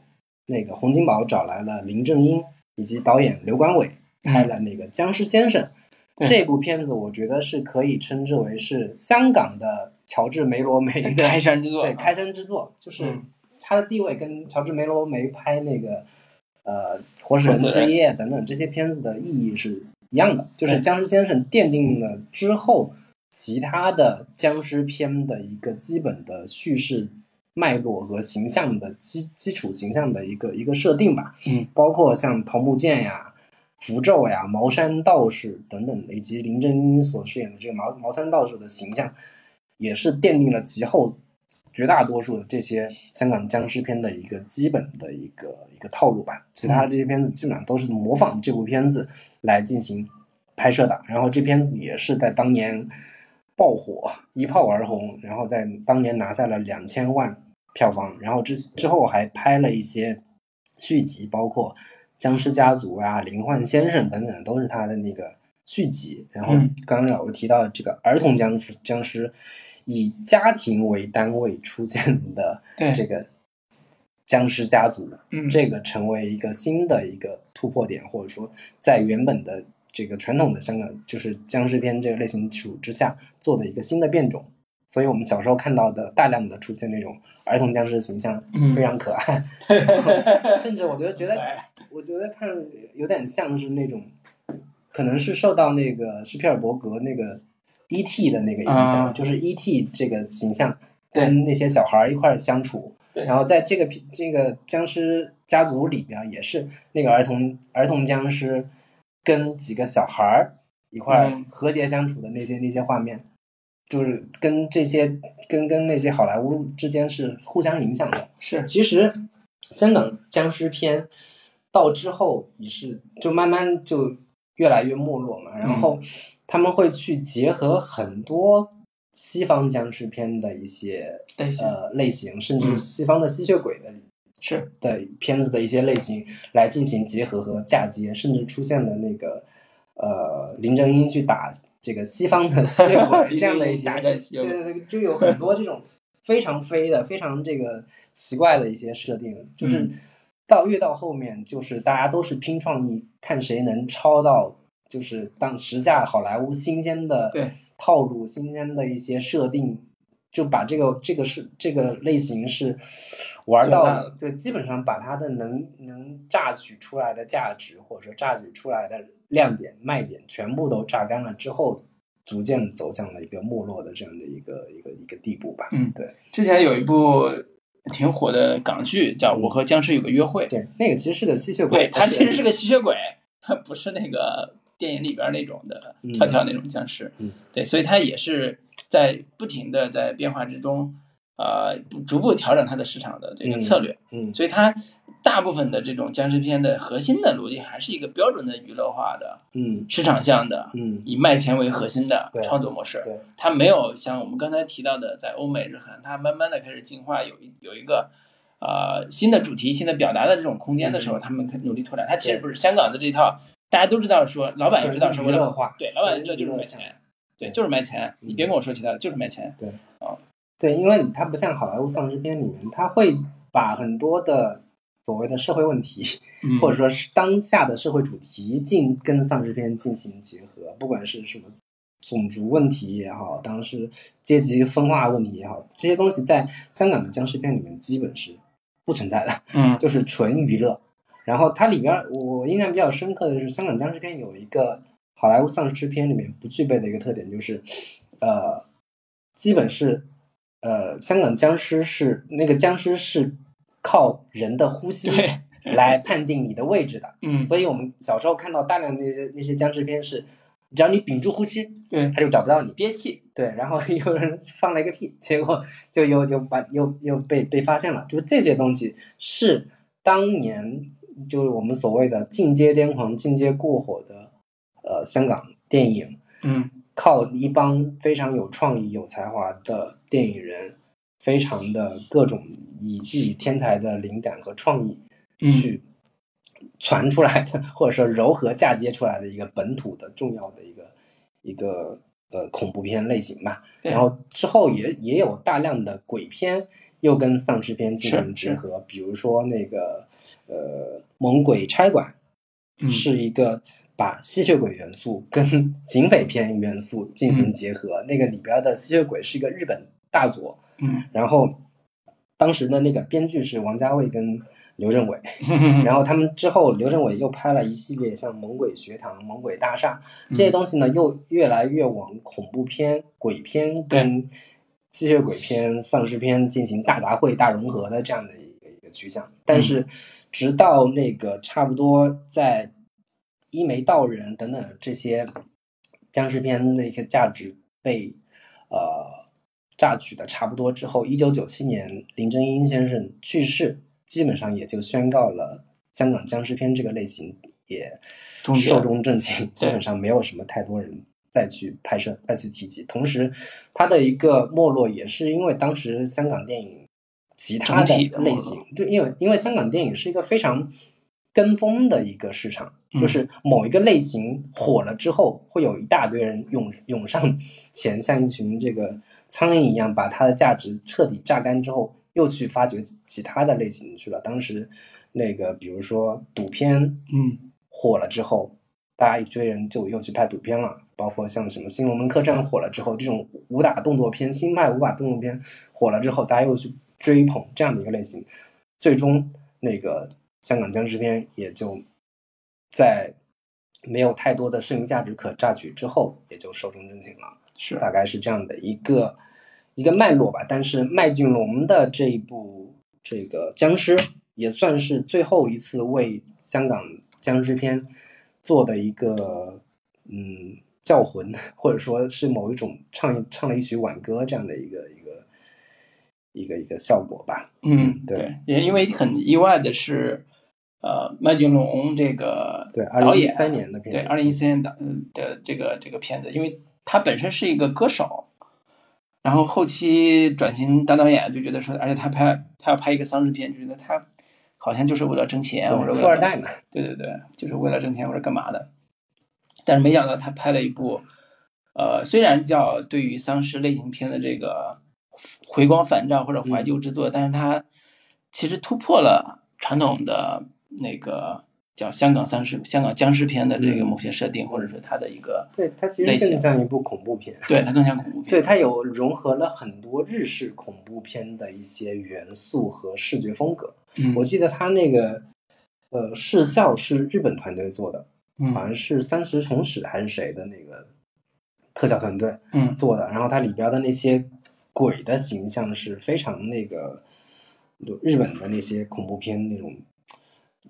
那个洪金宝找来了林正英以及导演刘关伟拍了那个《僵尸先生》
嗯对
这部片子，我觉得是可以称之为是香港的乔治梅罗梅的
呃开山之作，啊
对，开山之作，就是
嗯
他的地位跟乔治梅罗梅拍那个呃《火使
火
人
使
之
人
夜》等等这些片子的意义是一样的，就是
对
《僵尸先生》奠定了之后其他的僵尸片的一个基本的叙事脉络和形象的基基础形象的一个一个设定吧。
嗯，
包括像桃木剑呀。符咒呀、茅山道士等等，以及林正英所饰演的这个茅茅山道士的形象，也是奠定了其后绝大多数的这些香港僵尸片的一个基本的一个一个套路吧。其他的这些片子基本上都是模仿这部片子来进行拍摄的。然后这片子也是在当年爆火，一炮而红，然后在当年拿下了两千万票房。然后之之后还拍了一些续集，包括《僵尸家族》啊、《灵幻先生》等等，都是他的那个续集。然后
嗯
刚刚老吴提到这个儿童僵尸僵尸，以家庭为单位出现的
对
这个僵尸家族，
嗯
这个成为一个新的一个突破点，或者说在原本的这个传统的香港就是僵尸片这个类型基础之下做的一个新的变种。所以我们小时候看到的大量的出现那种儿童僵尸的形象，
嗯
非常 可爱，甚至我觉得觉得我觉得看有点像是那种，可能是受到那个施皮尔伯格那个 E.T. 的那个影响，
啊
就是 E.T. 这个形象
对
跟那些小孩儿一块儿相处，
对
然后在这个片这个僵尸家族里边也是那个儿童儿童僵尸跟几个小孩儿一块儿
嗯
和谐相处的那些、那些画面，就是跟这些跟跟那些好莱坞之间是互相影响的。
是
其实香港僵尸片到之后也是就慢慢就越来越没落嘛，然后他们会去结合很多西方僵尸片的一些
类型
呃类型，甚至
嗯
西方的吸血鬼的
是，
的片子的一些类型来进行结合和嫁接，甚至出现了那个呃林正英去打这个西 方的吸血鬼这样的一些，
打
对
战吸血鬼
对对，就有很多这种非常飞的、非常这个奇怪的一些设定，就是
嗯
到越到后面，就是大家都是拼创意，看谁能超到。就是当时下好莱坞新鲜的
对
套路、新鲜的一些设定，就把这个这个是这个类型是玩
做烂
到
了
对，基本上把它的能能榨取出来的价值，或者说榨取出来的亮点、卖点，全部都榨干了之后，逐渐走向了一个没落的这样的一个一个一个地步吧。
嗯
对
之前有一部挺火的港剧叫《我和僵尸有个约会》，
对，那个其实是个吸血鬼，
对，它其实是
个
个吸血鬼，它不是那个电影里边那种的
嗯
跳跳那种僵尸
嗯，
对，所以它也是在不停的在变化之中，呃，逐步调整它的市场的这个策略，
嗯
所以它大部分的这种僵尸片的核心的逻辑还是一个标准的娱乐化的
嗯
市场向的。
嗯
以卖钱为核心的
对
创作模式，
对
它没有像我们刚才提到的，在欧美、日韩，它慢慢的开始进化，有一有一个呃新的主题、新的表达的这种空间的时
嗯
候，他们努力拓展。它其实不是香港的这一套，大家都知道说，老板也知道说为
纯娱
了
乐化
对，老板也知道
纯娱
就是
乐嗯
卖
向
钱，对，就是卖钱，你别跟我说其他的，就是卖钱。
对，因为它不像好莱坞丧尸片里面，它会把很多的所谓的社会问题。
嗯
或者说是当下的社会主题进跟丧尸片进行结合，不管是什么种族问题也好，当时阶级分化问题也好，这些东西在香港的僵尸片里面基本是不存在的，
嗯
就是纯娱乐。然后它里边儿我印象比较深刻的是，香港僵尸片有一个好莱坞丧尸片里面不具备的一个特点，就是呃，基本是呃，香港僵尸是那个僵尸是靠人的呼吸
对
来判定你的位置的。
嗯，
所以我们小时候看到大量的那些那些僵尸片是，只要你屏住呼吸，
对
他就找不到你，憋气，对，然后有人放了一个屁，结果就又又把又又被被发现了，就是这些东西是当年就是我们所谓的进阶癫狂、进阶过火的呃香港电影，
嗯
靠一帮非常有创意、有才华的电影人，非常的各种以自己天才的灵感和创意。
嗯
去传出来的，或者说柔和嫁接出来的一个本土的重要的一个一个呃恐怖片类型吧。
对
然后之后也也有大量的鬼片又跟丧尸片进
是
行
是
结合，比如说那个呃《猛鬼差馆》，
嗯
是一个把吸血鬼元素跟 警匪片元素进
嗯
行结合。那个里边的吸血鬼是一个日本大佐，
嗯，
然后当时的那个编剧是王家卫跟刘镇伟，
嗯
然后他们之后，刘镇伟又拍了一系列像《猛鬼学堂》《猛鬼大厦》
嗯
这些东西呢，又越来越往恐怖片、鬼片跟吸血鬼片、丧尸片进行大杂烩、大融合的这样的一个一个趋向。但是，直到那个差不多在一眉道人等等这些僵尸片的一些价值被呃榨取的差不多之后，一九九七年林正英先生去世，基本上也就宣告了香港僵尸片这个类型也
终结
寿终正寝，基
对
本上没有什么太多人。再去拍摄，再去提及。同时，它的一个没落也是因为当时香港电影其他
整体的没
类
落
型，对，因为因为香港电影是一个非常跟风的一个市场，
嗯
就是某一个类型火了之后，会有一大堆人涌涌上前，像一群这个苍蝇一样，把它的价值彻底榨干之后，又去发掘其他的类型去了。当时那个比如说赌片
嗯
火了之后，大家一堆人就又去拍赌片了，包括像什么《新龙门客栈》火了之后，这种武打动作片、新派武打动作片火了之后，大家又去追捧这样的一个类型，最终那个香港僵尸片也就在没有太多的剩余价值可榨取之后，也就寿终正寝了。
是
大概是这样的一个一个脉络吧。但是麦浚龙的这一部这个僵尸也算是最后一次为香港僵尸片做的一个嗯叫魂，或者说是某一种唱唱了一曲挽歌这样的一个一个一个一个效果吧。
嗯
嗯对
对，也因为很意外的是，呃，麦浚龙这个
对，二
导
零一
演
三年的片
对，
子，
二零一四年的嗯的这个这个片子，因为他本身是一个歌手，然后后期转型当导演，就觉得说，而且他拍他要拍一个丧尸片，就觉得他好像就是为了挣钱，或者
对
为
富
了
二代嘛，
对对对，就是为了挣钱或者干嘛的。但是没想到他拍了一部，呃，虽然叫对于丧尸类型片的这个回光返照或者
嗯
怀旧之作，但是他其实突破了传统的那个叫香港丧尸、香港僵尸片的这个
嗯
某些设定，或者说它的一个，
对它其
类
实
型
更像一部恐怖 片。
对它更像恐怖片。
对，它有融合了很多日式恐怖片的一些元素和视觉风格。
嗯，
我记得它那个呃视效是日本团队做的，好像
嗯
是三十重史还是谁的那个特效团队
嗯
做的。然后它里边的那些鬼的形象是非常那个就日本的那些恐怖片那种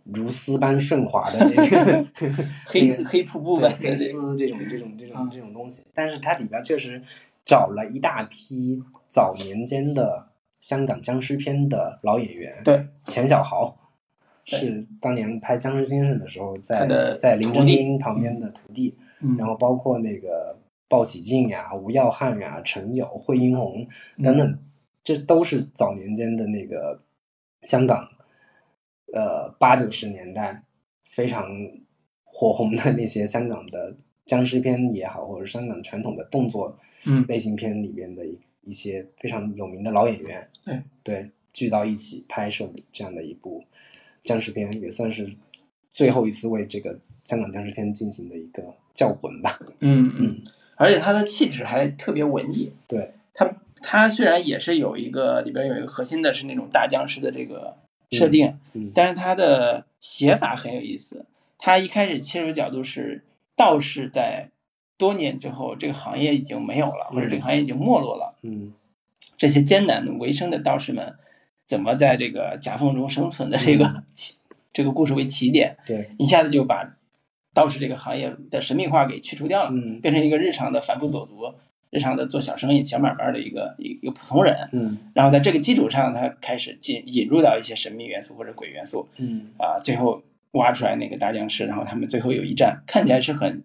如丝般顺滑的那个
黑丝黑瀑布呗，
对
对
黑丝这种这种这种
嗯
这种东西。但是它里边确实找了一大批早年间的香港僵尸片的老演员，
对，
钱小豪
对
是当年拍《僵尸先生》的时候，
他
在
的
在林
徒
正
弟
英旁边的徒弟，
嗯，
然后包括那个鲍喜静呀、吴耀汉呀、陈友、惠英红等等，这都是早年间的那个香港，呃八九十年代非常火红的那些香港的僵尸片也好，或者香港传统的动作
嗯
类型片里边的一一些非常有名的老演员，
对
对聚到一起拍摄这样的一部僵尸片，也算是最后一次为这个香港僵尸片进行的一个叫魂吧。
嗯嗯
嗯，
而且他的气质还特别文艺。
对
他，他虽然也是有一个里边有一个核心的是那种大僵尸的这个设定，
嗯
但是他的写法很有意思。他一开始切入角度是道士在多年之后，这个行业已经没有了，或者这个行业已经没落了，
嗯
这些艰难的为生的道士们怎么在这个夹缝中生存的这个起、这个故事为起点，
嗯对
一下子就把道士这个行业的神秘化给去除掉了，
嗯
变成一个日常的反复走读、日常的做小生意、小买卖的一个一一个普通人。
嗯
然后在这个基础上，他开始进引入到一些神秘元素或者鬼元素
嗯
啊、最后挖出来那个大僵尸，然后他们最后有一战，看起来是很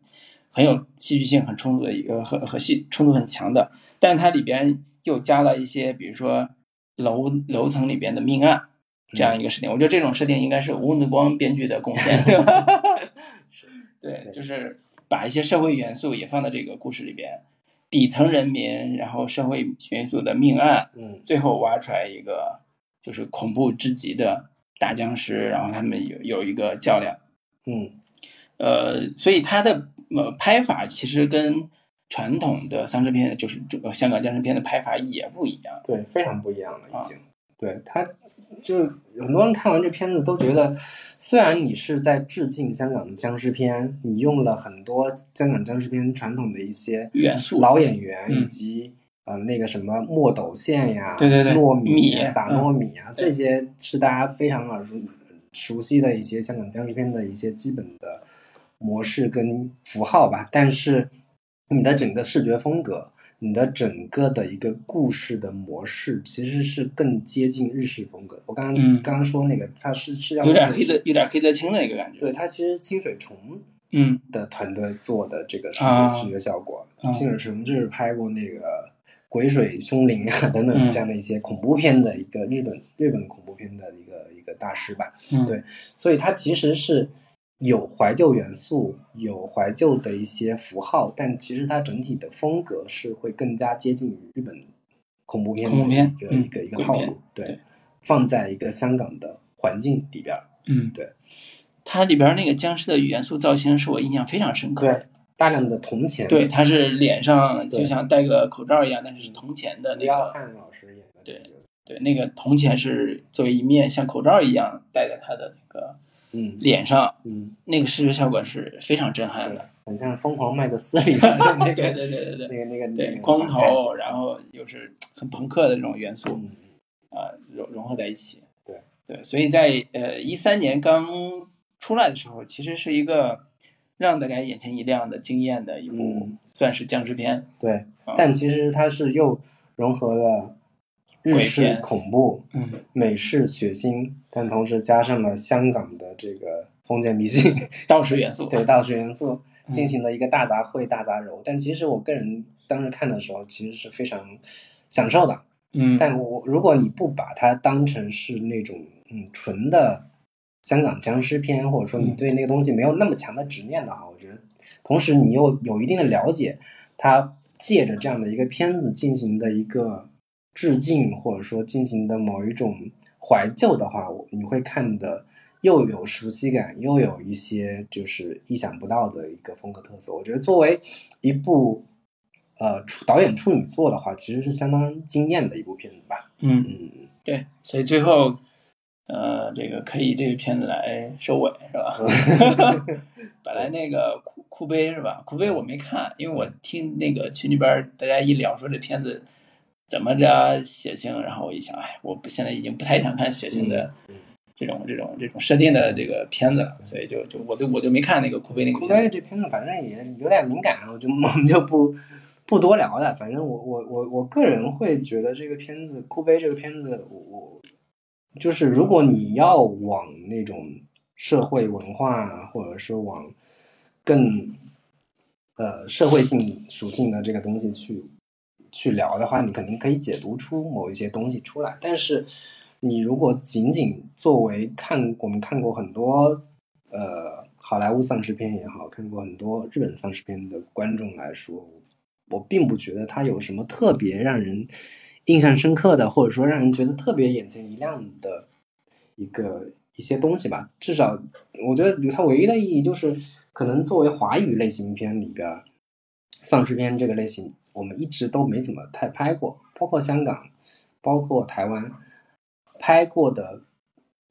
很有戏剧性、很冲突的一个和和戏冲突很强的，但是它里边又加了一些，比如说楼楼层里边的命案这样一个事情。我觉得这种设定应该是吴子光编剧的贡献，对吧？对，就是把一些社会元素也放到这个故事里边，底层人民，然后社会元素的命案，
嗯
最后挖出来一个就是恐怖之极的大僵尸，然后他们有有一个较量。
嗯
呃，所以它的呃拍法其实跟传统的丧尸片，就是中呃香港僵尸片的拍法也不一样。
对，非常不一样了，已经。对他，就很多人看完这片子都觉得，虽然你是在致敬香港的僵尸片，你用了很多香港僵尸片传统的一些
元素
老演员
嗯
以及、呃那个什么墨斗线呀，
对对对
糯米呀
米
撒
嗯
糯米啊，这些是大家非常耳熟熟悉的一些香港僵尸片的一些基本的模式跟符号吧。但是你的整个视觉风格，你的整个的一个故事的模式，其实是更接近日式风格。我刚刚、
嗯
刚刚说那个，它是是要
有点黑的，有点黑泽清的一个感觉
对，。它其实清水虫
嗯，
的团队做的这个视
啊
觉视觉效果。
啊
金水成就是拍过那个《鬼水凶灵》啊等等
嗯
这样的一些恐怖片的一个日本日本恐怖片的一个一个大师吧，
嗯
对所以它其实是有怀旧元素，有怀旧的一些符号，但其实它整体的风格是会更加接近于日本恐怖片的
恐怖片
一个
嗯
一个一个
鬼
套
片
路，对
对，
放在一个香港的环境里边儿，
嗯，
对。
它里边那个僵尸的元素造型是我印象非常深刻的
对。大量的铜钱，
对，它是脸上
对
就像戴个口罩一样，但是是铜钱的
吴
那
耀
个。
汉老师演的这个角色，
对，那个铜钱是作为一面像口罩一样戴在他的那个
嗯
脸上，
嗯。
那个视觉效果是非常震撼的。
很像《疯狂麦克斯》里 边的那个
对对对对对
那个那个那
对，
个
光
反派角
头，
色
然后又是很朋克的这种元素
嗯
啊、呃融融合在一起。
对
对，所以在呃一三年刚出来的时候，其实是一个让大家眼前一亮的惊艳的一部
嗯，
算是僵尸片。
对
啊，
但其实它是又融合了日
鬼
式
片
恐怖、
嗯，
美式血腥，但同时加上了香港的这个封建迷信，
道士元素。
对道士元素，
嗯
进行了一个大杂烩、大杂糅。但其实我个人当时看的时候，其实是非常享受的。
嗯，
但我如果你不把它当成是那种嗯纯的香港僵尸片，或者说你
嗯
对那个东西没有那么强的执念的话，我觉得，同时你又有一定的了解，它借着这样的一个片子进行的一个致敬，或者说进行的某一种怀旧的话，我你会看的。又有熟悉感，又有一些就是意想不到的一个风格特色。我觉得作为一部呃处导演处女作的话，其实是相当惊艳的一部片子吧。
嗯，
嗯，
对，所以最后，呃，这个可以以这个片子来收尾是吧？ 本来那个库库杯是吧？库杯我没看，因为我听那个群里边儿大家一聊说这片子怎么着血腥，然后我一想，哎，我不现在已经不太想看血腥的
嗯嗯
这种这种这种设定的这个片子了，所以就就我就我就没看那个库杯那个
库
片
贝
子。
这片子反正也有点敏感，啊我就 我们就不不多聊了。反正我我我我个人会觉得这个片子库贝这个片子，我我就是如果你要往那种社会文化啊，或者说往更呃社会性属性的这个东西去去聊的话，你肯定可以解读出某一些东西出来。但是你如果仅仅作为看我们看过很多呃好莱坞丧尸片也好，看过很多日本丧尸片的观众来说，我并不觉得它有什么特别让人印象深刻的，或者说让人觉得特别眼前一亮的一个一些东西吧。至少我觉得它唯一的意义就是，可能作为华语类型片里边儿，丧尸片这个类型，我们一直都没怎么太拍过，包括香港，包括台湾，拍过的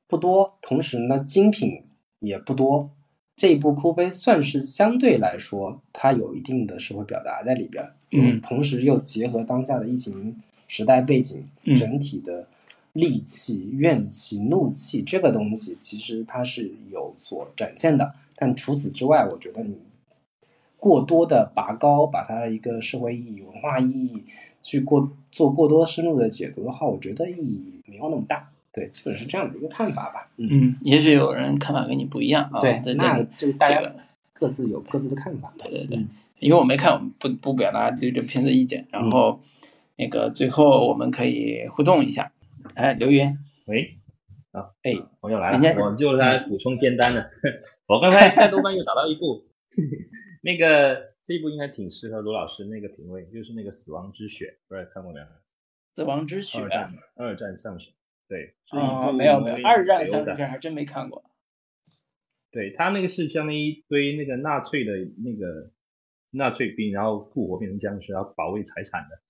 不多。同时呢，精品也不多。这一部《哭悲》算是相对来说，它有一定的社会表达在里边儿，
嗯
同时又结合当下的疫情时代背景，
嗯
整体的戾气、怨气、怒气这个东西，其实它是有所展现的。但除此之外，我觉得你过多的拔高，把它的一个社会意义、文化意义去过做过多深入的解读的话，我觉得意义没有那么大。对，基本是这样的一个看法吧。嗯，
嗯，也许有人看法跟你不一样啊。
对，
在这
那
里
就大
这
家
个
各自有各自的看法。
对对对
嗯，
因为我没看，我们不不表达对这部片子的意见。
嗯
然后那个最后我们可以互动一下，哎，留言。
喂，啊
哎，
我又来
啊人家嗯
了，我就来补充片单了。 我刚才在豆瓣又找到一部， 那个这一部应该挺适合罗老师那个品味，就是那个《死亡之雪》，不知道看过没有？
死亡之雪
二战二战上雪，对，是一
啊，
嗯
部
没有没有
挪，威
二战
北欧
三部
的
片还真没看过。
对他那个是相当于一堆那个纳粹的那个纳粹兵，然后复活变成僵尸，然后保卫财产的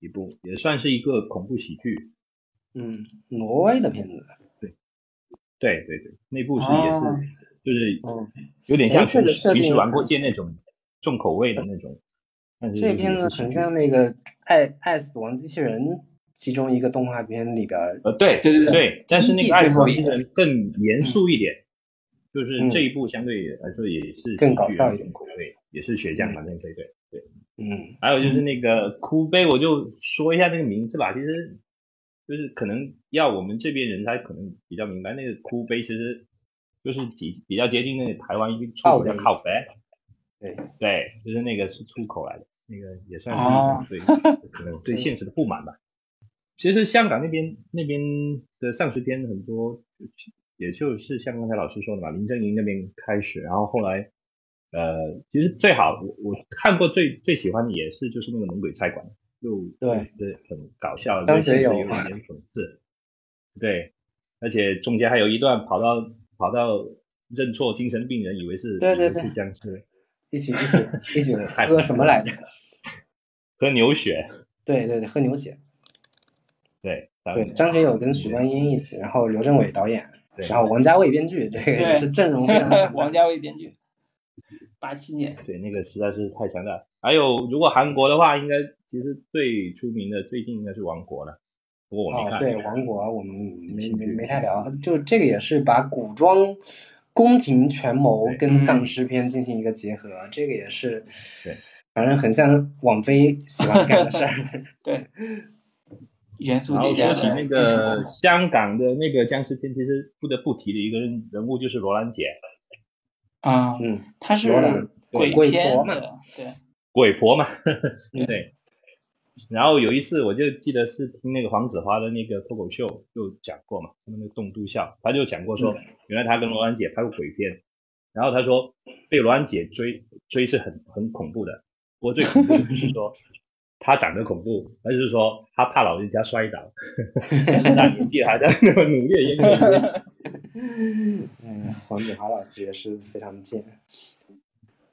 一部，也算是一个恐怖喜剧。
嗯，挪威的片子，
对对对，那部是
哦
也是、就是
嗯，
有点
哎
像
这
平
个
时
设定
平时玩过界那种重口味的那种，但是
这片子
嗯也是喜
很
剧
像那个《爱爱死亡机器人》其中一个动画片里边儿，
呃，对
对对对
但是
第
那
一季
个《爱
最
死
后
亡
一
机器
个
人》更严肃一点，就是
嗯
这一部相对来说也是
更
喜
搞
剧
笑
然后
一点
重口味，也是血浆嘛，那对对对。
嗯
还有就是那个哭悲，我就说一下那个名字吧。其实就是可能要我们这边人才可能比较明白，那个哭悲其实就是比比较接近那个台湾一个出口叫
靠
靠北，
对，
对，就是那个是出口来的，那个也算是
哦
一种对、可能对现实的不满吧。其实香港那边那边的丧尸片很多，也就是像刚才老师说的嘛，林正英那边开始，然后后来，呃，其实最好我我看过最最喜欢的也是就是那个《猛鬼菜馆》，就
对，
就是很搞笑，
张
对
学
现实
友
有一点讽刺，对，而且中间还有一段跑到跑到认错精神病人，以为是
对对
以为是
对
僵尸，
一起一 起一起
太
喝什么来着？
喝牛血，
对对对，喝牛血。
对
对，张学友跟许
对
冠英一起，然后刘镇伟导演，
对
然后王家卫编剧，这个也是阵容非常 强
王
大。
家卫编剧，八七年。
对，那个实在是太强大了。还有，如果韩国的话，应该其实最出名的最近应该是《王国》了，不过我没
哦，
看。
对，王国我们没没没太聊，就这个也是把古装、宫廷权谋
对
跟丧
嗯
尸片进行一个结合，这个也是
对，
反正很像网飞喜欢干的 事儿。
对，元素
然后
地带
说
的非
起那
常好
个香港的那个僵尸片，其实不得不提的一个人人物就是罗兰姐，
啊，
嗯，
它是
罗兰
鬼
鬼
片
婆
的，对，
鬼婆嘛。
嗯
对。然后有一次我就记得是听那个黄子华的那个脱口秀就讲过嘛，他们那个栋笃笑，他就讲过
嗯
说，原来他跟罗兰姐拍过鬼片，然后他说被罗兰姐追追是很很恐怖的，不过最恐怖的不是 说他长得恐怖，而是说他怕老人家 摔倒，大年纪还在那么努力地应 对。
嗯，黄子华老师也是非常贱，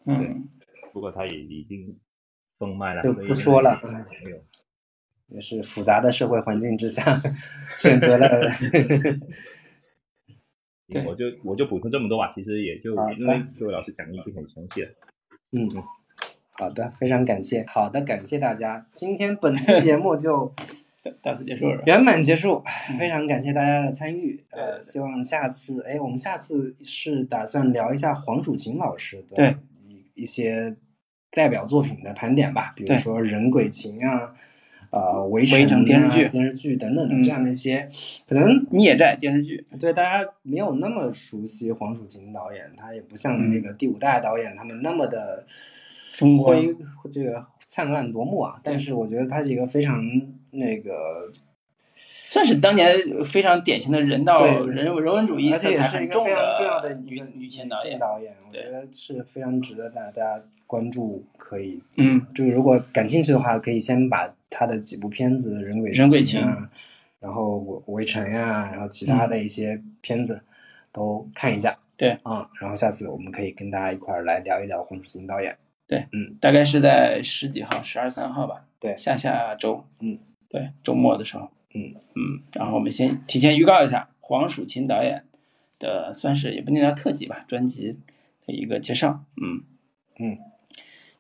嗯，
不过他也已经封麦了，
就
所以
不说了嗯
现在也没有。
也是复杂的社会环境之下 选择了
对
我就我就补充这么多吧，其实也就
好的
因为各位老师讲的已经很详细了。
嗯，好的，非常感谢。好的，感谢大家。今天本期节目就
到到此结束了。
圆满 结束，非常感谢大家的参与。
嗯对对
呃，
对
希望下次，哎，我们下次是打算聊一下黄蜀芹老师
对
的一一些代表作品的盘点吧，比如
对
说《人鬼情》啊，呃，《围
城
城》
电视剧
啊电视剧等等
嗯
的这样的一些，可能
孽债电视剧，
对大家没有那么熟悉黄蜀芹导演，他也不像
嗯
那个第五代导演他们那么的
风光
辉这个灿烂夺目啊。但是我觉得他是一个非常那个，
算是当年非常典型的人道
对
人人文主义
而且
色
也
彩
是一
很
个
重
非常重要的一
女
个
女性
性
导演。
导演，我
对
觉得是非常值得大家关注。可以，
嗯，
就如果感兴趣的话，可以先把他的几部片子《人鬼
人鬼
啊，然后《我围城》呀，然后其他的一些片子都看一下。
对
啊、然后下次我们可以跟大家一块儿来聊一聊黄楚行导演。
对，
嗯，
大概是在十几号，十二三号吧，
对
下下周，
嗯，
对，周末的时候，
嗯
嗯，然后我们先提前预告一下黄蜀芹导演的，算是也不能叫特辑吧，专辑的一个介绍，嗯
嗯，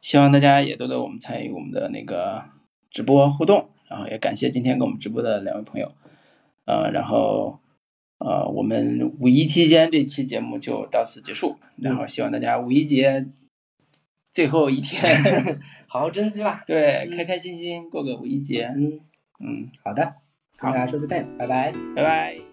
希望大家也多多我们参与我们的那个直播互动，然后也感谢今天跟我们直播的两位朋友，呃，然后。呃，我们五一期间这期节目就到此结束，
嗯
然后希望大家五一节最后一天，
好好珍惜吧。
对，
嗯
开开心心过个五一节。
嗯，
嗯，
好的，跟大家说再见，拜拜。
拜拜。